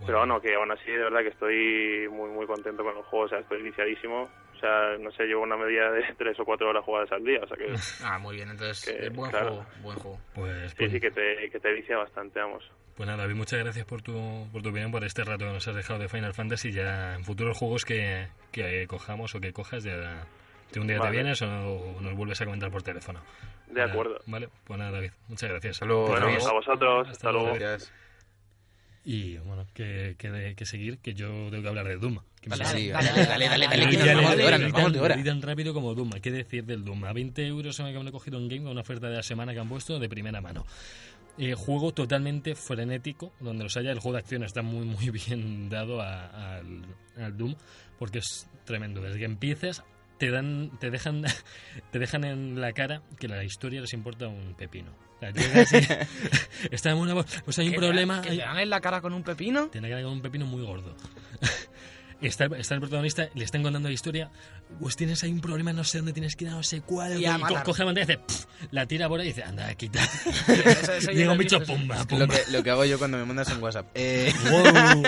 Speaker 7: Pero bueno, que aún así de verdad que estoy muy muy contento con el juego, o sea, estoy viciadísimo. O sea, no sé, llevo una media de tres o cuatro horas jugadas al día, o sea que
Speaker 3: Ah, muy bien, entonces,
Speaker 7: que,
Speaker 3: eh, buen
Speaker 7: claro.
Speaker 3: juego, buen juego.
Speaker 1: Pues,
Speaker 7: sí,
Speaker 1: pues,
Speaker 7: sí que te, que te vicia bastante, vamos.
Speaker 1: pues nada, David, muchas gracias por tu, por tu opinión, por este rato que nos has dejado de Final Fantasy. Ya en futuros juegos que, que cojamos o que cojas, ya de un día te
Speaker 7: Vale.
Speaker 1: vienes o nos vuelves a comentar por teléfono.
Speaker 7: De
Speaker 1: Nada,
Speaker 7: acuerdo.
Speaker 1: Vale, pues nada, David, muchas gracias.
Speaker 2: Hasta luego,
Speaker 7: Bueno,
Speaker 2: Luis.
Speaker 7: a vosotros,
Speaker 1: Hasta
Speaker 7: hasta luego.
Speaker 1: luego. Y bueno, que, que, que seguir, que yo tengo que hablar de Doom. Que me
Speaker 3: Dale,
Speaker 1: sale-
Speaker 2: Sí,
Speaker 3: dale,
Speaker 2: dale, dale,
Speaker 3: dale, dale,
Speaker 2: dale,
Speaker 3: dale,
Speaker 2: dale,
Speaker 1: Y
Speaker 2: que nos
Speaker 1: ya le-
Speaker 2: vamos de hora,
Speaker 1: le
Speaker 2: nos vamos de
Speaker 1: dan-
Speaker 2: hora.
Speaker 1: le dan rápido como Duma. ¿Qué decir del Duma? A 20 euros se me acaban de coger un game con una oferta de la semana que han puesto de primera mano. Eh, juego totalmente frenético, donde los haya. El juego de acción está muy, muy bien dado a- al, al Doom, porque es tremendo. Desde que empiezas, te, dan, te, dejan, te dejan en la cara que la historia les importa un pepino. O sea, llegas y- está en una. bo- Pues hay un
Speaker 3: ¿Que
Speaker 1: problema.
Speaker 3: te- ¿Que
Speaker 1: hay-
Speaker 3: te dan en la cara con un pepino?
Speaker 1: tiene que con un pepino muy gordo. Está, está el protagonista, le están contando la historia. Pues tienes ahí un problema, no sé dónde tienes que ir, no sé cuál.
Speaker 3: Y a
Speaker 1: co-
Speaker 3: matar.
Speaker 1: coge la pantalla y dice, "Pff", la tira por ahí y dice, anda, quita.
Speaker 3: Eso- eso yo
Speaker 1: Llega
Speaker 3: lo
Speaker 1: un
Speaker 3: he
Speaker 1: bicho,
Speaker 3: visto, sí.
Speaker 1: pumba,
Speaker 2: Lo
Speaker 1: pumba.
Speaker 2: que, lo que hago yo cuando me mandas un WhatsApp. Eh,
Speaker 1: Wow.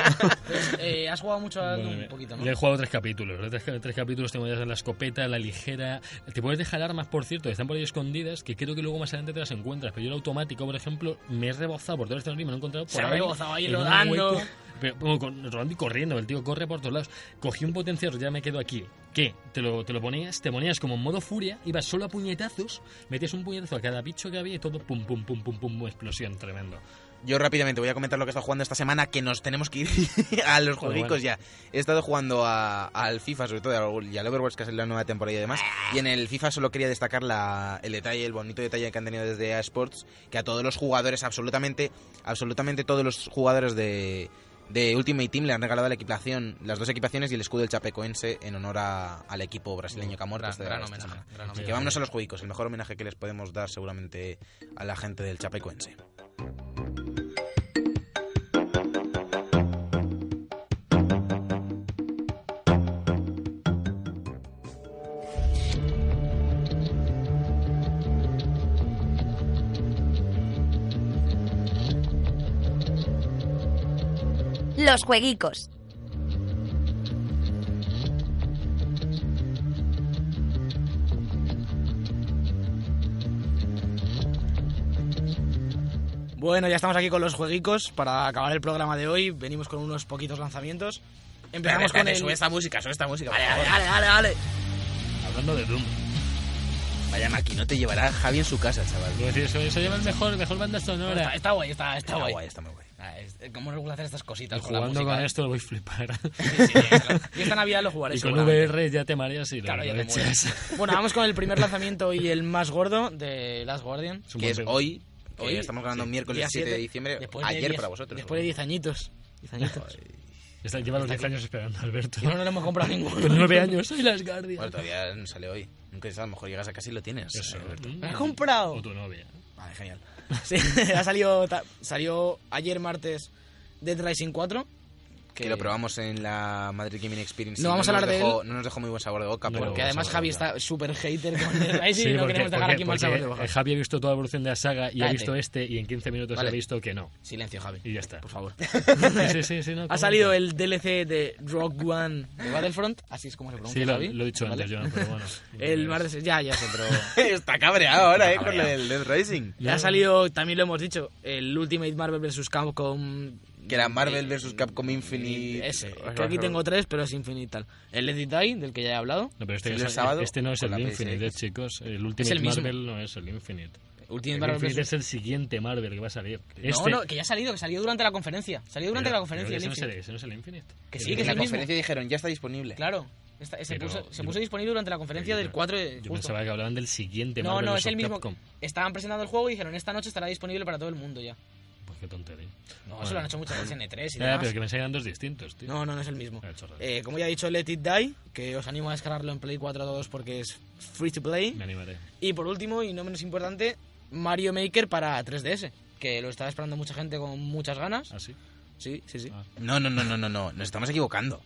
Speaker 3: Eh, has jugado mucho al
Speaker 1: Madre
Speaker 3: Doom,
Speaker 1: mía.
Speaker 3: un poquito,
Speaker 1: Yo he
Speaker 3: ¿no?
Speaker 1: jugado tres capítulos. Los tres, tres capítulos tengo ya la escopeta, la ligera. Te puedes dejar armas, por cierto, que están por ahí escondidas, que creo que luego más adelante te las encuentras. Pero yo el automático, por ejemplo, me he rebozado por todo el escenario y me lo he encontrado por
Speaker 3: Se ha
Speaker 1: ahí,
Speaker 3: rebozado ahí
Speaker 1: en un
Speaker 3: rodando.
Speaker 1: hueco. Pero, bueno, con- rodando y corriendo, el tío corre por todos lados. Cogí un potenciador, ya me quedo aquí. ¿Qué? Te lo, te lo ponías, te ponías como en modo furia, ibas solo a puñetazos, metías un puñetazo a cada bicho que había y todo pum, pum, pum, pum, pum, explosión, tremendo.
Speaker 2: Yo rápidamente voy a comentar lo que he estado jugando esta semana, que nos tenemos que ir a los
Speaker 1: Joder,
Speaker 2: jueguicos
Speaker 1: bueno.
Speaker 2: ya. He estado jugando a- al FIFA, sobre todo, y al- y al Overwatch, que es la nueva temporada y demás. Y en el FIFA solo quería destacar la- el detalle, el bonito detalle que han tenido desde EA Sports, que a todos los jugadores, absolutamente, absolutamente todos los jugadores de, de Ultimate Team le han regalado la equipación, las dos equipaciones y el escudo del Chapecoense en honor a- al equipo brasileño que ha muerto.
Speaker 3: Gran,
Speaker 2: este-
Speaker 3: gran
Speaker 2: esta semana.
Speaker 3: homenaje, gran
Speaker 2: Así
Speaker 3: homenaje.
Speaker 2: que vámonos a los juegos, el mejor homenaje que les podemos dar seguramente a la gente del Chapecoense.
Speaker 4: Los jueguicos.
Speaker 3: Bueno, ya estamos aquí con los jueguicos. Para acabar el programa de hoy, venimos con unos poquitos lanzamientos. Empezamos con el...
Speaker 5: Sube esta música, sube esta música.
Speaker 3: Vale, vale, vale, vale, vale.
Speaker 1: Hablando de Doom.
Speaker 2: Vaya no te llevará Javi en su casa, chaval.
Speaker 1: Quiero decir, eso, eso lleva el mejor, mejor banda
Speaker 3: Está,
Speaker 1: sonora.
Speaker 3: está guay, está, está
Speaker 2: Está
Speaker 3: guay.
Speaker 2: guay, está muy guay.
Speaker 3: Ah, es- ¿Cómo nos gusta hacer estas cositas? con la
Speaker 1: Jugando
Speaker 3: música,
Speaker 1: con
Speaker 3: eh?
Speaker 1: esto lo voy a flipar.
Speaker 3: Sí, sí, es claro. Y esta Navidad lo jugaré
Speaker 1: Y con
Speaker 3: seguramente.
Speaker 1: VR ya te mareas y lo
Speaker 3: Claro, ya te
Speaker 1: aprovechas.
Speaker 3: mueres. Bueno, vamos con el primer lanzamiento y el más gordo de Last Guardian.
Speaker 1: un
Speaker 2: Que
Speaker 1: buen
Speaker 2: es
Speaker 1: juego.
Speaker 2: hoy, que
Speaker 3: Hoy,
Speaker 2: estamos ganando
Speaker 3: sí.
Speaker 2: miércoles
Speaker 3: Día
Speaker 2: 7 de
Speaker 3: siete,
Speaker 2: diciembre,
Speaker 3: después de
Speaker 2: ayer
Speaker 3: diez-
Speaker 2: para vosotros.
Speaker 3: Después de 10 añitos. 10 añitos.
Speaker 1: Está- lleva los 10 años esperando, Alberto.
Speaker 3: Y no nos lo hemos comprado ninguno.
Speaker 1: Con 9 años, soy las Guardian.
Speaker 2: Bueno, todavía no sale hoy. Nunca sabes, a lo mejor llegas a casa y lo tienes. eh,
Speaker 1: Eso, Alberto.
Speaker 3: ¿Me has comprado?
Speaker 1: O tu novia.
Speaker 2: Vale, genial.
Speaker 3: Sí, ha salido, ta- salió ayer martes Dead Rising 4.
Speaker 2: Que lo probamos en la Madrid Gaming Experience.
Speaker 3: No
Speaker 2: y
Speaker 3: vamos a
Speaker 2: nos
Speaker 3: hablar de
Speaker 2: dejó- No nos dejó muy buen sabor de boca,
Speaker 1: No,
Speaker 2: pero...
Speaker 3: Porque además
Speaker 1: vamos a
Speaker 3: Javi
Speaker 1: hablar.
Speaker 3: está súper hater con Dead Rising y no queremos dejar aquí mal sabor de boca.
Speaker 1: eh, Javi ha visto toda la evolución de la saga y ha
Speaker 3: Cállate.
Speaker 1: visto este y en 15 minutos
Speaker 3: Vale.
Speaker 1: ha visto que no.
Speaker 3: Silencio, Javi.
Speaker 1: Y ya está.
Speaker 3: Por favor.
Speaker 1: Sí, sí, sí, sí, no,
Speaker 3: Ha
Speaker 1: comenta.
Speaker 3: salido el DLC de Rock One de Battlefront, así es como se pronuncia
Speaker 1: Sí, lo,
Speaker 3: Javi.
Speaker 1: lo he dicho
Speaker 3: ¿vale?
Speaker 1: antes, yo no, pero bueno.
Speaker 3: El martes, ya, ya sé, pero...
Speaker 2: Está cabreado ahora, eh, con lo del Dead Rising.
Speaker 3: Ya ha salido, también lo hemos dicho, el Ultimate Marvel vs. Capcom.
Speaker 2: Que era Marvel vs. Capcom Infinite...
Speaker 3: Ese, que aquí tengo tres, pero es Infinite tal. El Let It Die, del que ya he hablado.
Speaker 1: No, pero este,
Speaker 2: Salió
Speaker 1: es-
Speaker 2: el sábado
Speaker 1: este no es
Speaker 2: con
Speaker 1: el
Speaker 2: la
Speaker 1: Infinite,
Speaker 2: PSX.
Speaker 1: eh, chicos. El Ultimate
Speaker 3: el mismo.
Speaker 1: Marvel no es el Infinite.
Speaker 3: Ultimate
Speaker 1: el
Speaker 3: Marvel
Speaker 1: Infinite
Speaker 3: vs.
Speaker 1: es el siguiente Marvel que va a salir. Este,
Speaker 3: No, no, que ya ha salido, que salió durante la conferencia. Salió durante
Speaker 1: Pero-
Speaker 3: la conferencia.
Speaker 1: pero ese
Speaker 3: el
Speaker 1: no es el-
Speaker 3: Infinite.
Speaker 1: ese no es el Infinite.
Speaker 3: Que
Speaker 1: El
Speaker 3: sí, que
Speaker 2: en
Speaker 3: es
Speaker 2: la
Speaker 3: el mismo.
Speaker 2: conferencia dijeron, ya está disponible.
Speaker 3: Claro. Esta- se,
Speaker 1: Pero-
Speaker 3: puso, se
Speaker 1: yo-
Speaker 3: puso disponible durante la conferencia del 4 de.
Speaker 1: Yo
Speaker 3: justo.
Speaker 1: pensaba que hablaban del siguiente
Speaker 3: No,
Speaker 1: Marvel
Speaker 3: no, es
Speaker 1: vs.
Speaker 3: el mismo.
Speaker 1: Capcom.
Speaker 3: Estaban presentando el juego y dijeron: Esta noche estará disponible para todo el mundo ya.
Speaker 1: Pues qué tontería.
Speaker 3: No,
Speaker 1: Bueno.
Speaker 3: eso lo han hecho muchas veces en E3 y
Speaker 1: Ya,
Speaker 3: demás.
Speaker 1: pero que me enseñan dos distintos, tío.
Speaker 3: No, no, no es el mismo.
Speaker 1: Ah, chorrada.
Speaker 3: Eh, como ya he dicho, Let It Die, que os animo a descargarlo en Play 4 a todos porque es free to play.
Speaker 1: Me animaré.
Speaker 3: Y por último, y no menos importante, Mario Maker para 3DS, que lo estaba esperando mucha gente con muchas ganas.
Speaker 1: ¿Ah, sí?
Speaker 3: Sí, sí, sí.
Speaker 1: Ah.
Speaker 2: No, no, no, no, no, no. Nos estamos equivocando.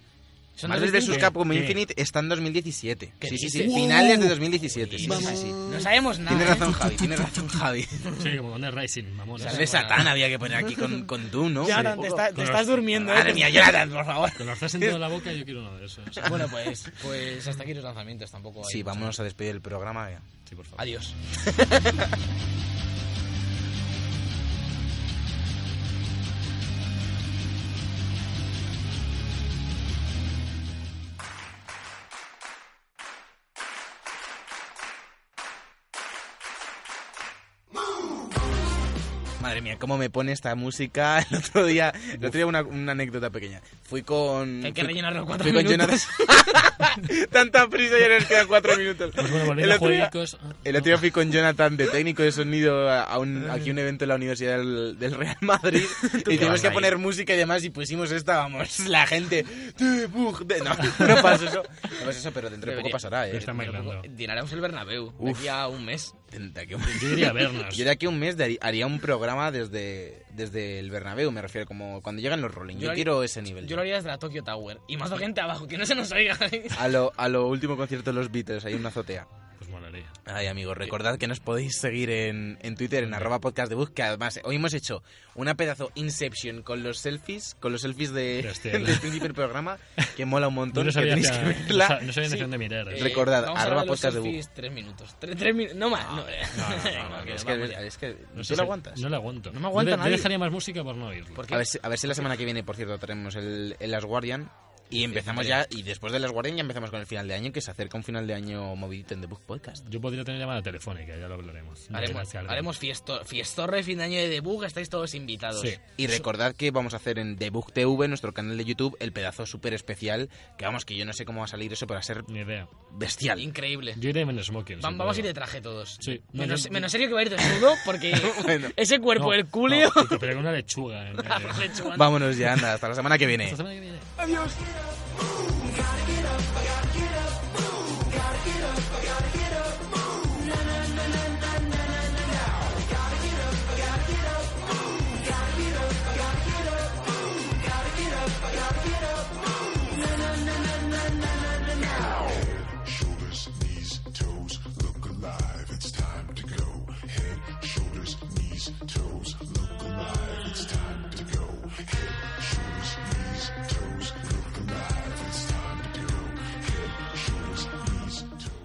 Speaker 3: Son
Speaker 2: Marvel
Speaker 3: dos
Speaker 2: vs.
Speaker 3: distintos.
Speaker 2: Capcom
Speaker 1: ¿Qué?
Speaker 2: Infinite está en 2017.
Speaker 3: ¿Qué
Speaker 2: Sí, sí, sí.
Speaker 3: dices?
Speaker 2: Finales de 2017. Sí, sí,
Speaker 3: Vamos.
Speaker 2: sí.
Speaker 3: No sabemos nada.
Speaker 2: Tienes
Speaker 3: ¿eh?
Speaker 2: razón, Javi. Tienes razón, Javi.
Speaker 1: Sí, como con el Rising, mamones.
Speaker 2: Sale Satán había que poner aquí con, con Doom, ¿no?
Speaker 3: Jonathan,
Speaker 2: Sí.
Speaker 3: te, está- te
Speaker 1: Con
Speaker 3: estás
Speaker 1: los-
Speaker 3: durmiendo,
Speaker 2: Madre
Speaker 3: ¿eh?
Speaker 2: mía, Jonathan, por favor.
Speaker 1: Con los Rising en la boca yo quiero uno de esos.
Speaker 3: Bueno, pues, pues hasta aquí los lanzamientos tampoco. hay
Speaker 2: Sí,
Speaker 3: mucho.
Speaker 2: vámonos a despedir el programa. ya.
Speaker 1: Sí, por favor.
Speaker 3: Adiós.
Speaker 2: Madre mía, cómo me pone esta música. El otro día, el otro día una, una anécdota pequeña. Fui con.
Speaker 3: Hay que
Speaker 2: fui-
Speaker 3: rellenar los cuatro
Speaker 2: fui con
Speaker 3: minutos.
Speaker 2: Jonathan- Tanta prisa ya nos quedan cuatro minutos.
Speaker 1: Pues bueno,
Speaker 2: El
Speaker 1: volviendo a
Speaker 2: otro día-
Speaker 1: jueguicos. ah,
Speaker 2: El otro día fui con Jonathan de técnico de sonido a, a un, aquí un evento en la Universidad del, del Real Madrid y tuvimos
Speaker 1: vas
Speaker 2: que
Speaker 1: ahí.
Speaker 2: poner música y demás y pusimos esta, vamos, la gente... "Te bug de-". No, no pasa eso. No pasa eso, pero dentro de poco
Speaker 3: Debería.
Speaker 2: pasará,
Speaker 1: Pero
Speaker 2: ¿eh?
Speaker 1: Ah, están bailando.
Speaker 3: Llenaremos el Bernabéu
Speaker 2: Uf.
Speaker 3: de aquí a un mes.
Speaker 2: De aquí
Speaker 1: Yo
Speaker 2: a un-
Speaker 1: diría vernos.
Speaker 2: Yo de aquí a un mes darí- haría un programa desde, desde el Bernabéu, me refiero, como cuando llegan los Rolling.
Speaker 3: Yo
Speaker 2: Yo,
Speaker 3: haría-
Speaker 2: quiero ese nivel.
Speaker 3: Yo lo haría desde la Tokyo Tower. Y más gente abajo, que no se nos oiga. Eh,
Speaker 2: A lo, a lo último concierto de los Beatles, hay una azotea.
Speaker 1: Pues molaría.
Speaker 2: Ay, amigos, recordad que nos podéis seguir en, en Twitter, en arroba podcast de bus, que además hoy hemos hecho una pedazo Inception con los selfies, con los selfies de,
Speaker 1: De este,
Speaker 2: del
Speaker 1: ¿no?
Speaker 2: principio del programa, que mola un
Speaker 1: Yo
Speaker 2: montón,
Speaker 1: no
Speaker 2: que
Speaker 1: sabía
Speaker 2: tenéis
Speaker 1: hacia-
Speaker 2: que
Speaker 1: no
Speaker 2: verla.
Speaker 1: sa- no sabía
Speaker 2: Sí.
Speaker 1: hacia dónde mirar. eh.
Speaker 2: Recordad,
Speaker 3: vamos a
Speaker 2: arroba
Speaker 3: hablar de los
Speaker 2: podcast de Ah,
Speaker 3: selfies, Tres minutos. Tres, tres min- No más. No,
Speaker 2: Es que, es que
Speaker 1: No
Speaker 2: ¿tú
Speaker 1: sé
Speaker 2: lo
Speaker 1: si-
Speaker 2: aguantas.
Speaker 1: No lo aguanto.
Speaker 3: No me aguanta
Speaker 1: Yo de-
Speaker 3: nadie.
Speaker 1: Yo dejaría más música por no oírlo.
Speaker 3: ¿Por qué?
Speaker 2: A ver, si, a ver si la semana que viene, por cierto, tenemos el, el Last Guardian. Y empezamos
Speaker 1: Eh,
Speaker 2: ya, y después de las guardias ya empezamos con el final de año, que se acerca un final de año movidito en The Book Podcast.
Speaker 1: Yo podría tener llamada telefónica, ya lo hablaremos.
Speaker 3: Haremos,
Speaker 1: Gracias, Alberto.
Speaker 3: haremos fiesto, fiestorre fin de año de debug, estáis todos invitados.
Speaker 1: Sí.
Speaker 2: Y recordad que vamos a hacer en The Book TV, nuestro canal de YouTube, el pedazo súper especial, que vamos, que yo no sé cómo va a salir eso, para ser
Speaker 1: Ni idea.
Speaker 2: bestial.
Speaker 3: Increíble.
Speaker 1: Yo iré en smoking.
Speaker 3: Vam- vamos a ir de traje todos.
Speaker 1: Sí. No,
Speaker 3: Menos,
Speaker 1: yo-
Speaker 3: menos serio que va a ir desnudo porque ese cuerpo, el culio.
Speaker 1: pero con una lechuga. en-
Speaker 3: Rechugando.
Speaker 2: Vámonos ya, anda, hasta la semana que viene.
Speaker 1: Hasta semana que viene.
Speaker 8: Shoulders, knees, toes, look alive, it's time to go. Head, shoulders, knees, toes, look alive, it's time to go. Head, shoulders, knees, toes, look alive, it's time to go. Head, shoulders, knees, toes.